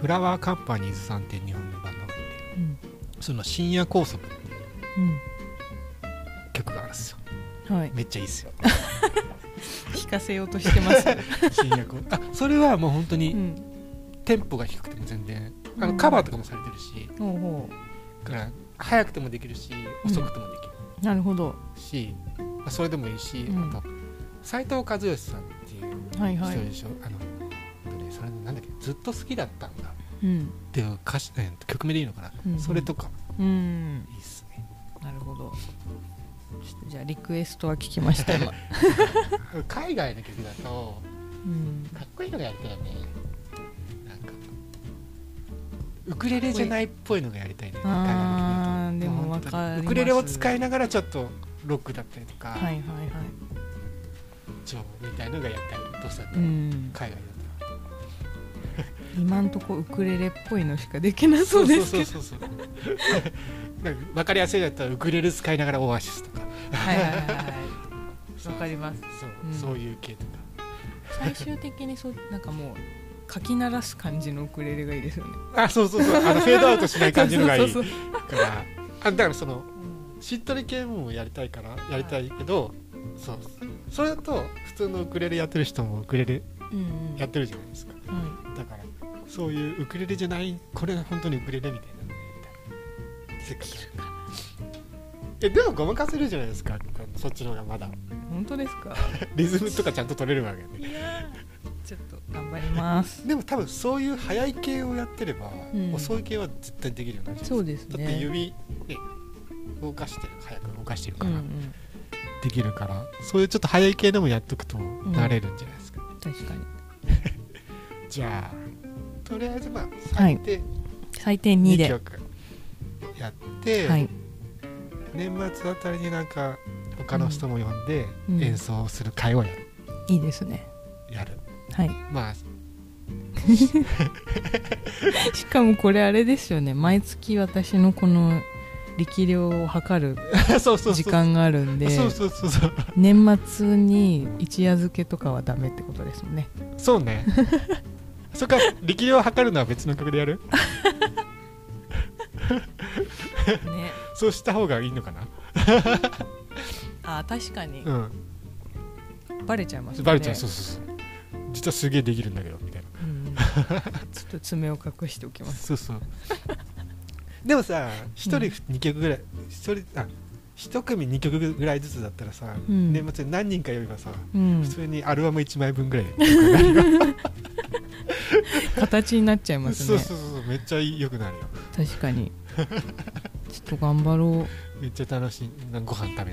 [SPEAKER 1] フラワーカンパニーズさんっていう日本のバンドがいて
[SPEAKER 2] うん
[SPEAKER 1] その「深夜高速」っていう曲があるんですよ
[SPEAKER 2] うんはい
[SPEAKER 1] めっちゃいいっすよ
[SPEAKER 2] 聞かせようとし てます、
[SPEAKER 1] 深夜 高あそれはもう本当
[SPEAKER 2] う
[SPEAKER 1] に
[SPEAKER 2] ん、
[SPEAKER 1] テンポが低くても全然あ
[SPEAKER 2] う
[SPEAKER 1] の
[SPEAKER 2] ん
[SPEAKER 1] カバーとかもされてるし
[SPEAKER 2] ほうほ
[SPEAKER 1] だから早くてもできるし
[SPEAKER 2] うん
[SPEAKER 1] 遅くてもできる
[SPEAKER 2] うなるほど
[SPEAKER 1] し、まあそれでもいいし、
[SPEAKER 2] うん
[SPEAKER 1] あと斎藤和義さんっていう
[SPEAKER 2] はいはい
[SPEAKER 1] 人でしょ、あのえっとねそれなんだっけずっと好きだったんだ
[SPEAKER 2] うん
[SPEAKER 1] っていう歌詞、えっと曲名でいいのかな、
[SPEAKER 2] うんうん
[SPEAKER 1] それとか
[SPEAKER 2] うん
[SPEAKER 1] いいっすね
[SPEAKER 2] なるほどちょっとじゃあリクエストは聞き ました今、
[SPEAKER 1] 海外の曲だと
[SPEAKER 2] うん、
[SPEAKER 1] かっこいいのがやりたいよねなんかウクレレじゃないっぽいのがやりたいね海外
[SPEAKER 2] あー
[SPEAKER 1] の曲だと
[SPEAKER 2] でもわかります
[SPEAKER 1] ウクレレを使いながらちょっとロックだったりとか、
[SPEAKER 2] はいはいはい
[SPEAKER 1] ジョブみたいのがやりたいどうせだった
[SPEAKER 2] う
[SPEAKER 1] ら
[SPEAKER 2] ん
[SPEAKER 1] 海外だったら
[SPEAKER 2] 今んとこウクレレっぽいのしかできなそうですけど
[SPEAKER 1] そうそうそうそう なんか分かりやすいだったらウクレレ使いながらオアシスとか
[SPEAKER 2] はいはいはいはいわかります
[SPEAKER 1] そう,、
[SPEAKER 2] うん
[SPEAKER 1] そういう系とか
[SPEAKER 2] 最終的にそうなんかもうかき鳴らす感じのウクレレがいいですよね
[SPEAKER 1] あそうそうそうあのフェードアウトしない 感じのがいい
[SPEAKER 2] そう
[SPEAKER 1] か
[SPEAKER 2] そうそう
[SPEAKER 1] らあだからその
[SPEAKER 2] そう
[SPEAKER 1] しっとり系もやりたいからやりたいけどそうそれだと普通のウクレレやってる人もウクレレ
[SPEAKER 2] うんうん
[SPEAKER 1] やってるじゃないですか
[SPEAKER 2] は
[SPEAKER 1] だからそういうウクレレじゃないこれが本当にウクレレみたいなのねみたいなせっかくだからえでもごまかせるじゃないですかそっちの方がまだ
[SPEAKER 2] い本当ですか
[SPEAKER 1] リズムとかちゃんと取れるわけね
[SPEAKER 2] いやーちょっと頑張ります
[SPEAKER 1] でも多分そういう速い系をやってれば、
[SPEAKER 2] うん
[SPEAKER 1] 遅い系は絶対できるようになるじゃないですかだ
[SPEAKER 2] そうです
[SPEAKER 1] って
[SPEAKER 2] ね
[SPEAKER 1] 指ね動かしてる早く動かしてる
[SPEAKER 2] う
[SPEAKER 1] か
[SPEAKER 2] ん
[SPEAKER 1] ら、
[SPEAKER 2] うん
[SPEAKER 1] できるからそういうちょっと早い系でもやっとくと慣れるんじゃないですか、ね
[SPEAKER 2] 確かに
[SPEAKER 1] じゃあとりあえずまあ最低
[SPEAKER 2] 最低2
[SPEAKER 1] 2
[SPEAKER 2] で
[SPEAKER 1] 曲やって、
[SPEAKER 2] はい
[SPEAKER 1] 年末あたりになんか他の人も呼んで
[SPEAKER 2] うん
[SPEAKER 1] 演奏する会をやる,、
[SPEAKER 2] いいですね
[SPEAKER 1] やる
[SPEAKER 2] はい
[SPEAKER 1] まあ
[SPEAKER 2] しかもこれあれですよね毎月私のこの力量を測る
[SPEAKER 1] そうそうそう
[SPEAKER 2] 時間があるんで
[SPEAKER 1] そうそうそうそう
[SPEAKER 2] 年末に一夜漬けとかはダメってことですもんね
[SPEAKER 1] そうね そっか力量を測るのは別の曲でやる
[SPEAKER 2] ね
[SPEAKER 1] そうした方がいいのかな
[SPEAKER 2] あ確かに
[SPEAKER 1] うん
[SPEAKER 2] バレちゃいますね
[SPEAKER 1] バレちゃう、そうそうそう実はすげえできるんだけどみたいな
[SPEAKER 2] うんちょっと爪を隠しておきます
[SPEAKER 1] そうそうでもさ一人二曲ぐらい一人あ一組二曲ぐらいずつだったらさ、
[SPEAKER 2] うん
[SPEAKER 1] 年末に何人か呼べばさ、
[SPEAKER 2] うん
[SPEAKER 1] 普通にアルバム一枚分ぐらい、
[SPEAKER 2] 形になっちゃい
[SPEAKER 1] そう
[SPEAKER 2] ます
[SPEAKER 1] そう
[SPEAKER 2] ね
[SPEAKER 1] そうそうめっちゃ良くなるよ
[SPEAKER 2] 確かにちょっと頑張ろ
[SPEAKER 1] めっちゃ楽しいなご飯食べな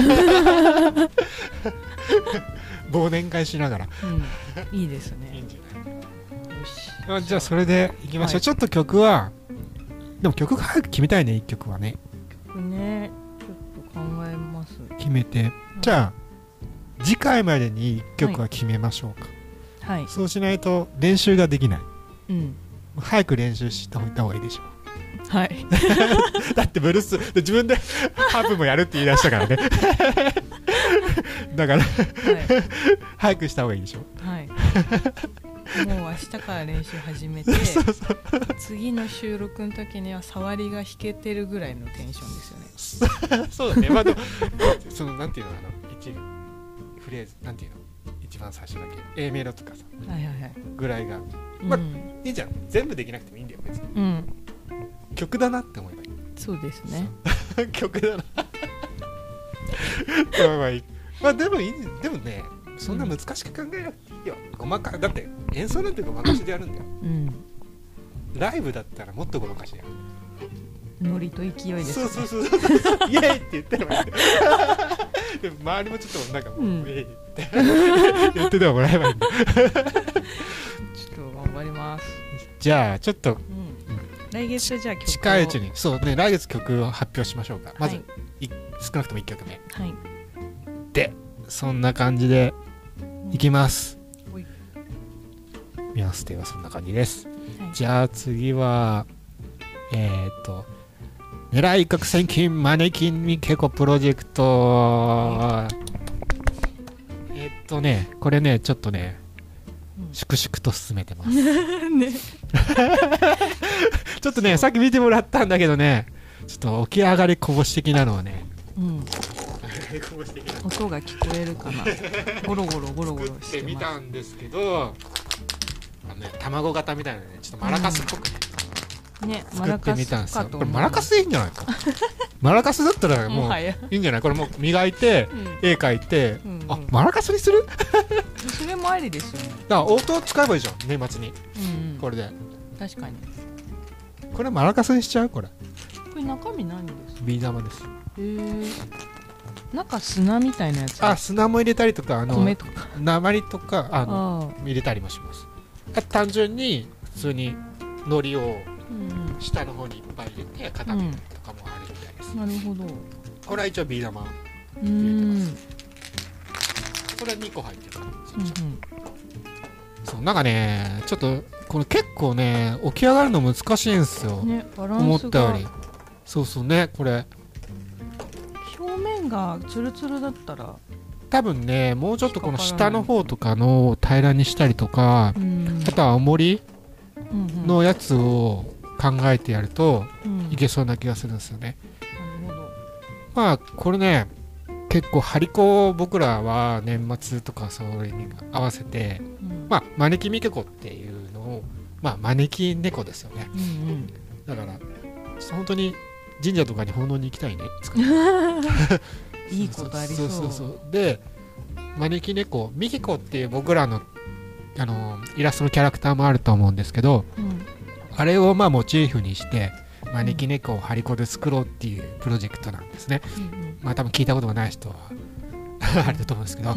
[SPEAKER 1] がら忘年会しながら
[SPEAKER 2] う、うん、いいです
[SPEAKER 1] いい
[SPEAKER 2] ね
[SPEAKER 1] んじゃない
[SPEAKER 2] よし
[SPEAKER 1] あじゃあそれでいきましょう、
[SPEAKER 2] はい
[SPEAKER 1] ちょっと曲はでも曲が早く決めたいね一曲はね
[SPEAKER 2] ねちょっと考えます
[SPEAKER 1] 決めてじゃあ次回までに一曲は決めましょうか、
[SPEAKER 2] はい
[SPEAKER 1] そうしないと練習ができない
[SPEAKER 2] うん
[SPEAKER 1] 早く練習した方がいいでしょ
[SPEAKER 2] はい、
[SPEAKER 1] だってブルースで自分で ハープもやるって言い出したからねだから早くした方がいいでしょ
[SPEAKER 2] はい、はい、もう明日から練習始 めて次の収録の時には触りが弾けてるぐらいのテンションですよね
[SPEAKER 1] そうだねまあでもそのなんていうのあの一フレーズなんていうの一番最初だけ A メロとかさ
[SPEAKER 2] はいはいはい
[SPEAKER 1] ぐらいが
[SPEAKER 2] うん、
[SPEAKER 1] まいいじゃん全部できなくてもいいんだよ別に
[SPEAKER 2] うん、
[SPEAKER 1] 曲だなって思えばい
[SPEAKER 2] そうですね
[SPEAKER 1] い 曲だな まあまあいいまあでもいいでもねそんな難しく考えなくていいよごまかだって演奏なんてごまかしでやるんだよ
[SPEAKER 2] うん
[SPEAKER 1] ライブだったらもっとごまかしでやる
[SPEAKER 2] ノリと勢いです
[SPEAKER 1] そ
[SPEAKER 2] ね
[SPEAKER 1] うそうそうそうそうイエーイって言ったら ばいいんだよでも周りもちょっとなんかもう、
[SPEAKER 2] うん
[SPEAKER 1] イエーイってやっててももらえばいいんだよ
[SPEAKER 2] ちょっと頑張ります、
[SPEAKER 1] じゃあちょっと
[SPEAKER 2] うん、来月じゃあ曲を
[SPEAKER 1] 近いうちにそうね来月曲を発表しましょうかまず、
[SPEAKER 2] はい
[SPEAKER 1] い少なくとも1曲目
[SPEAKER 2] はい
[SPEAKER 1] でそんな感じでいきます
[SPEAKER 2] ほい。
[SPEAKER 1] ミャンステはそんな感じです。
[SPEAKER 2] はい
[SPEAKER 1] じゃあ次は、えっ、ー、と、狙い核戦金マネキンミケコプロジェクト。えっとね、これね、ちょっとね
[SPEAKER 2] うん、
[SPEAKER 1] 粛々と進めてます。
[SPEAKER 2] ね
[SPEAKER 1] ちょっとね、さっき見てもらったんだけどね、ちょっと起き上がりこぼし的なのをね、
[SPEAKER 2] うん音が聞こえるかなゴロゴロゴロゴロ
[SPEAKER 1] 作っ
[SPEAKER 2] してて
[SPEAKER 1] み
[SPEAKER 2] ます
[SPEAKER 1] たんですけど、あのね、卵型みたいなね、ちょっとマラカスっぽくね、
[SPEAKER 2] ねマ
[SPEAKER 1] 作っ
[SPEAKER 2] ラ
[SPEAKER 1] て
[SPEAKER 2] カ
[SPEAKER 1] み
[SPEAKER 2] ス
[SPEAKER 1] たんです
[SPEAKER 2] か
[SPEAKER 1] よ。
[SPEAKER 2] と
[SPEAKER 1] こ
[SPEAKER 2] 思
[SPEAKER 1] れ
[SPEAKER 2] い
[SPEAKER 1] マラカスでいいんじゃないか。 マラカスだったら
[SPEAKER 2] も
[SPEAKER 1] もう
[SPEAKER 2] は や
[SPEAKER 1] いいんじゃないこれもう磨いて、絵描いて、
[SPEAKER 2] うんうん
[SPEAKER 1] あマラカスにするだか
[SPEAKER 2] それもありですよね
[SPEAKER 1] ら音を使えばいいじゃん年末に
[SPEAKER 2] うん、
[SPEAKER 1] これで
[SPEAKER 2] 確かに
[SPEAKER 1] これマラカスにしちゃうこれ
[SPEAKER 2] これ中身何ですか
[SPEAKER 1] ビー玉です
[SPEAKER 2] へえ中砂みたいなやつ
[SPEAKER 1] あ砂も入れたりとかあの
[SPEAKER 2] 米とか
[SPEAKER 1] 鉛とかあの
[SPEAKER 2] あ
[SPEAKER 1] 入れたりもしますあと単純に普通に海苔を
[SPEAKER 2] あうん
[SPEAKER 1] 下の方にいっぱい入れて固めたりとかもあるみたいです、
[SPEAKER 2] うんなるほど
[SPEAKER 1] これは一応ビー玉こ
[SPEAKER 2] うんうん
[SPEAKER 1] れは2個入ってるから
[SPEAKER 2] うん
[SPEAKER 1] そうなんかねちょっとこれ結構ね起き上がるの難しいんですよ、
[SPEAKER 2] ねバラ
[SPEAKER 1] 思
[SPEAKER 2] ン
[SPEAKER 1] っ
[SPEAKER 2] ス
[SPEAKER 1] たよ
[SPEAKER 2] が
[SPEAKER 1] りそうそうねこれ
[SPEAKER 2] 表面がツルツルだったら
[SPEAKER 1] 多分ねもうちょっとこの下の方とかのを平らにしたりとか
[SPEAKER 2] うん
[SPEAKER 1] あとは重り
[SPEAKER 2] うんうん
[SPEAKER 1] のやつを考えてやると
[SPEAKER 2] うん
[SPEAKER 1] いけそうな気がするんですよね
[SPEAKER 2] なるほど
[SPEAKER 1] まあこれね結構張り子を僕らは年末とかそれに合わせて
[SPEAKER 2] うん
[SPEAKER 1] まあ招きみけこっていうのをまあ招き猫ですよね
[SPEAKER 2] うんうん
[SPEAKER 1] だから本当に神社とかに奉納に行きたいね
[SPEAKER 2] いいことありそう
[SPEAKER 1] そうそうそうで招き猫ミキコっていう僕らのあのイラストのキャラクターもあると思うんですけど
[SPEAKER 2] うん
[SPEAKER 1] あれをまあモチーフにして招き猫を張り子で作ろうっていうプロジェクトなんですね
[SPEAKER 2] うん
[SPEAKER 1] まあ多分聞いたことがない人は あれだと思うんです けど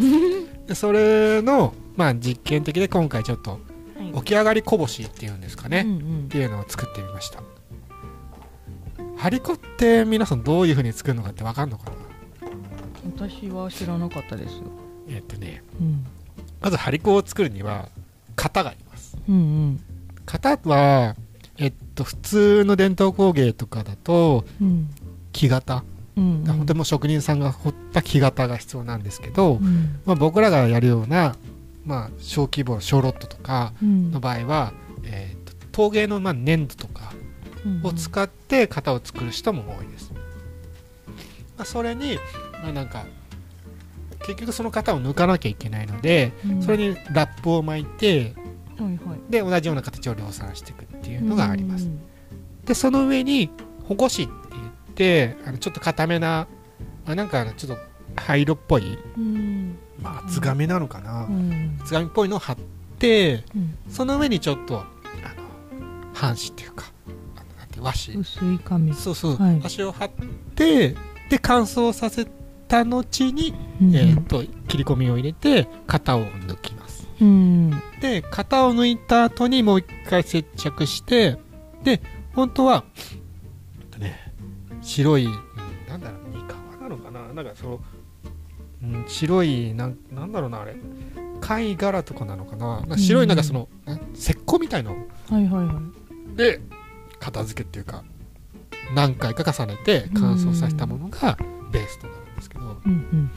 [SPEAKER 1] でそれの、まあ、実験的で今回ちょっと
[SPEAKER 2] はい
[SPEAKER 1] 起き上がりこぼしっていうんですかね、
[SPEAKER 2] う
[SPEAKER 1] っ
[SPEAKER 2] んうん
[SPEAKER 1] ていうのを作ってみました張り子って皆さんどういうふうに作るのかって分かんのかな
[SPEAKER 2] 私は知らなかったですよ、
[SPEAKER 1] えっとね
[SPEAKER 2] うん、
[SPEAKER 1] まず張り子を作るには型がいます
[SPEAKER 2] うん
[SPEAKER 1] 型はえっと普通の伝統工芸とかだと
[SPEAKER 2] うんうん
[SPEAKER 1] 木型、
[SPEAKER 2] うん
[SPEAKER 1] 本当にもう職人さんが彫った木型が必要なんですけど、
[SPEAKER 2] うん
[SPEAKER 1] まあ、僕らがやるような、まあ、小規模小ロットとか
[SPEAKER 2] うん
[SPEAKER 1] の場合は、えーと陶芸のまあ粘土とか
[SPEAKER 2] うん
[SPEAKER 1] を使って型を作る人も多いです、まあ、それに、まあ、なんか結局その型を抜かなきゃいけないのでそれ
[SPEAKER 2] に、
[SPEAKER 1] にラップを巻いて
[SPEAKER 2] はいはい、
[SPEAKER 1] で同じような形を量産していくっていうのがあります
[SPEAKER 2] うん
[SPEAKER 1] でその上にほこしって言ってあのちょっと固めな、まあ、なんかあのちょっと灰色っぽい、
[SPEAKER 2] うん
[SPEAKER 1] まあ、厚紙なのかな、
[SPEAKER 2] うん
[SPEAKER 1] つがみっぽいのを貼って
[SPEAKER 2] うん
[SPEAKER 1] その上にちょっとあの半紙っていうかあのなんて和紙、
[SPEAKER 2] 薄い紙、
[SPEAKER 1] そうそう、
[SPEAKER 2] はい
[SPEAKER 1] 和紙を貼ってで乾燥させた後に、
[SPEAKER 2] うん
[SPEAKER 1] えー、と切り込みを入れて型を抜きます
[SPEAKER 2] うん
[SPEAKER 1] で型を抜いた後にもう一回接着してで本当は、えっとね、白いうんなんだろうニカワなのかななんかその、うん、白いなんなんだろうなあれ貝殻とかなのかななんか白いなんかその、な石膏みたいの
[SPEAKER 2] はいはいはい
[SPEAKER 1] で片付けっていうか何回か重ねて乾燥させたものがベースとなるんですけど、
[SPEAKER 2] うんうん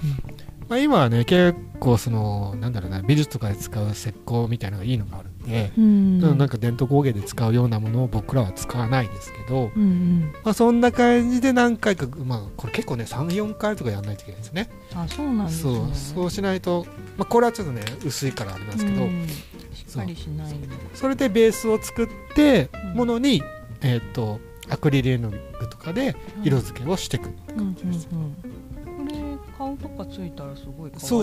[SPEAKER 1] まあ、今はね結構そのなんだろうな美術とかで使う石膏みたいなのがいいのがあるんで、
[SPEAKER 2] うんうん
[SPEAKER 1] なんか伝統工芸で使うようなものを僕らは使わないですけど、
[SPEAKER 2] うんうん
[SPEAKER 1] まあ、そんな感じで何回か、まあ、これ結構ね34回とかやんないといけないですね
[SPEAKER 2] あそうなんですね
[SPEAKER 1] そうそうしないと、まあ、これはちょっとね薄いからあれなんですけど、
[SPEAKER 2] うんしっかりしないの
[SPEAKER 1] それでベースを作って
[SPEAKER 2] うん
[SPEAKER 1] ものに、えっ、とアクリル絵の具とかで色付けをしていく、
[SPEAKER 2] うんうんうんこれ顔とかついたらすごい可愛いですね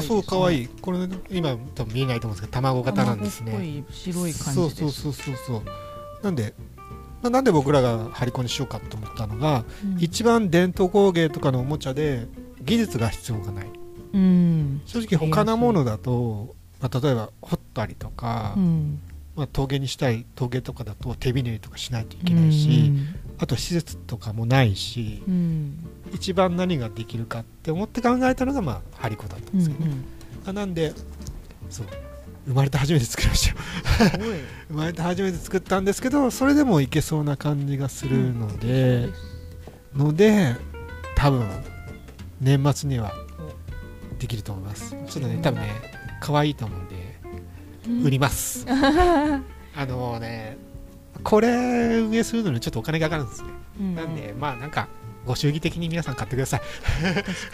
[SPEAKER 1] いこれ今多分見えないと思うんですけど卵型なんですね
[SPEAKER 2] 卵っぽい白い感じ
[SPEAKER 1] そう
[SPEAKER 2] です
[SPEAKER 1] そうそうそうそうなんでななんで僕らが張り子にしようかと思ったのが、
[SPEAKER 2] うん
[SPEAKER 1] 一番伝統工芸とかのおもちゃで技術が必要がない
[SPEAKER 2] うん
[SPEAKER 1] 正直他のものだと、まあ、例えば彫ったりとか、
[SPEAKER 2] うん
[SPEAKER 1] まあ、陶芸にしたい陶芸とかだと手びねりとかしないといけないし、あと施設とかもないし
[SPEAKER 2] うんうん
[SPEAKER 1] 一番何ができるかって思って考えたのがまあ張り子だったんで
[SPEAKER 2] うんうん
[SPEAKER 1] すけど、あなんでそう生まれて初めて作りましたよ
[SPEAKER 2] すごい
[SPEAKER 1] 生まれて初めて作ったんですけどそれでもいけそうな感じがするので、ので多分年末にはできると思いますちょっとね多分ね可愛いと思うんで売ります あのねこれ運営するのにちょっとお金がかかるんですねなんでまあなんかご祝儀的に皆さん買ってください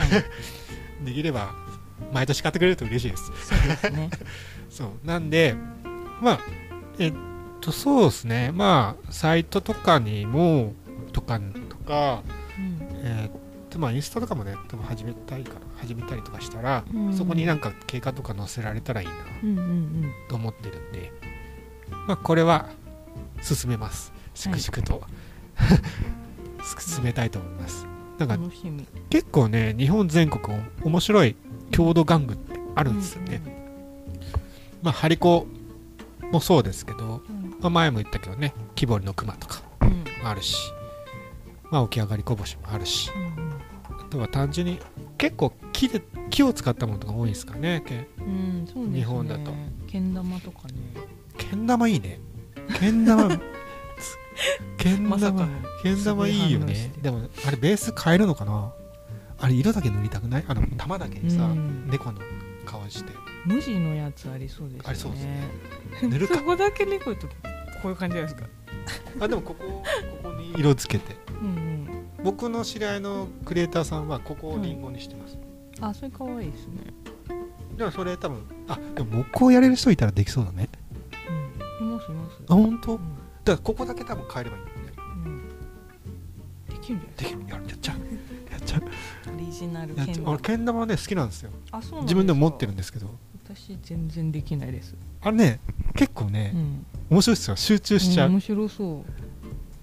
[SPEAKER 1] できれば毎年買ってくれると嬉しいです
[SPEAKER 2] そうですね
[SPEAKER 1] そうなんでまあえっとそうですねまあサイトとかにもとかとか
[SPEAKER 2] うん
[SPEAKER 1] えーっとまあインスタとかもね多分始めたいから始めたりとかしたら、
[SPEAKER 2] うん
[SPEAKER 1] そこになんか経過とか載せられたらいいな
[SPEAKER 2] うんうん
[SPEAKER 1] と思ってるんでまあこれは進めます粛々と、進めたいと思いますな
[SPEAKER 2] うんん
[SPEAKER 1] か
[SPEAKER 2] 楽しみ
[SPEAKER 1] 結構ね日本全国お面白い郷土玩具ってあるんですよね、まあ張り子もそうですけど、
[SPEAKER 2] うんうん
[SPEAKER 1] まあ、前も言ったけどね木彫りの熊とか
[SPEAKER 2] うん
[SPEAKER 1] もあるしまあ起き上がりこぼしもあるしあとは単純に結構木で木を使ったものとか多いですかねけ
[SPEAKER 2] うんうんそうですね
[SPEAKER 1] 日本だと
[SPEAKER 2] けん玉とかね
[SPEAKER 1] けん玉いいねけん 玉つけん
[SPEAKER 2] まさか
[SPEAKER 1] 玉
[SPEAKER 2] の
[SPEAKER 1] けん玉いいよねでもあれベース変えるのかなあれ色だけ塗りたくないあの玉だけにさ、
[SPEAKER 2] うん
[SPEAKER 1] 猫の顔 して
[SPEAKER 2] 無地のやつありそうですね
[SPEAKER 1] ありそうですね塗るか
[SPEAKER 2] そこだけ猫とこういう感じじゃないですか
[SPEAKER 1] あでもここここに色つけて
[SPEAKER 2] うん
[SPEAKER 1] 僕の知り合いのクリエイターさんはここをリンゴにしてます、
[SPEAKER 2] うんあそれ可愛いですね
[SPEAKER 1] でもそれ多分あでも木工やれる人いたらできそうだね
[SPEAKER 2] うんいますいます
[SPEAKER 1] あ本当
[SPEAKER 2] う
[SPEAKER 1] だからここだけ多分変えればいいんだよね
[SPEAKER 2] んうんできるんじゃない
[SPEAKER 1] できるやるやっちゃ うやっちゃう
[SPEAKER 2] オリジナル
[SPEAKER 1] やっ
[SPEAKER 2] 剣
[SPEAKER 1] ちゃう俺けん玉ね好きなんですよ
[SPEAKER 2] あそうなん
[SPEAKER 1] 自分でも持ってる
[SPEAKER 2] る
[SPEAKER 1] んですけど
[SPEAKER 2] 私全然できないです、
[SPEAKER 1] あれね結構
[SPEAKER 2] う
[SPEAKER 1] ね、
[SPEAKER 2] ん、
[SPEAKER 1] 面白いですよ集中しちゃう、
[SPEAKER 2] うん面白そう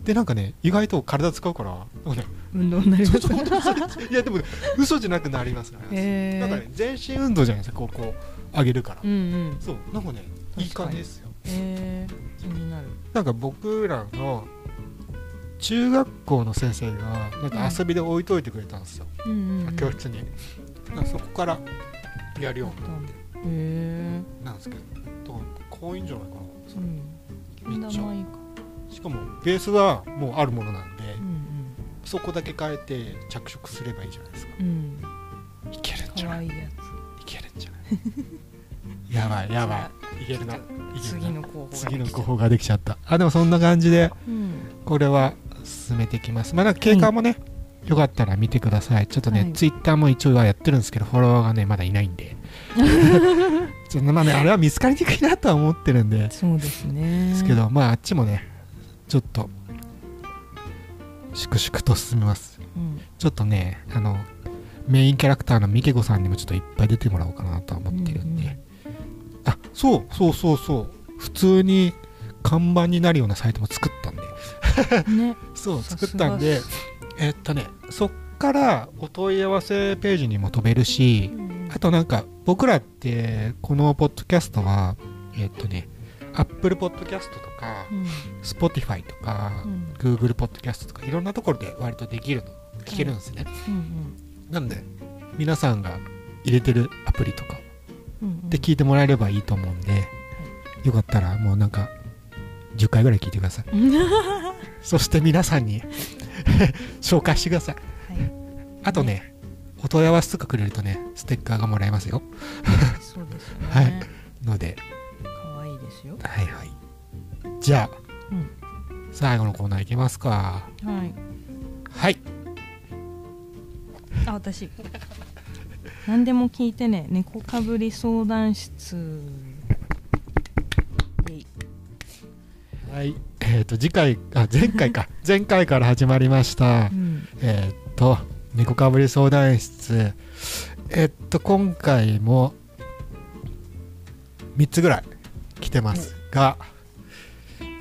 [SPEAKER 1] でなんかね意外と体使うからなんかね
[SPEAKER 2] 運動になりま
[SPEAKER 1] そう
[SPEAKER 2] す
[SPEAKER 1] そう本当に それいやでも嘘じゃなくなりますね
[SPEAKER 2] へ
[SPEAKER 1] なんか
[SPEAKER 2] え
[SPEAKER 1] ね全身運動じゃないですかこうこう上げるから
[SPEAKER 2] うんうん
[SPEAKER 1] そうなんかねいい感じですよ
[SPEAKER 2] えー、気になる
[SPEAKER 1] なんか僕らの中学校の先生がなんか遊びで置いといてくれたんですよ、
[SPEAKER 2] うんうんうん
[SPEAKER 1] 教室になんかそこからやるようになって
[SPEAKER 2] へ
[SPEAKER 1] なんですけどだからこういうんじゃないかな
[SPEAKER 2] えうんけん
[SPEAKER 1] めっちゃ
[SPEAKER 2] 玉いいか
[SPEAKER 1] しかもベースはもうあるものなんで、
[SPEAKER 2] うん
[SPEAKER 1] そこだけ変えて着色すればいいじゃないですか
[SPEAKER 2] うんうん
[SPEAKER 1] いけるんじゃな
[SPEAKER 2] 可
[SPEAKER 1] い
[SPEAKER 2] 愛
[SPEAKER 1] い
[SPEAKER 2] いやつ
[SPEAKER 1] けるんじゃないやばい やば いいけるない
[SPEAKER 2] ちょっ
[SPEAKER 1] けるな
[SPEAKER 2] 次の候補ができた
[SPEAKER 1] 次の候補ができちゃったあでもそんな感じで
[SPEAKER 2] うん
[SPEAKER 1] これは進めていきますまだ経過もね、よかったら見てくださいちょっとね、
[SPEAKER 2] はい
[SPEAKER 1] ツイッターも一応はやってるんですけどフォロワーがねまだいないん でちょっとまあねあれは見つかりにくいなとは思ってるんで
[SPEAKER 2] そうですね
[SPEAKER 1] ですけどまああっちもねちょっと粛々と進みます
[SPEAKER 2] うん
[SPEAKER 1] ちょっとねあのメインキャラクターのミケコさんにもちょっといっぱい出てもらおうかなとは思ってるんで、あそうそうそうそう普通に看板になるようなサイトも作ったんで
[SPEAKER 2] うんね
[SPEAKER 1] そう
[SPEAKER 2] さす
[SPEAKER 1] 作
[SPEAKER 2] が
[SPEAKER 1] ったんでえっとねそっからお問い合わせページにも飛べるしあとなんか僕らってこのポッドキャストはえっとね Apple Podcast とか
[SPEAKER 2] うん
[SPEAKER 1] Spotify とか
[SPEAKER 2] うん
[SPEAKER 1] Google Podcast とかいろんなところで割とできるの聞けるんですね、
[SPEAKER 2] うん
[SPEAKER 1] なんで皆さんが入れてるアプリとか
[SPEAKER 2] うんうん
[SPEAKER 1] で聞いてもらえればいいと思うんで、よかったらもうなんか10回ぐらい聞いてください
[SPEAKER 2] うん は
[SPEAKER 1] そして皆さんに 紹介してください
[SPEAKER 2] い
[SPEAKER 1] あとねお問い合わせとかくれるとねステッカーがもらえますよ
[SPEAKER 2] そうですよね
[SPEAKER 1] はいので
[SPEAKER 2] 可愛いですよ
[SPEAKER 1] はいはいじゃあ、
[SPEAKER 2] うん
[SPEAKER 1] 最後のコーナーいきますか
[SPEAKER 2] はい
[SPEAKER 1] はい
[SPEAKER 2] あ私何でも聞いてね猫かぶり相談室イエイ
[SPEAKER 1] はいえっ、と次回あ前回 か前回から始まりました
[SPEAKER 2] うん
[SPEAKER 1] えーっと、猫かぶり相談室。えーっと、今回も3つぐらい来てますが、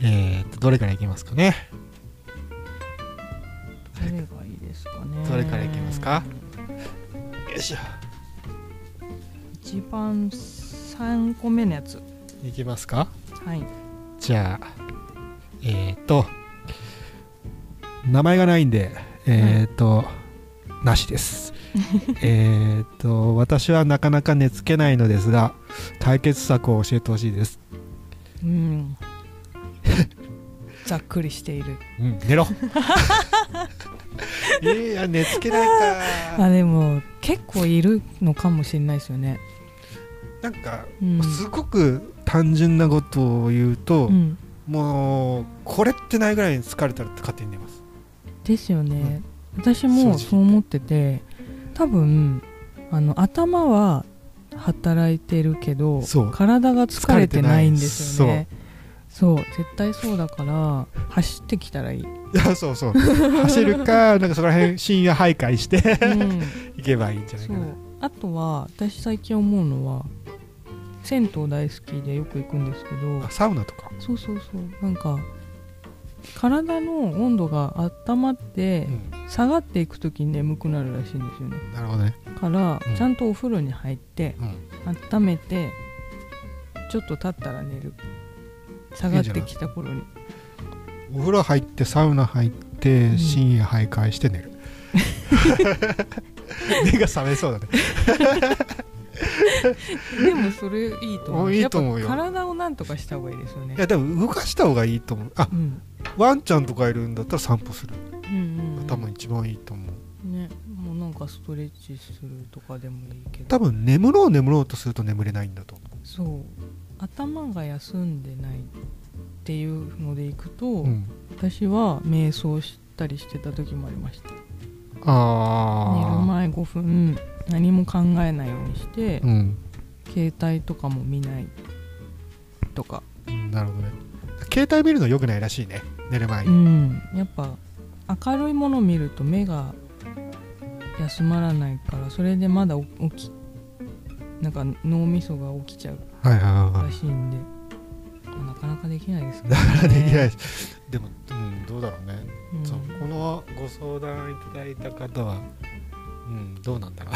[SPEAKER 1] えーっと、どれからいきますかね。
[SPEAKER 2] どれがいいですかね
[SPEAKER 1] どれからいきますかよいしょ。
[SPEAKER 2] 一番3個目のやつ
[SPEAKER 1] いきますか。
[SPEAKER 2] はい
[SPEAKER 1] じゃあ、えーっと、名前がないんで、えーっと、なしです。えーっと、私はなかなか寝つけないのですが、解決策を教えてほしいです。
[SPEAKER 2] うん ざっくりしている
[SPEAKER 1] うん、寝ろ。いや、寝つけない
[SPEAKER 2] あ
[SPEAKER 1] か。
[SPEAKER 2] でも結構いるのかもしれないですよね
[SPEAKER 1] なんか、
[SPEAKER 2] うん
[SPEAKER 1] すごく単純なことを言うと、
[SPEAKER 2] うん
[SPEAKER 1] もう、これってないぐらいに疲れたらって勝手に寝ます。
[SPEAKER 2] ですよね、私
[SPEAKER 1] 正
[SPEAKER 2] も
[SPEAKER 1] 直
[SPEAKER 2] そう思ってて多分あの頭は働いてるけど
[SPEAKER 1] そう
[SPEAKER 2] 体が疲れてないんですよ
[SPEAKER 1] 疲れ
[SPEAKER 2] ねそう絶対そうだから走ってきたらいい、う
[SPEAKER 1] いや、そうそう。走るか、なんかそこら辺、深夜徘徊して、
[SPEAKER 2] ん、
[SPEAKER 1] 行けばいいんじゃない
[SPEAKER 2] そ
[SPEAKER 1] か
[SPEAKER 2] う
[SPEAKER 1] な。
[SPEAKER 2] あとは私最近思うのは銭湯大好きでよく行くんですけど
[SPEAKER 1] あサウナとか。
[SPEAKER 2] そうそうそうなんか体の温度が温まって
[SPEAKER 1] うん、
[SPEAKER 2] 下がっていく時に眠くなるらしいんですよね
[SPEAKER 1] なるほどね。
[SPEAKER 2] から、
[SPEAKER 1] うん
[SPEAKER 2] ちゃんとお風呂に入って
[SPEAKER 1] うん。
[SPEAKER 2] 温めてちょっと経ったら寝る下がってきた頃に
[SPEAKER 1] お風呂入って、サウナ入って、
[SPEAKER 2] うん
[SPEAKER 1] 深夜徘徊して 寝る。目が覚めそうだね。
[SPEAKER 2] でもそれいいと思
[SPEAKER 1] お
[SPEAKER 2] う
[SPEAKER 1] いいと思うよ
[SPEAKER 2] やっぱ体をなんとかした方がいいですよね
[SPEAKER 1] いや、でも動かした方がいいと思う。あ、
[SPEAKER 2] うん
[SPEAKER 1] ワンちゃんとかいるんだったら散歩する。
[SPEAKER 2] うんうんうん
[SPEAKER 1] 多分一番いいと思う。
[SPEAKER 2] ねもうなんかストレッチするとかでもいいけど
[SPEAKER 1] 多分眠ろう眠ろうとすると眠れないんだと思
[SPEAKER 2] そう頭が休んでないっていうのでいくと、
[SPEAKER 1] う。
[SPEAKER 2] 私は瞑想したりしてた時もありました寝る
[SPEAKER 1] ああ。
[SPEAKER 2] 前5分何も考えないようにして、
[SPEAKER 1] うん。
[SPEAKER 2] 携帯とかも見ないとか、
[SPEAKER 1] なるほどね。携帯見るの良くないらしいね。寝る前
[SPEAKER 2] う
[SPEAKER 1] に。
[SPEAKER 2] ん、やっぱ明るいもの見ると目が休まらないからそれでまだ起きなんか脳みそが起きちゃう
[SPEAKER 1] はいはいはいは
[SPEAKER 2] らしいんで、なかなかできないですね
[SPEAKER 1] だからできないし、 でも、うん、どうだろうね、
[SPEAKER 2] うん
[SPEAKER 1] そうこのご相談いただいた方は、うん、どうなんだろ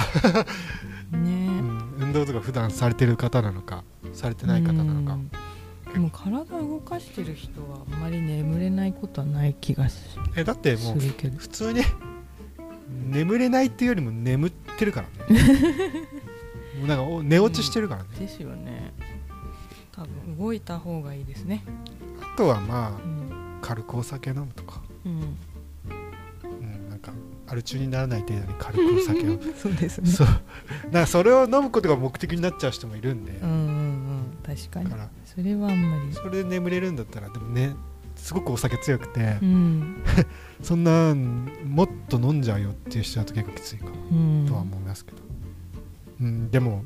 [SPEAKER 1] う、う
[SPEAKER 2] ね
[SPEAKER 1] ん、運動とか普段されてる方なのかされて
[SPEAKER 2] え
[SPEAKER 1] ない方なのか、
[SPEAKER 2] うんでも体動かしてる人はあんまり眠れないことはない気がす
[SPEAKER 1] えだってもう
[SPEAKER 2] するけど
[SPEAKER 1] 普通に眠れないっていうよりも眠ってるからね もうなんかお寝落ちしてるからね、
[SPEAKER 2] ですよね多分動いた方がいいですね
[SPEAKER 1] あとはまあ
[SPEAKER 2] うん、
[SPEAKER 1] 軽くお酒飲むとか、
[SPEAKER 2] うん、
[SPEAKER 1] うん、なんかアル中にならない程度に軽くお酒 を
[SPEAKER 2] そうですね
[SPEAKER 1] そうなんかそれを飲むことが目的になっちゃう人もいるんで、
[SPEAKER 2] うんうんうん確かに
[SPEAKER 1] だから
[SPEAKER 2] それはあんまり
[SPEAKER 1] それで眠れるんだったらでもねすごくお酒強くて、
[SPEAKER 2] うん
[SPEAKER 1] そんなんもっと飲んじゃうよっていう人だと結構きついかな
[SPEAKER 2] うん
[SPEAKER 1] とは思いますけど、うんでも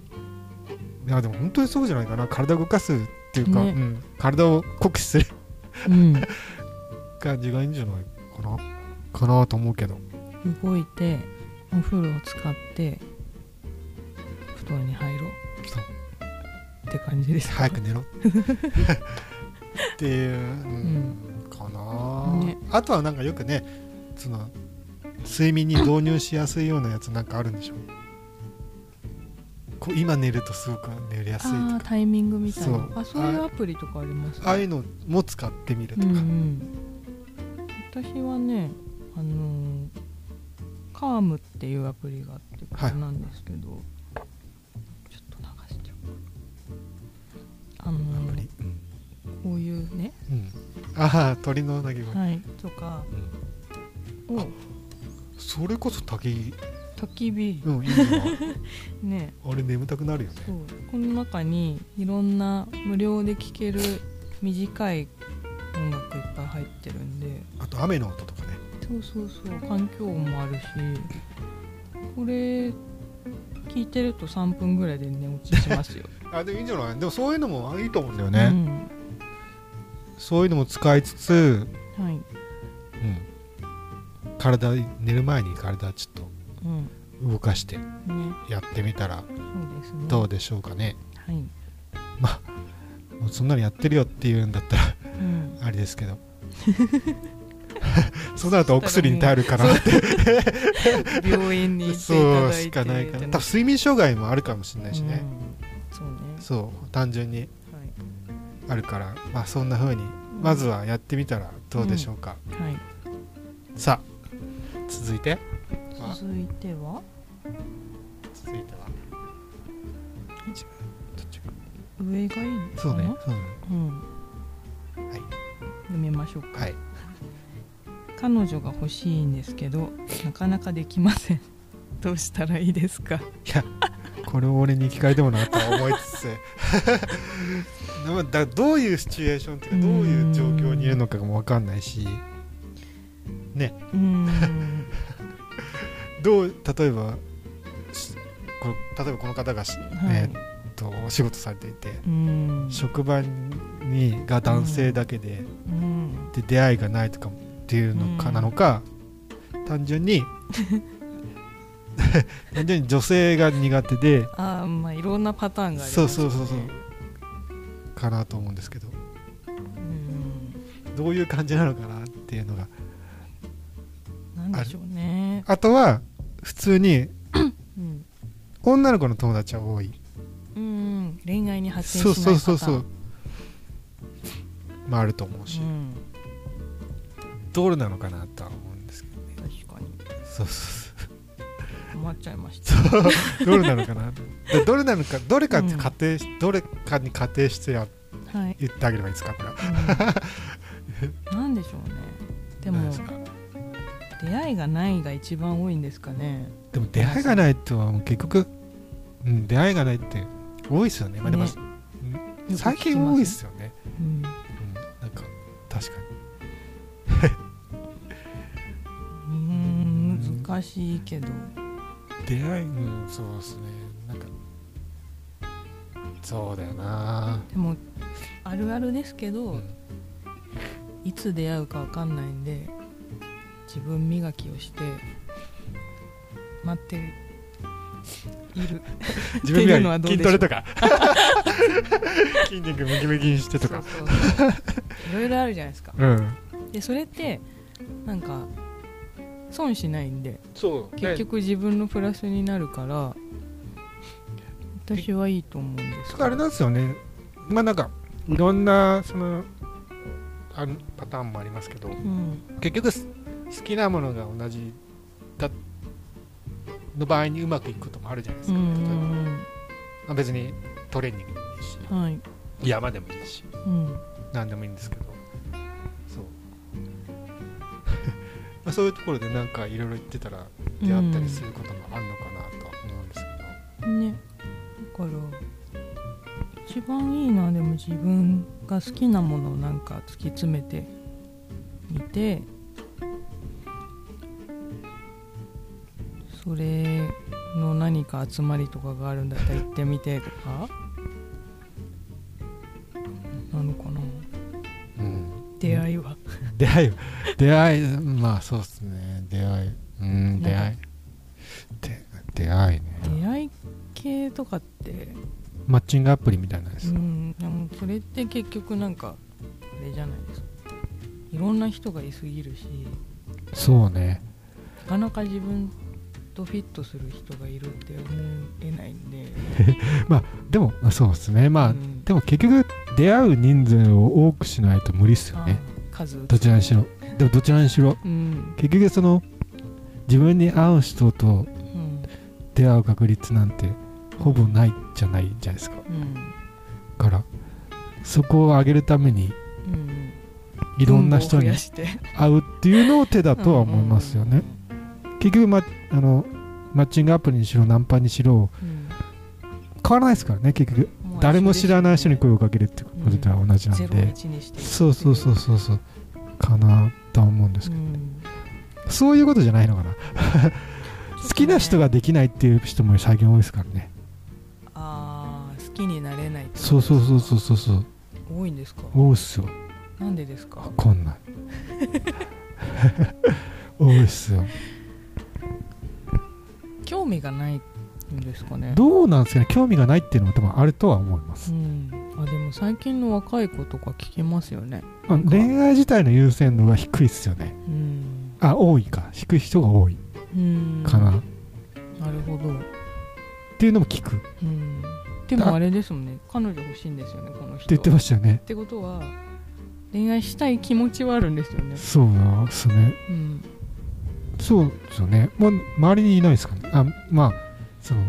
[SPEAKER 1] いやでも本当にそうじゃないかな体を動かすっていうか、
[SPEAKER 2] ね
[SPEAKER 1] うん体を酷使する
[SPEAKER 2] うん
[SPEAKER 1] 感じがいいんじゃないかなかなと思うけど
[SPEAKER 2] 動いてお風呂を使って布団に入ろう
[SPEAKER 1] そう
[SPEAKER 2] って感じです
[SPEAKER 1] 早く寝ろっていう、うんかな、
[SPEAKER 2] ね
[SPEAKER 1] あとはなんかよくねその睡眠に導入しやすいようなやつなんかあるんでしょこう今寝るとすごく寝れやすいと
[SPEAKER 2] あ
[SPEAKER 1] か
[SPEAKER 2] あタイミングみたい
[SPEAKER 1] そ
[SPEAKER 2] な
[SPEAKER 1] う
[SPEAKER 2] あそういうアプリとかあります
[SPEAKER 1] ああいうのも使ってみると
[SPEAKER 2] う
[SPEAKER 1] か、
[SPEAKER 2] んうん、私はねあのーカームっていうアプリがあってこ
[SPEAKER 1] はい
[SPEAKER 2] れなんですけど、ちょっと流しちゃおうかなあのー
[SPEAKER 1] アプリうん
[SPEAKER 2] こういうね、
[SPEAKER 1] うんああ鳥の鳴き声、
[SPEAKER 2] はい、とか
[SPEAKER 1] うん
[SPEAKER 2] を
[SPEAKER 1] それこそ滝
[SPEAKER 2] 焚き火
[SPEAKER 1] うんいいな
[SPEAKER 2] ね
[SPEAKER 1] あれ眠たくなるよね
[SPEAKER 2] そうこの中にいろんな無料で聴ける短い音楽いっぱい入ってるんで
[SPEAKER 1] あと雨の音とかね
[SPEAKER 2] そうそうそう環境音もあるしこれ聞いてると3分ぐらいで寝落ちします よ、
[SPEAKER 1] あでもいいんじゃないでもそういうのもいいと思うんだよ
[SPEAKER 2] う
[SPEAKER 1] ね、
[SPEAKER 2] ん、
[SPEAKER 1] そういうのも使いつつ、
[SPEAKER 2] はい、
[SPEAKER 1] うん、体寝る前に体ちょっ
[SPEAKER 2] うん、
[SPEAKER 1] と動かして
[SPEAKER 2] ね
[SPEAKER 1] やってみたら
[SPEAKER 2] そうですね
[SPEAKER 1] どうでしょうかね、
[SPEAKER 2] はい、
[SPEAKER 1] まあもうそんなのやってるよっていうんだったら
[SPEAKER 2] うん、
[SPEAKER 1] あれです けど そうなるとお薬に頼るかなって
[SPEAKER 2] 病院に行っていた
[SPEAKER 1] そう
[SPEAKER 2] だい
[SPEAKER 1] してかないか
[SPEAKER 2] じゃ
[SPEAKER 1] な多分睡眠障害もあるかもしれないしね、
[SPEAKER 2] うん、そうね
[SPEAKER 1] そう単純に
[SPEAKER 2] は
[SPEAKER 1] あるからまあそんな風にまずはやってみたらどうでしょうか、
[SPEAKER 2] い、はい、
[SPEAKER 1] さあ続いてあ
[SPEAKER 2] 続いては
[SPEAKER 1] 続いては
[SPEAKER 2] 上がいいのかな
[SPEAKER 1] そうね、そうね
[SPEAKER 2] うん
[SPEAKER 1] い
[SPEAKER 2] 読みましょうか
[SPEAKER 1] はい
[SPEAKER 2] 彼女が欲しいんですけどなかなかできません どうしたらいいですか
[SPEAKER 1] いやこれを俺に聞かれてもなとは思いつ つでもだどういうシチュエーションっていうかどういう状況にいるのかも分かんないし
[SPEAKER 2] うーん
[SPEAKER 1] どう例えばしこ例えばこの方がし、
[SPEAKER 2] はい、
[SPEAKER 1] えーっとお仕事されていて
[SPEAKER 2] うーん
[SPEAKER 1] 職場にが男性だけで,、
[SPEAKER 2] うん
[SPEAKER 1] で出会いがないとかっていうのか
[SPEAKER 2] うん
[SPEAKER 1] なのか、単純 に単純に女性が苦手で
[SPEAKER 2] ああまあいろんなパターンがあります
[SPEAKER 1] そ
[SPEAKER 2] ね
[SPEAKER 1] うそうそうそうかなと思うんですけど
[SPEAKER 2] うーん
[SPEAKER 1] どういう感じなのかなっていうのが
[SPEAKER 2] なんでしょうね
[SPEAKER 1] あとは普通に
[SPEAKER 2] うん、
[SPEAKER 1] 女の子の友達は多い
[SPEAKER 2] うん、恋愛に発展し
[SPEAKER 1] そ
[SPEAKER 2] な
[SPEAKER 1] う
[SPEAKER 2] いパタ
[SPEAKER 1] そ
[SPEAKER 2] ーン
[SPEAKER 1] うそうそうまああると思うし、
[SPEAKER 2] ん、
[SPEAKER 1] どうなのかなとは思うんですけどね
[SPEAKER 2] 確かに
[SPEAKER 1] そうそうそう
[SPEAKER 2] 困っちゃいました
[SPEAKER 1] どれなのかなでどれなのかどれかって仮定し、どれかに仮定してや
[SPEAKER 2] はい、
[SPEAKER 1] 言ってあげればいいですかこれは
[SPEAKER 2] うん、なんでしょうねで
[SPEAKER 1] なん
[SPEAKER 2] も
[SPEAKER 1] すか
[SPEAKER 2] 出会いがないが一番多いんですかね
[SPEAKER 1] でも出会いがないとはもう結局、うん、出会いがないって多いですよね,、まあ、でも
[SPEAKER 2] ねよく聞きます
[SPEAKER 1] 最近多いですよね、
[SPEAKER 2] うん
[SPEAKER 1] うん、なんか確かに
[SPEAKER 2] うーん難しいけど
[SPEAKER 1] 出会いうんそうですねなんかそうだよな
[SPEAKER 2] でもあるあるですけど、
[SPEAKER 1] うん
[SPEAKER 2] いつ出会うかわかんないんで自分磨きをして待っている
[SPEAKER 1] 自分で
[SPEAKER 2] っていうのはどうでし
[SPEAKER 1] 筋
[SPEAKER 2] ょ
[SPEAKER 1] トレと
[SPEAKER 2] う
[SPEAKER 1] か 筋肉ムキムキにしてとか
[SPEAKER 2] そうそうそういろいろあるじゃないですか
[SPEAKER 1] うん
[SPEAKER 2] でそれってなんか損しないんで
[SPEAKER 1] そう
[SPEAKER 2] 結局自分のプラスになるから私はいいと思うんです
[SPEAKER 1] だからあれなんですよねまあなんかいろんなそのあのパターンもありますけど
[SPEAKER 2] うん
[SPEAKER 1] 結局す好きなものが同じだの場合にうまくいくこともあるじゃないで
[SPEAKER 2] う
[SPEAKER 1] す
[SPEAKER 2] ん
[SPEAKER 1] か、例
[SPEAKER 2] う
[SPEAKER 1] えばま
[SPEAKER 2] ん
[SPEAKER 1] あ別にトレーニングでもいいし
[SPEAKER 2] うんはい
[SPEAKER 1] 山でもいいし
[SPEAKER 2] うん
[SPEAKER 1] 何でもいいんですけどそう まあそういうところでなんかいろいろ言ってたら出会ったりすることもあるのかなとは思うんですけ
[SPEAKER 2] ねだから一番いいのはでも自分が好きなものをなんか突き詰めてみてそれの何か集まりとかがあるんだったら行ってみてとかなのかな
[SPEAKER 1] ど、
[SPEAKER 2] 出会いは
[SPEAKER 1] 出会い出会いまあそうですね出会いうん出会いで出会いね
[SPEAKER 2] 出会い系とかって
[SPEAKER 1] マッチングアプリみたいなやつ、
[SPEAKER 2] うんでもそれって結局なんかあれじゃないですかいろんな人がいすぎるし
[SPEAKER 1] そうね
[SPEAKER 2] なかなか自分とフィットする人がいるって思えないんで、
[SPEAKER 1] でもまあそうですねまあ、
[SPEAKER 2] うん
[SPEAKER 1] でも結局出会う人数を多くしないと無理っすよね
[SPEAKER 2] あ数
[SPEAKER 1] どちらにしろでもどちらにしろ
[SPEAKER 2] うん、
[SPEAKER 1] 結局その自分に合う人と
[SPEAKER 2] うん
[SPEAKER 1] 出会う確率なんてほぼないじゃないじゃないですか
[SPEAKER 2] うん
[SPEAKER 1] からそこを上げるために
[SPEAKER 2] うん、
[SPEAKER 1] いろんな人
[SPEAKER 2] 分母を増
[SPEAKER 1] に
[SPEAKER 2] やして
[SPEAKER 1] 会うっていうのを手だとは思いますよね、結局、ま、あのマッチングアプリにしろナンパにしろ
[SPEAKER 2] うん
[SPEAKER 1] 変わらないですからね結局
[SPEAKER 2] うん
[SPEAKER 1] 誰も知らない人に声をかけるってこととは同じなんで、
[SPEAKER 2] ゼロを一にして
[SPEAKER 1] そうそうそううそうそうかなとは思うんですけ
[SPEAKER 2] ん
[SPEAKER 1] ど、そういうことじゃないの かな好きな人ができないっていう人も最近多いですからね
[SPEAKER 2] ああ好きになれないって
[SPEAKER 1] そうそうそうそうそうそう
[SPEAKER 2] 多いんですか
[SPEAKER 1] 多いっすよ
[SPEAKER 2] なんでですか
[SPEAKER 1] わかんない 多いっすよ
[SPEAKER 2] 興味がないんですかね
[SPEAKER 1] どうなんですかね興味がないっていうのも多分あるとは思いま
[SPEAKER 2] う
[SPEAKER 1] す、
[SPEAKER 2] ん、あでも最近の若い子とか聞きますよね
[SPEAKER 1] あ恋愛自体の優先度が低いっすよね
[SPEAKER 2] うん、
[SPEAKER 1] あ多いか低い人が多い
[SPEAKER 2] うん、
[SPEAKER 1] かな、っ
[SPEAKER 2] なるほど、
[SPEAKER 1] ていうのも聞くって
[SPEAKER 2] うん、でもあれですもんね彼女欲しいんですよねこの人
[SPEAKER 1] 言って
[SPEAKER 2] っ
[SPEAKER 1] ましたよね
[SPEAKER 2] てことは恋愛したい気持ちはあるんですよね、
[SPEAKER 1] そうなんですね
[SPEAKER 2] うん、
[SPEAKER 1] そうですよね、まあ、周りにいないですかねあまあその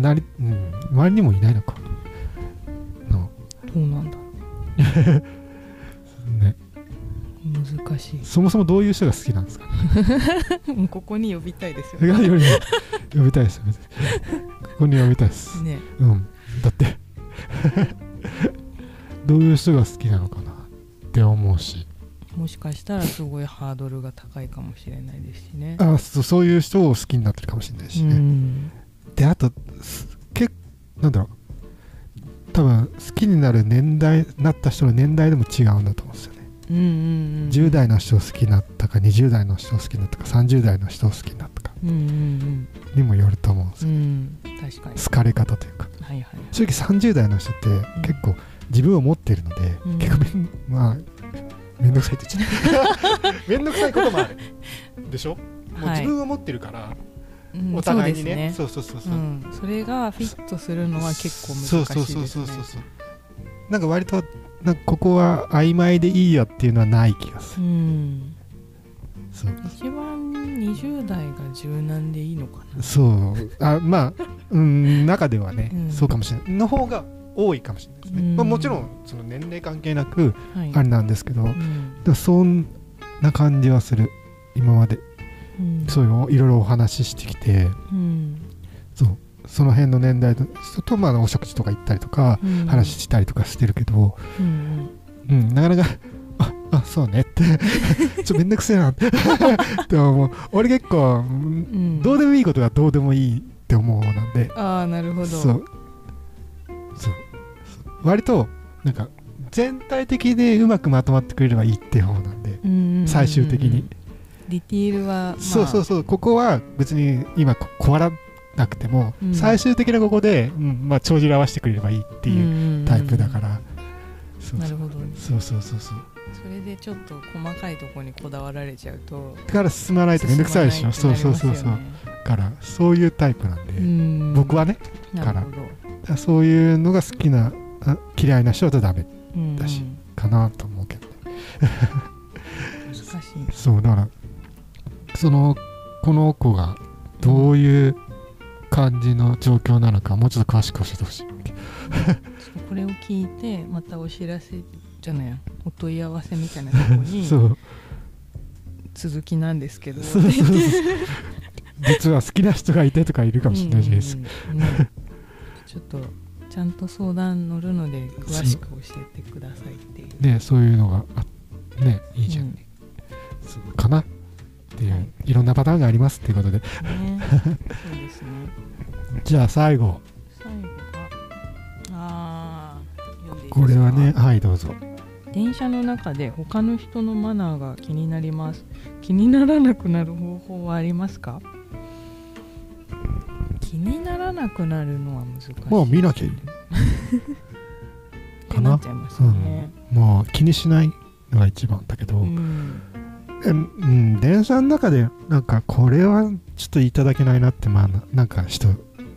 [SPEAKER 1] なり、うん、周りにもいないのかの
[SPEAKER 2] どうなんだ
[SPEAKER 1] ね
[SPEAKER 2] 難しい
[SPEAKER 1] そもそもどういう人が好きなんです か
[SPEAKER 2] もう ここに呼びたいですよ
[SPEAKER 1] それがより呼びたいです呼びたいですここに呼びたいです
[SPEAKER 2] ね
[SPEAKER 1] うんだって どういう人が好きなのかなって思うし
[SPEAKER 2] もしかしたらすごいハードルが高いかもしれないですしね
[SPEAKER 1] あそそういう人を好きになってるかもしれないし
[SPEAKER 2] う
[SPEAKER 1] ね、
[SPEAKER 2] ん
[SPEAKER 1] であとす結なんだろう多分好きになる年代なった人の年代でも違うんだと思うんですよね、
[SPEAKER 2] うんうんうん
[SPEAKER 1] 10代の人を好きになったか20代の人を好きになったか30代の人を好きになったか
[SPEAKER 2] うんうん
[SPEAKER 1] にもよると思うんです
[SPEAKER 2] う
[SPEAKER 1] よ、
[SPEAKER 2] んうん確かに
[SPEAKER 1] 好かれ方というか
[SPEAKER 2] はいはい
[SPEAKER 1] 正直30代の人って結構自分を持ってるので、
[SPEAKER 2] うん
[SPEAKER 1] 結構めんまあめんどくさいって言っちゃ っためんどくさいこともあるでしょもう
[SPEAKER 2] は
[SPEAKER 1] 自
[SPEAKER 2] い
[SPEAKER 1] 分を持ってるから、
[SPEAKER 2] うん
[SPEAKER 1] お互いにね,、
[SPEAKER 2] そう
[SPEAKER 1] そうそうそう
[SPEAKER 2] です
[SPEAKER 1] そう、
[SPEAKER 2] ねうん、それがフィットするのは結構難しいですね
[SPEAKER 1] そうそうそうそうそうなんか割となんかここは曖昧でいいよっていうのはない気がす
[SPEAKER 2] う
[SPEAKER 1] る、
[SPEAKER 2] ん
[SPEAKER 1] そう
[SPEAKER 2] 一番20代が柔軟でいいのかな
[SPEAKER 1] そうあまあうん中ではね、
[SPEAKER 2] うん
[SPEAKER 1] そうかもしれないの方が多いかもしれないですね、
[SPEAKER 2] うん
[SPEAKER 1] まあ、もちろんその年齢関係なく
[SPEAKER 2] はい
[SPEAKER 1] あれなんですけど、
[SPEAKER 2] うん
[SPEAKER 1] でもそんな感じはする今まで
[SPEAKER 2] うん
[SPEAKER 1] そういういろいろお話ししてきて
[SPEAKER 2] うん
[SPEAKER 1] そうその辺の年代の人と、まあ、お食事とか行ったりとか
[SPEAKER 2] うん
[SPEAKER 1] 話したりとかしてるけど、
[SPEAKER 2] うん
[SPEAKER 1] うん、なかなか、あ、あ、そうねって、 ちょ、めんどくせえなって、 でももう、俺結構、うん
[SPEAKER 2] うんうん
[SPEAKER 1] どうでもいいことがどうでもいいって思う方なんで、
[SPEAKER 2] ああなるほど
[SPEAKER 1] そう、そう、そう割と、なんか、全体的でうまくまとまってくれればいいって方なんで、
[SPEAKER 2] うんうんうん
[SPEAKER 1] 最終的に。
[SPEAKER 2] ディティールは、まあ、
[SPEAKER 1] そうそうそう、ここは別に今こ、こわら、なくても、
[SPEAKER 2] うん
[SPEAKER 1] 最終的なここで、うんまあ、帳尻合わせてくれればいいっていう
[SPEAKER 2] い
[SPEAKER 1] タイプだから、そう
[SPEAKER 2] なるほどね
[SPEAKER 1] そうそうそうそう
[SPEAKER 2] それでちょっと細かいところにこだわられちゃうと
[SPEAKER 1] だから進まないとめんどくさいでしょ、そうそうそうそう、だからそういうタイプなんで、
[SPEAKER 2] ん
[SPEAKER 1] 僕はね
[SPEAKER 2] なるほど
[SPEAKER 1] だからそういうのが好きなあ嫌いな人だとダメ
[SPEAKER 2] うん
[SPEAKER 1] だし
[SPEAKER 2] うん
[SPEAKER 1] かなと思うけど
[SPEAKER 2] 難しい
[SPEAKER 1] そうだからそのこの子がどういう感じの状況なのかもうちょっと詳しく教えてほしい
[SPEAKER 2] ちょっとこれを聞いてまたお知らせじゃないやお問い合わせみたいなところ に
[SPEAKER 1] そう
[SPEAKER 2] 続きなんですけど
[SPEAKER 1] そうそうそう実は好きな人がいてとかいるかもしれないじゃないですか、
[SPEAKER 2] うんうんうんねちょっとちゃんと相談乗るので詳しく教えてくださいっていう
[SPEAKER 1] ねそういうのがあねいいじゃん、
[SPEAKER 2] うん
[SPEAKER 1] そうかなっていう、
[SPEAKER 2] はい
[SPEAKER 1] い、ろんなパターンがありますっていうことで
[SPEAKER 2] ねそうですね
[SPEAKER 1] じゃあ最後
[SPEAKER 2] 最後があー読んでいいですか
[SPEAKER 1] これはねはいどうぞ
[SPEAKER 2] 電車の中で他の人のマナーが気になります気にならなくなる方法はありますか気にならなくなるのは難しい
[SPEAKER 1] もう見なきゃいい
[SPEAKER 2] ってなっちゃいますよね、
[SPEAKER 1] もう気にしないのが一番だけど、
[SPEAKER 2] うん
[SPEAKER 1] えうん、電車の中でなんかこれはちょっといただけないなってマナーなんか人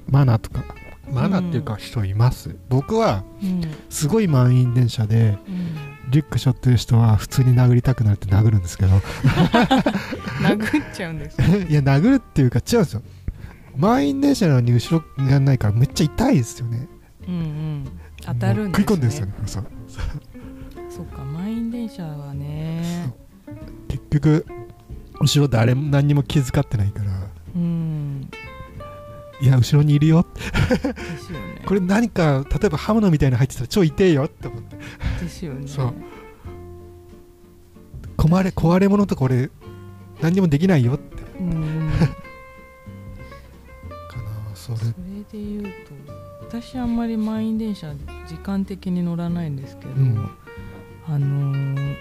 [SPEAKER 1] マナーとかマナーっていうか人います、僕は
[SPEAKER 2] うん
[SPEAKER 1] すごい満員電車で
[SPEAKER 2] うん
[SPEAKER 1] リュック背負ってる人は普通に殴りたくなるって殴るんですけど
[SPEAKER 2] 殴っちゃうんです
[SPEAKER 1] いや殴るっていうか違うんですよ満員電車なのに後ろがないからめっちゃ痛いですよね
[SPEAKER 2] うんうん当たる
[SPEAKER 1] も
[SPEAKER 2] ん
[SPEAKER 1] う
[SPEAKER 2] です、ね、
[SPEAKER 1] 食い込んでるんですよねそう
[SPEAKER 2] そっか満員電車はね
[SPEAKER 1] 結局後ろ誰も何にも気遣ってないから
[SPEAKER 2] うん
[SPEAKER 1] いや後ろにいるよ
[SPEAKER 2] ですよね
[SPEAKER 1] これ何か例えば刃物みたいなの入ってたら超痛えよって思って
[SPEAKER 2] ですよね
[SPEAKER 1] そう壊れ壊れ物とか俺何にもできないよって
[SPEAKER 2] うんうん
[SPEAKER 1] かなそれ
[SPEAKER 2] それで言うと私あんまり満員電車時間的に乗らないんですけど、
[SPEAKER 1] うん
[SPEAKER 2] あのー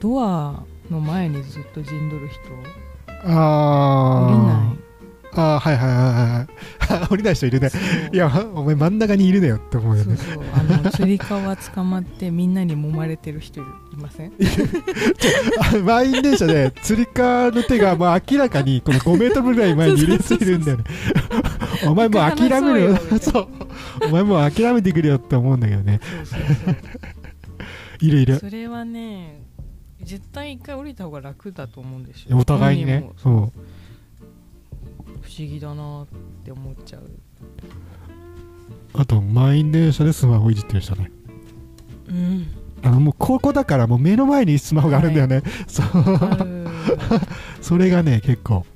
[SPEAKER 2] ドアの前にずっと陣取る人降り
[SPEAKER 1] あ
[SPEAKER 2] な
[SPEAKER 1] ーあーはいはいはいはいはい降りない人いるね
[SPEAKER 2] いそう
[SPEAKER 1] いやお前真ん中にいるねよって思うよ
[SPEAKER 2] そう
[SPEAKER 1] ね
[SPEAKER 2] そうあのつり革捕まってみんなに揉まれてる人いません
[SPEAKER 1] あ満員電車で釣り革の手がもう明らかにこの5メートルぐらい前にいる人いるんだよねお前もう諦めるよ
[SPEAKER 2] 離そ
[SPEAKER 1] そうお前もう諦めてくれよって思うんだけどね
[SPEAKER 2] そうそうそう
[SPEAKER 1] いるいる
[SPEAKER 2] それはね絶対一回降りた方が楽だと思うんですよ
[SPEAKER 1] お互いに
[SPEAKER 2] 本
[SPEAKER 1] ね
[SPEAKER 2] 人
[SPEAKER 1] そう
[SPEAKER 2] も不思議だなって思っちゃう
[SPEAKER 1] あと満員電車でスマホいじってる人ね
[SPEAKER 2] うん
[SPEAKER 1] あのもうここだからもう目の前にスマホがあるんだよね、そう
[SPEAKER 2] ある
[SPEAKER 1] それがね結構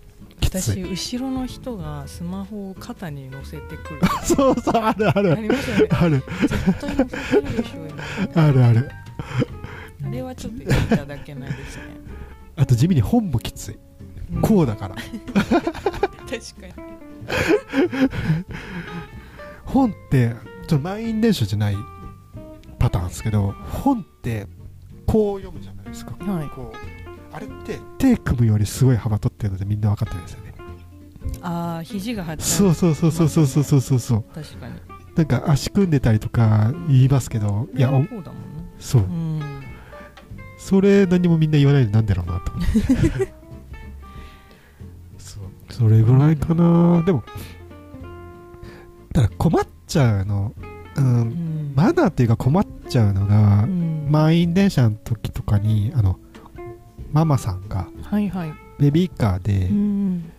[SPEAKER 1] きつ
[SPEAKER 2] 私
[SPEAKER 1] い
[SPEAKER 2] 後ろの人がスマホを肩に乗せてくる
[SPEAKER 1] そうそうあるあ
[SPEAKER 2] あ
[SPEAKER 1] る
[SPEAKER 2] りますよね
[SPEAKER 1] ある
[SPEAKER 2] 絶対乗せてるでしょ今
[SPEAKER 1] あるある
[SPEAKER 2] あれはちょっといただけないですね
[SPEAKER 1] あと地味に本もきついこうだから
[SPEAKER 2] 確かに
[SPEAKER 1] 本ってちょっと満員電車じゃないパターンですけど本ってこう読むじゃないですか
[SPEAKER 2] はい
[SPEAKER 1] こうあれって手組むよりすごい幅取ってるのでみんな分かってるんですよね
[SPEAKER 2] ああ肘が張っちゃう
[SPEAKER 1] そうそうそうそうそうそうそうそうそう
[SPEAKER 2] 確かに
[SPEAKER 1] なんか足組んでたりとか言いますけどいやお
[SPEAKER 2] そうだもんね
[SPEAKER 1] そう
[SPEAKER 2] うん
[SPEAKER 1] それ何もみんな言わないでなんでだろうなと思ってそうそれぐらいかなでもただ困っちゃうの、う、
[SPEAKER 2] うんん
[SPEAKER 1] マナーっていうか困っちゃうのが
[SPEAKER 2] う、ん
[SPEAKER 1] 満員電車の時とかにあのママさんが
[SPEAKER 2] はいはい
[SPEAKER 1] ベビーカーで、
[SPEAKER 2] うん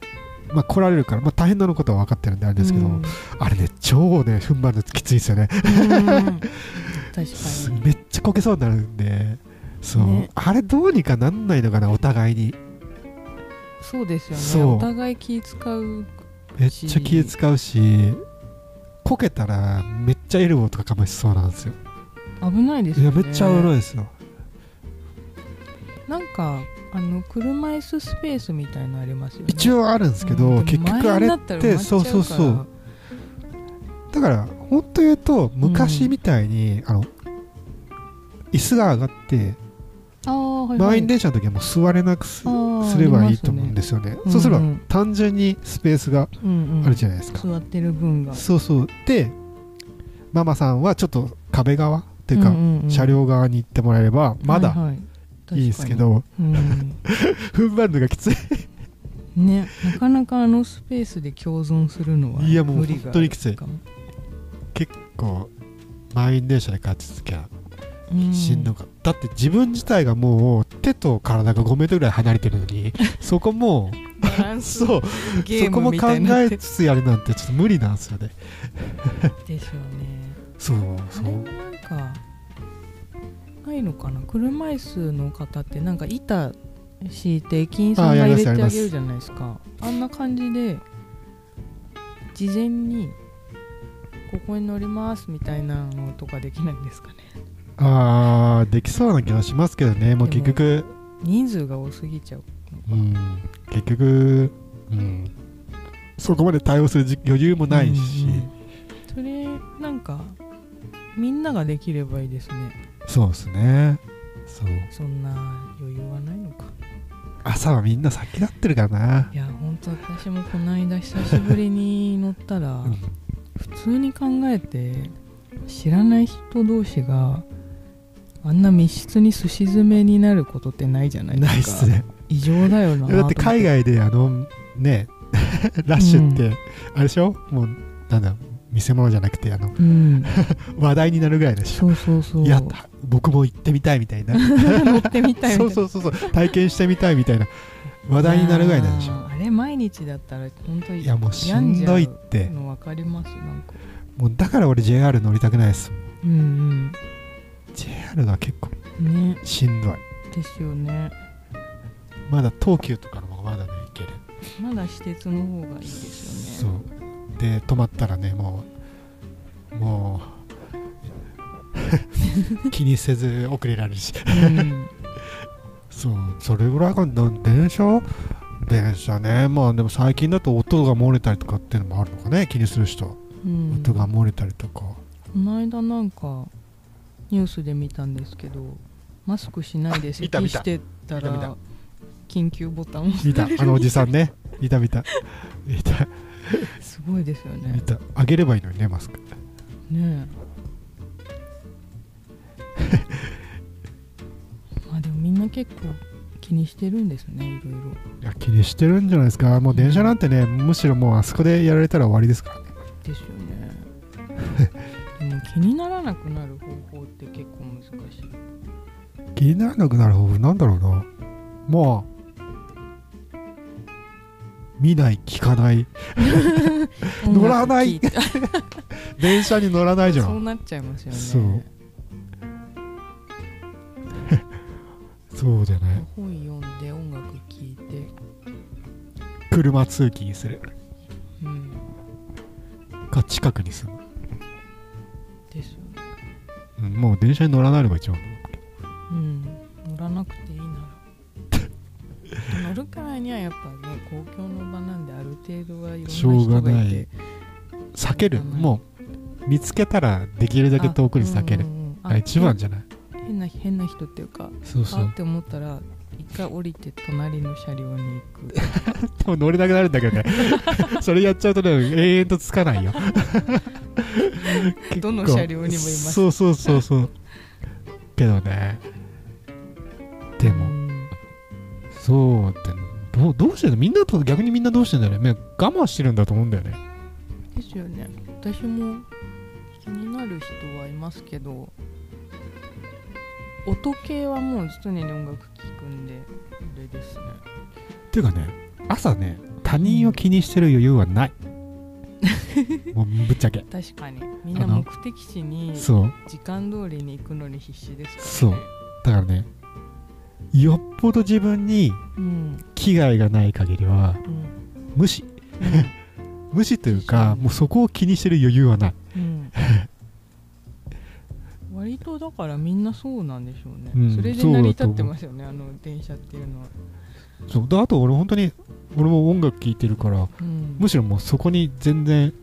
[SPEAKER 1] まあ、来られるから、まあ、大変なのことは分かってるんであれですけど、
[SPEAKER 2] うん
[SPEAKER 1] あれね超ね踏ん張るのきついですよね
[SPEAKER 2] うん確か
[SPEAKER 1] す
[SPEAKER 2] に
[SPEAKER 1] めっちゃこけそうになるんでそう、
[SPEAKER 2] ね
[SPEAKER 1] あれどうにかなんないのかなお互いに
[SPEAKER 2] そうです
[SPEAKER 1] そ
[SPEAKER 2] よね
[SPEAKER 1] う
[SPEAKER 2] お互い気使う
[SPEAKER 1] めっちゃ気使うしこけたらめっちゃエルボーとかかましそうなんですよ
[SPEAKER 2] 危ないです
[SPEAKER 1] い
[SPEAKER 2] よ
[SPEAKER 1] や
[SPEAKER 2] ね
[SPEAKER 1] めっちゃ危ないですよ
[SPEAKER 2] なんかあの車椅子スペースみたいのありますよね
[SPEAKER 1] 一応あるんですけど、
[SPEAKER 2] うん
[SPEAKER 1] 結局あれだ
[SPEAKER 2] 前になら埋まっちゃ
[SPEAKER 1] そうそうそうから本当言うと昔みたいに、あの椅子が上がって
[SPEAKER 2] ああはいはい
[SPEAKER 1] 満員電車の時はもう座れなくす
[SPEAKER 2] あー
[SPEAKER 1] すればいいと
[SPEAKER 2] あり
[SPEAKER 1] 思
[SPEAKER 2] ますね
[SPEAKER 1] うんですよね
[SPEAKER 2] うん
[SPEAKER 1] そうすれば単純にスペースが
[SPEAKER 2] うんうん
[SPEAKER 1] あるじゃないですか、
[SPEAKER 2] 座ってる分が
[SPEAKER 1] そうそうでママさんはちょっと壁側っていうか、車両側に行ってもらえればまだいいですけ、ど、
[SPEAKER 2] うんうんはいはい確かに
[SPEAKER 1] 踏ん張るのがきつい
[SPEAKER 2] うんねなかなかあのスペースで共存するのはい
[SPEAKER 1] やもう
[SPEAKER 2] 無理がある
[SPEAKER 1] 本当にきつい
[SPEAKER 2] かも
[SPEAKER 1] こう満員電車で勝ち続きゃ
[SPEAKER 2] うん
[SPEAKER 1] しんどかった、だって自分自体がもう手と体が5メートルぐらい離れてるの にそこも
[SPEAKER 2] バランス
[SPEAKER 1] そう
[SPEAKER 2] ゲ
[SPEAKER 1] そ
[SPEAKER 2] ー
[SPEAKER 1] こも
[SPEAKER 2] ムみ
[SPEAKER 1] 考
[SPEAKER 2] たいになっ
[SPEAKER 1] え
[SPEAKER 2] て
[SPEAKER 1] つつやるなんてちょっと無理なんですよね
[SPEAKER 2] でしょうね
[SPEAKER 1] そう
[SPEAKER 2] あ
[SPEAKER 1] そ
[SPEAKER 2] れ
[SPEAKER 1] う
[SPEAKER 2] もなんかないのかな車椅子の方ってなんか板敷いて駅員さんが
[SPEAKER 1] あやり
[SPEAKER 2] 入
[SPEAKER 1] ます
[SPEAKER 2] れて
[SPEAKER 1] やり
[SPEAKER 2] あ
[SPEAKER 1] ます
[SPEAKER 2] げるじゃないですかあんな感じで事前にここに乗りますみたいなのとかできないんですかね
[SPEAKER 1] あーできそうな気がしますけどねもう
[SPEAKER 2] でも
[SPEAKER 1] 結局
[SPEAKER 2] 人数が多すぎちゃう
[SPEAKER 1] うん結局うんそこまで対応するじ余裕もないし、
[SPEAKER 2] うんうんそれなんかみんなができればいいですね
[SPEAKER 1] そうですねそう
[SPEAKER 2] そんな余裕はないのか
[SPEAKER 1] 朝はみんな先立ってるからない
[SPEAKER 2] や本当私もこの間久しぶりに乗ったら
[SPEAKER 1] ん
[SPEAKER 2] 普通に考えて知らない人同士があんな密室にすし詰めになることってないじゃないですか
[SPEAKER 1] ないっすね
[SPEAKER 2] 異常だよな
[SPEAKER 1] だって海外であのね ラッシュって、あれでしょもうなんだ見せ物じゃなくてあの
[SPEAKER 2] うん
[SPEAKER 1] 話題になるぐらいでしょ
[SPEAKER 2] そうそうそう
[SPEAKER 1] やった僕も行ってみたいみ たいな
[SPEAKER 2] 乗ってみたいみたいな
[SPEAKER 1] そうそうそうそう体験してみたいみたいな話題になるぐらいなんでし
[SPEAKER 2] いや
[SPEAKER 1] ょ
[SPEAKER 2] ーあれ毎日だったら本当に
[SPEAKER 1] いやもうしんどいって
[SPEAKER 2] の分かりますなんか
[SPEAKER 1] もうだから俺 JR 乗りたくないです
[SPEAKER 2] うん
[SPEAKER 1] JR が結構
[SPEAKER 2] うんね
[SPEAKER 1] しんどい
[SPEAKER 2] ですよね
[SPEAKER 1] まだ東急とかの方がまだね行ける
[SPEAKER 2] まだ私鉄の方がいいです
[SPEAKER 1] そ
[SPEAKER 2] よね
[SPEAKER 1] うで止まったらねもうも う気にせず遅れられるし
[SPEAKER 2] うん
[SPEAKER 1] そうそれぐらいかな電車電車ねまあでも最近だと音が漏れたりとかっていうのもあるのかね気にする人、
[SPEAKER 2] うん
[SPEAKER 1] 音が漏れたりとか
[SPEAKER 2] この間なんかニュースで見たんですけどマスクしないで
[SPEAKER 1] あ見た
[SPEAKER 2] 咳
[SPEAKER 1] 見た
[SPEAKER 2] してた
[SPEAKER 1] 見た
[SPEAKER 2] ら
[SPEAKER 1] 見
[SPEAKER 2] 緊急ボタンを押
[SPEAKER 1] 見たあのおじさんね見た見た見た
[SPEAKER 2] すすごいですよ
[SPEAKER 1] 見
[SPEAKER 2] ね
[SPEAKER 1] たあげればいいのにねマスク
[SPEAKER 2] ね えまあでもみんな結構気にしてるんですねいろいろ
[SPEAKER 1] いや気にしてるんじゃないですかもう電車なんてねむしろもうあそこでやられたら終わりですからね
[SPEAKER 2] ですよねでも気にならなくなる方法って結構難しい
[SPEAKER 1] 気にならなくなる方法なんだろうなまあ見ない聞かない 乗らない
[SPEAKER 2] 音楽聴い
[SPEAKER 1] 電車に乗らない
[SPEAKER 2] て
[SPEAKER 1] じゃ
[SPEAKER 2] そうんなっちゃいますよね
[SPEAKER 1] そうそうじゃない
[SPEAKER 2] 本読んで音楽聴いて
[SPEAKER 1] 車通勤する
[SPEAKER 2] うん
[SPEAKER 1] か近くに住む、
[SPEAKER 2] ですよね
[SPEAKER 1] うんもう電車に乗らないのが一番
[SPEAKER 2] うん乗らなくていいなら乗るからにはやっぱね公共の場なんである程度はいろんな
[SPEAKER 1] しょう
[SPEAKER 2] 人
[SPEAKER 1] が
[SPEAKER 2] が
[SPEAKER 1] ないい
[SPEAKER 2] て
[SPEAKER 1] 避ける
[SPEAKER 2] うん
[SPEAKER 1] もう見つけたらできるだけ遠くに避ける
[SPEAKER 2] あうんうんうん
[SPEAKER 1] あ一番じゃない
[SPEAKER 2] あ変な変な人っていうか
[SPEAKER 1] そうそ
[SPEAKER 2] あ
[SPEAKER 1] う
[SPEAKER 2] って思ったら一回降りて隣の車両に行く
[SPEAKER 1] でも乗れなくなるんだ けどねそれやっちゃうとね永遠とつかないよ
[SPEAKER 2] どの車両にもいます
[SPEAKER 1] そうそうそうそうけどねでも
[SPEAKER 2] うん
[SPEAKER 1] そうってどうどうしてんのみんなと逆にみんなどうしてんだろうねね我慢してるんだと思うんだよね
[SPEAKER 2] ですよね私も気になる人はいますけど音系はもう常に音楽聴くんであれですね
[SPEAKER 1] っていうかね朝ね他人を気にしてる余裕はないもうぶっちゃけ
[SPEAKER 2] 確かにみんな
[SPEAKER 1] あの
[SPEAKER 2] 目的地に
[SPEAKER 1] そう
[SPEAKER 2] 時間通りに行くのに必死です
[SPEAKER 1] そ
[SPEAKER 2] か
[SPEAKER 1] うだか
[SPEAKER 2] らね
[SPEAKER 1] らねよっぽど自分に
[SPEAKER 2] うん
[SPEAKER 1] 危害がない限りは
[SPEAKER 2] うん
[SPEAKER 1] 無視無視というかもうそこを気にしてる余裕はない
[SPEAKER 2] うん割とだからみんなそうなんでしょうね、
[SPEAKER 1] うん
[SPEAKER 2] それで成り立ってますよねあの電車っていうのは、
[SPEAKER 1] そうであと俺本当に俺も音楽聴いてるから
[SPEAKER 2] うん、
[SPEAKER 1] むしろもうそこに全然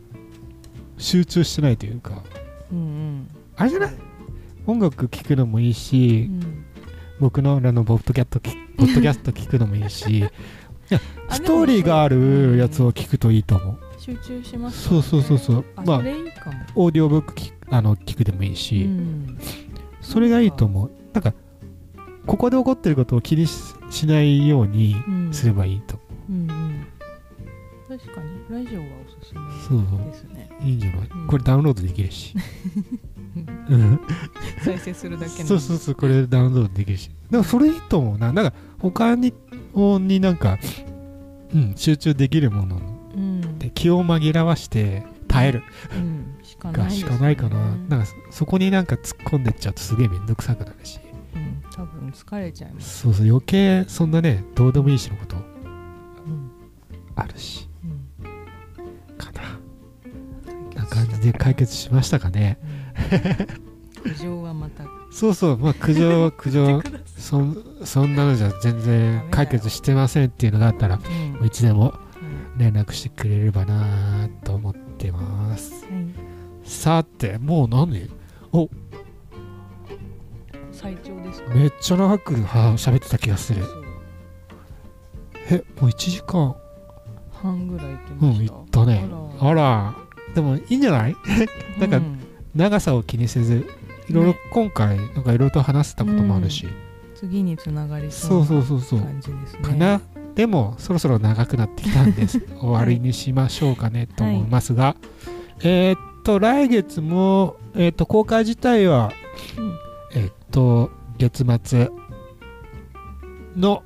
[SPEAKER 1] 集中してないというか
[SPEAKER 2] うん
[SPEAKER 1] あれじゃない音楽聴くのもいいし
[SPEAKER 2] うん
[SPEAKER 1] 僕のあのポッドキャット きポッドキャスト聞くのもいいしいや
[SPEAKER 2] あ
[SPEAKER 1] ストーリーがあるやつを聞くといいと思う
[SPEAKER 2] 集中します
[SPEAKER 1] そうそうそうそう
[SPEAKER 2] あ
[SPEAKER 1] まあ
[SPEAKER 2] それいいかも、
[SPEAKER 1] オーディオブック聞くあの聞くでもいいうし、
[SPEAKER 2] ん、
[SPEAKER 1] それがいいと思うなんかここで起こってることを気にししないように
[SPEAKER 2] うん
[SPEAKER 1] すればいいと、
[SPEAKER 2] うんうん確かにラジオはおすす
[SPEAKER 1] そうそ
[SPEAKER 2] め
[SPEAKER 1] う
[SPEAKER 2] ですね
[SPEAKER 1] いいんじゃない、
[SPEAKER 2] うん
[SPEAKER 1] これダウンロードできる しうん
[SPEAKER 2] 再生するだけの
[SPEAKER 1] そうそうそうこれダウンロードできるしだからそれいいと思うななんか他にになんか、うん、集中できるもの
[SPEAKER 2] うん、
[SPEAKER 1] で気を紛らわして耐える
[SPEAKER 2] うん、しかない
[SPEAKER 1] が
[SPEAKER 2] です
[SPEAKER 1] し
[SPEAKER 2] ね
[SPEAKER 1] かないかな,、
[SPEAKER 2] う
[SPEAKER 1] なんかそそこになんか突っ込んでっちゃうとすげえめんどくさくなるし
[SPEAKER 2] ん、多分疲れちゃいます、
[SPEAKER 1] そうそう余計そんなねどうでもいいしのこと
[SPEAKER 2] うん
[SPEAKER 1] あるし
[SPEAKER 2] うん
[SPEAKER 1] かな
[SPEAKER 2] 解
[SPEAKER 1] な
[SPEAKER 2] 決
[SPEAKER 1] 感じで解決しましたかね
[SPEAKER 2] うん苦情はまた
[SPEAKER 1] そうそうまあ苦情は苦情そんそんなのじゃ全
[SPEAKER 2] ダメだ
[SPEAKER 1] 然
[SPEAKER 2] よ
[SPEAKER 1] 解決してませんっていうのがあったら
[SPEAKER 2] うん、
[SPEAKER 1] いつでも
[SPEAKER 2] うん
[SPEAKER 1] 連絡してくれればなと思ってます
[SPEAKER 2] はい
[SPEAKER 1] さてもう何
[SPEAKER 2] 最長ですか
[SPEAKER 1] めっちゃ長くは喋ってた気がする
[SPEAKER 2] そう
[SPEAKER 1] えもう1時間
[SPEAKER 2] 半ぐらい行き
[SPEAKER 1] うん
[SPEAKER 2] ま
[SPEAKER 1] い
[SPEAKER 2] し、
[SPEAKER 1] ったたね
[SPEAKER 2] あ
[SPEAKER 1] あらでもいいんじゃないな
[SPEAKER 2] ら
[SPEAKER 1] んか
[SPEAKER 2] う
[SPEAKER 1] 長さを気にせずいろいろ
[SPEAKER 2] ね
[SPEAKER 1] 今回なんかいろいろと話せたこともあるし、
[SPEAKER 2] 次につながりそ
[SPEAKER 1] そううそ
[SPEAKER 2] な
[SPEAKER 1] うそうそう
[SPEAKER 2] 感じですね
[SPEAKER 1] かな、でもそろそろ長くなってきたんです 終わりにしましょうかねと思いますが、えーっと来月も、えーっと公開自体は
[SPEAKER 2] うん
[SPEAKER 1] えっと、月末の、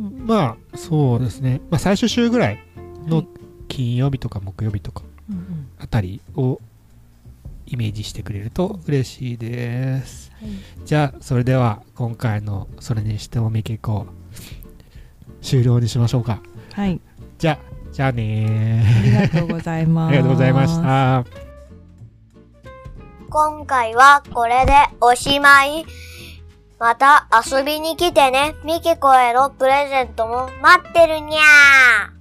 [SPEAKER 2] うん
[SPEAKER 1] まあ、そうですね、まあ、最終週ぐらい、
[SPEAKER 2] は
[SPEAKER 1] の
[SPEAKER 2] い
[SPEAKER 1] 金曜日とか木曜日とか
[SPEAKER 2] うんうん
[SPEAKER 1] あたりをイメージしてくれると嬉しいです。
[SPEAKER 2] はい
[SPEAKER 1] じゃあ、それでは今回のそれにしてもみけこ終了にしましょうか。
[SPEAKER 2] はい、
[SPEAKER 1] じゃあ、じゃあね
[SPEAKER 2] ありがとうございま
[SPEAKER 1] ー。
[SPEAKER 2] す。
[SPEAKER 1] ありがとうございました。
[SPEAKER 3] 今回はこれでおしまい。また遊びに来てね。ミキコへのプレゼントも待ってるにゃー。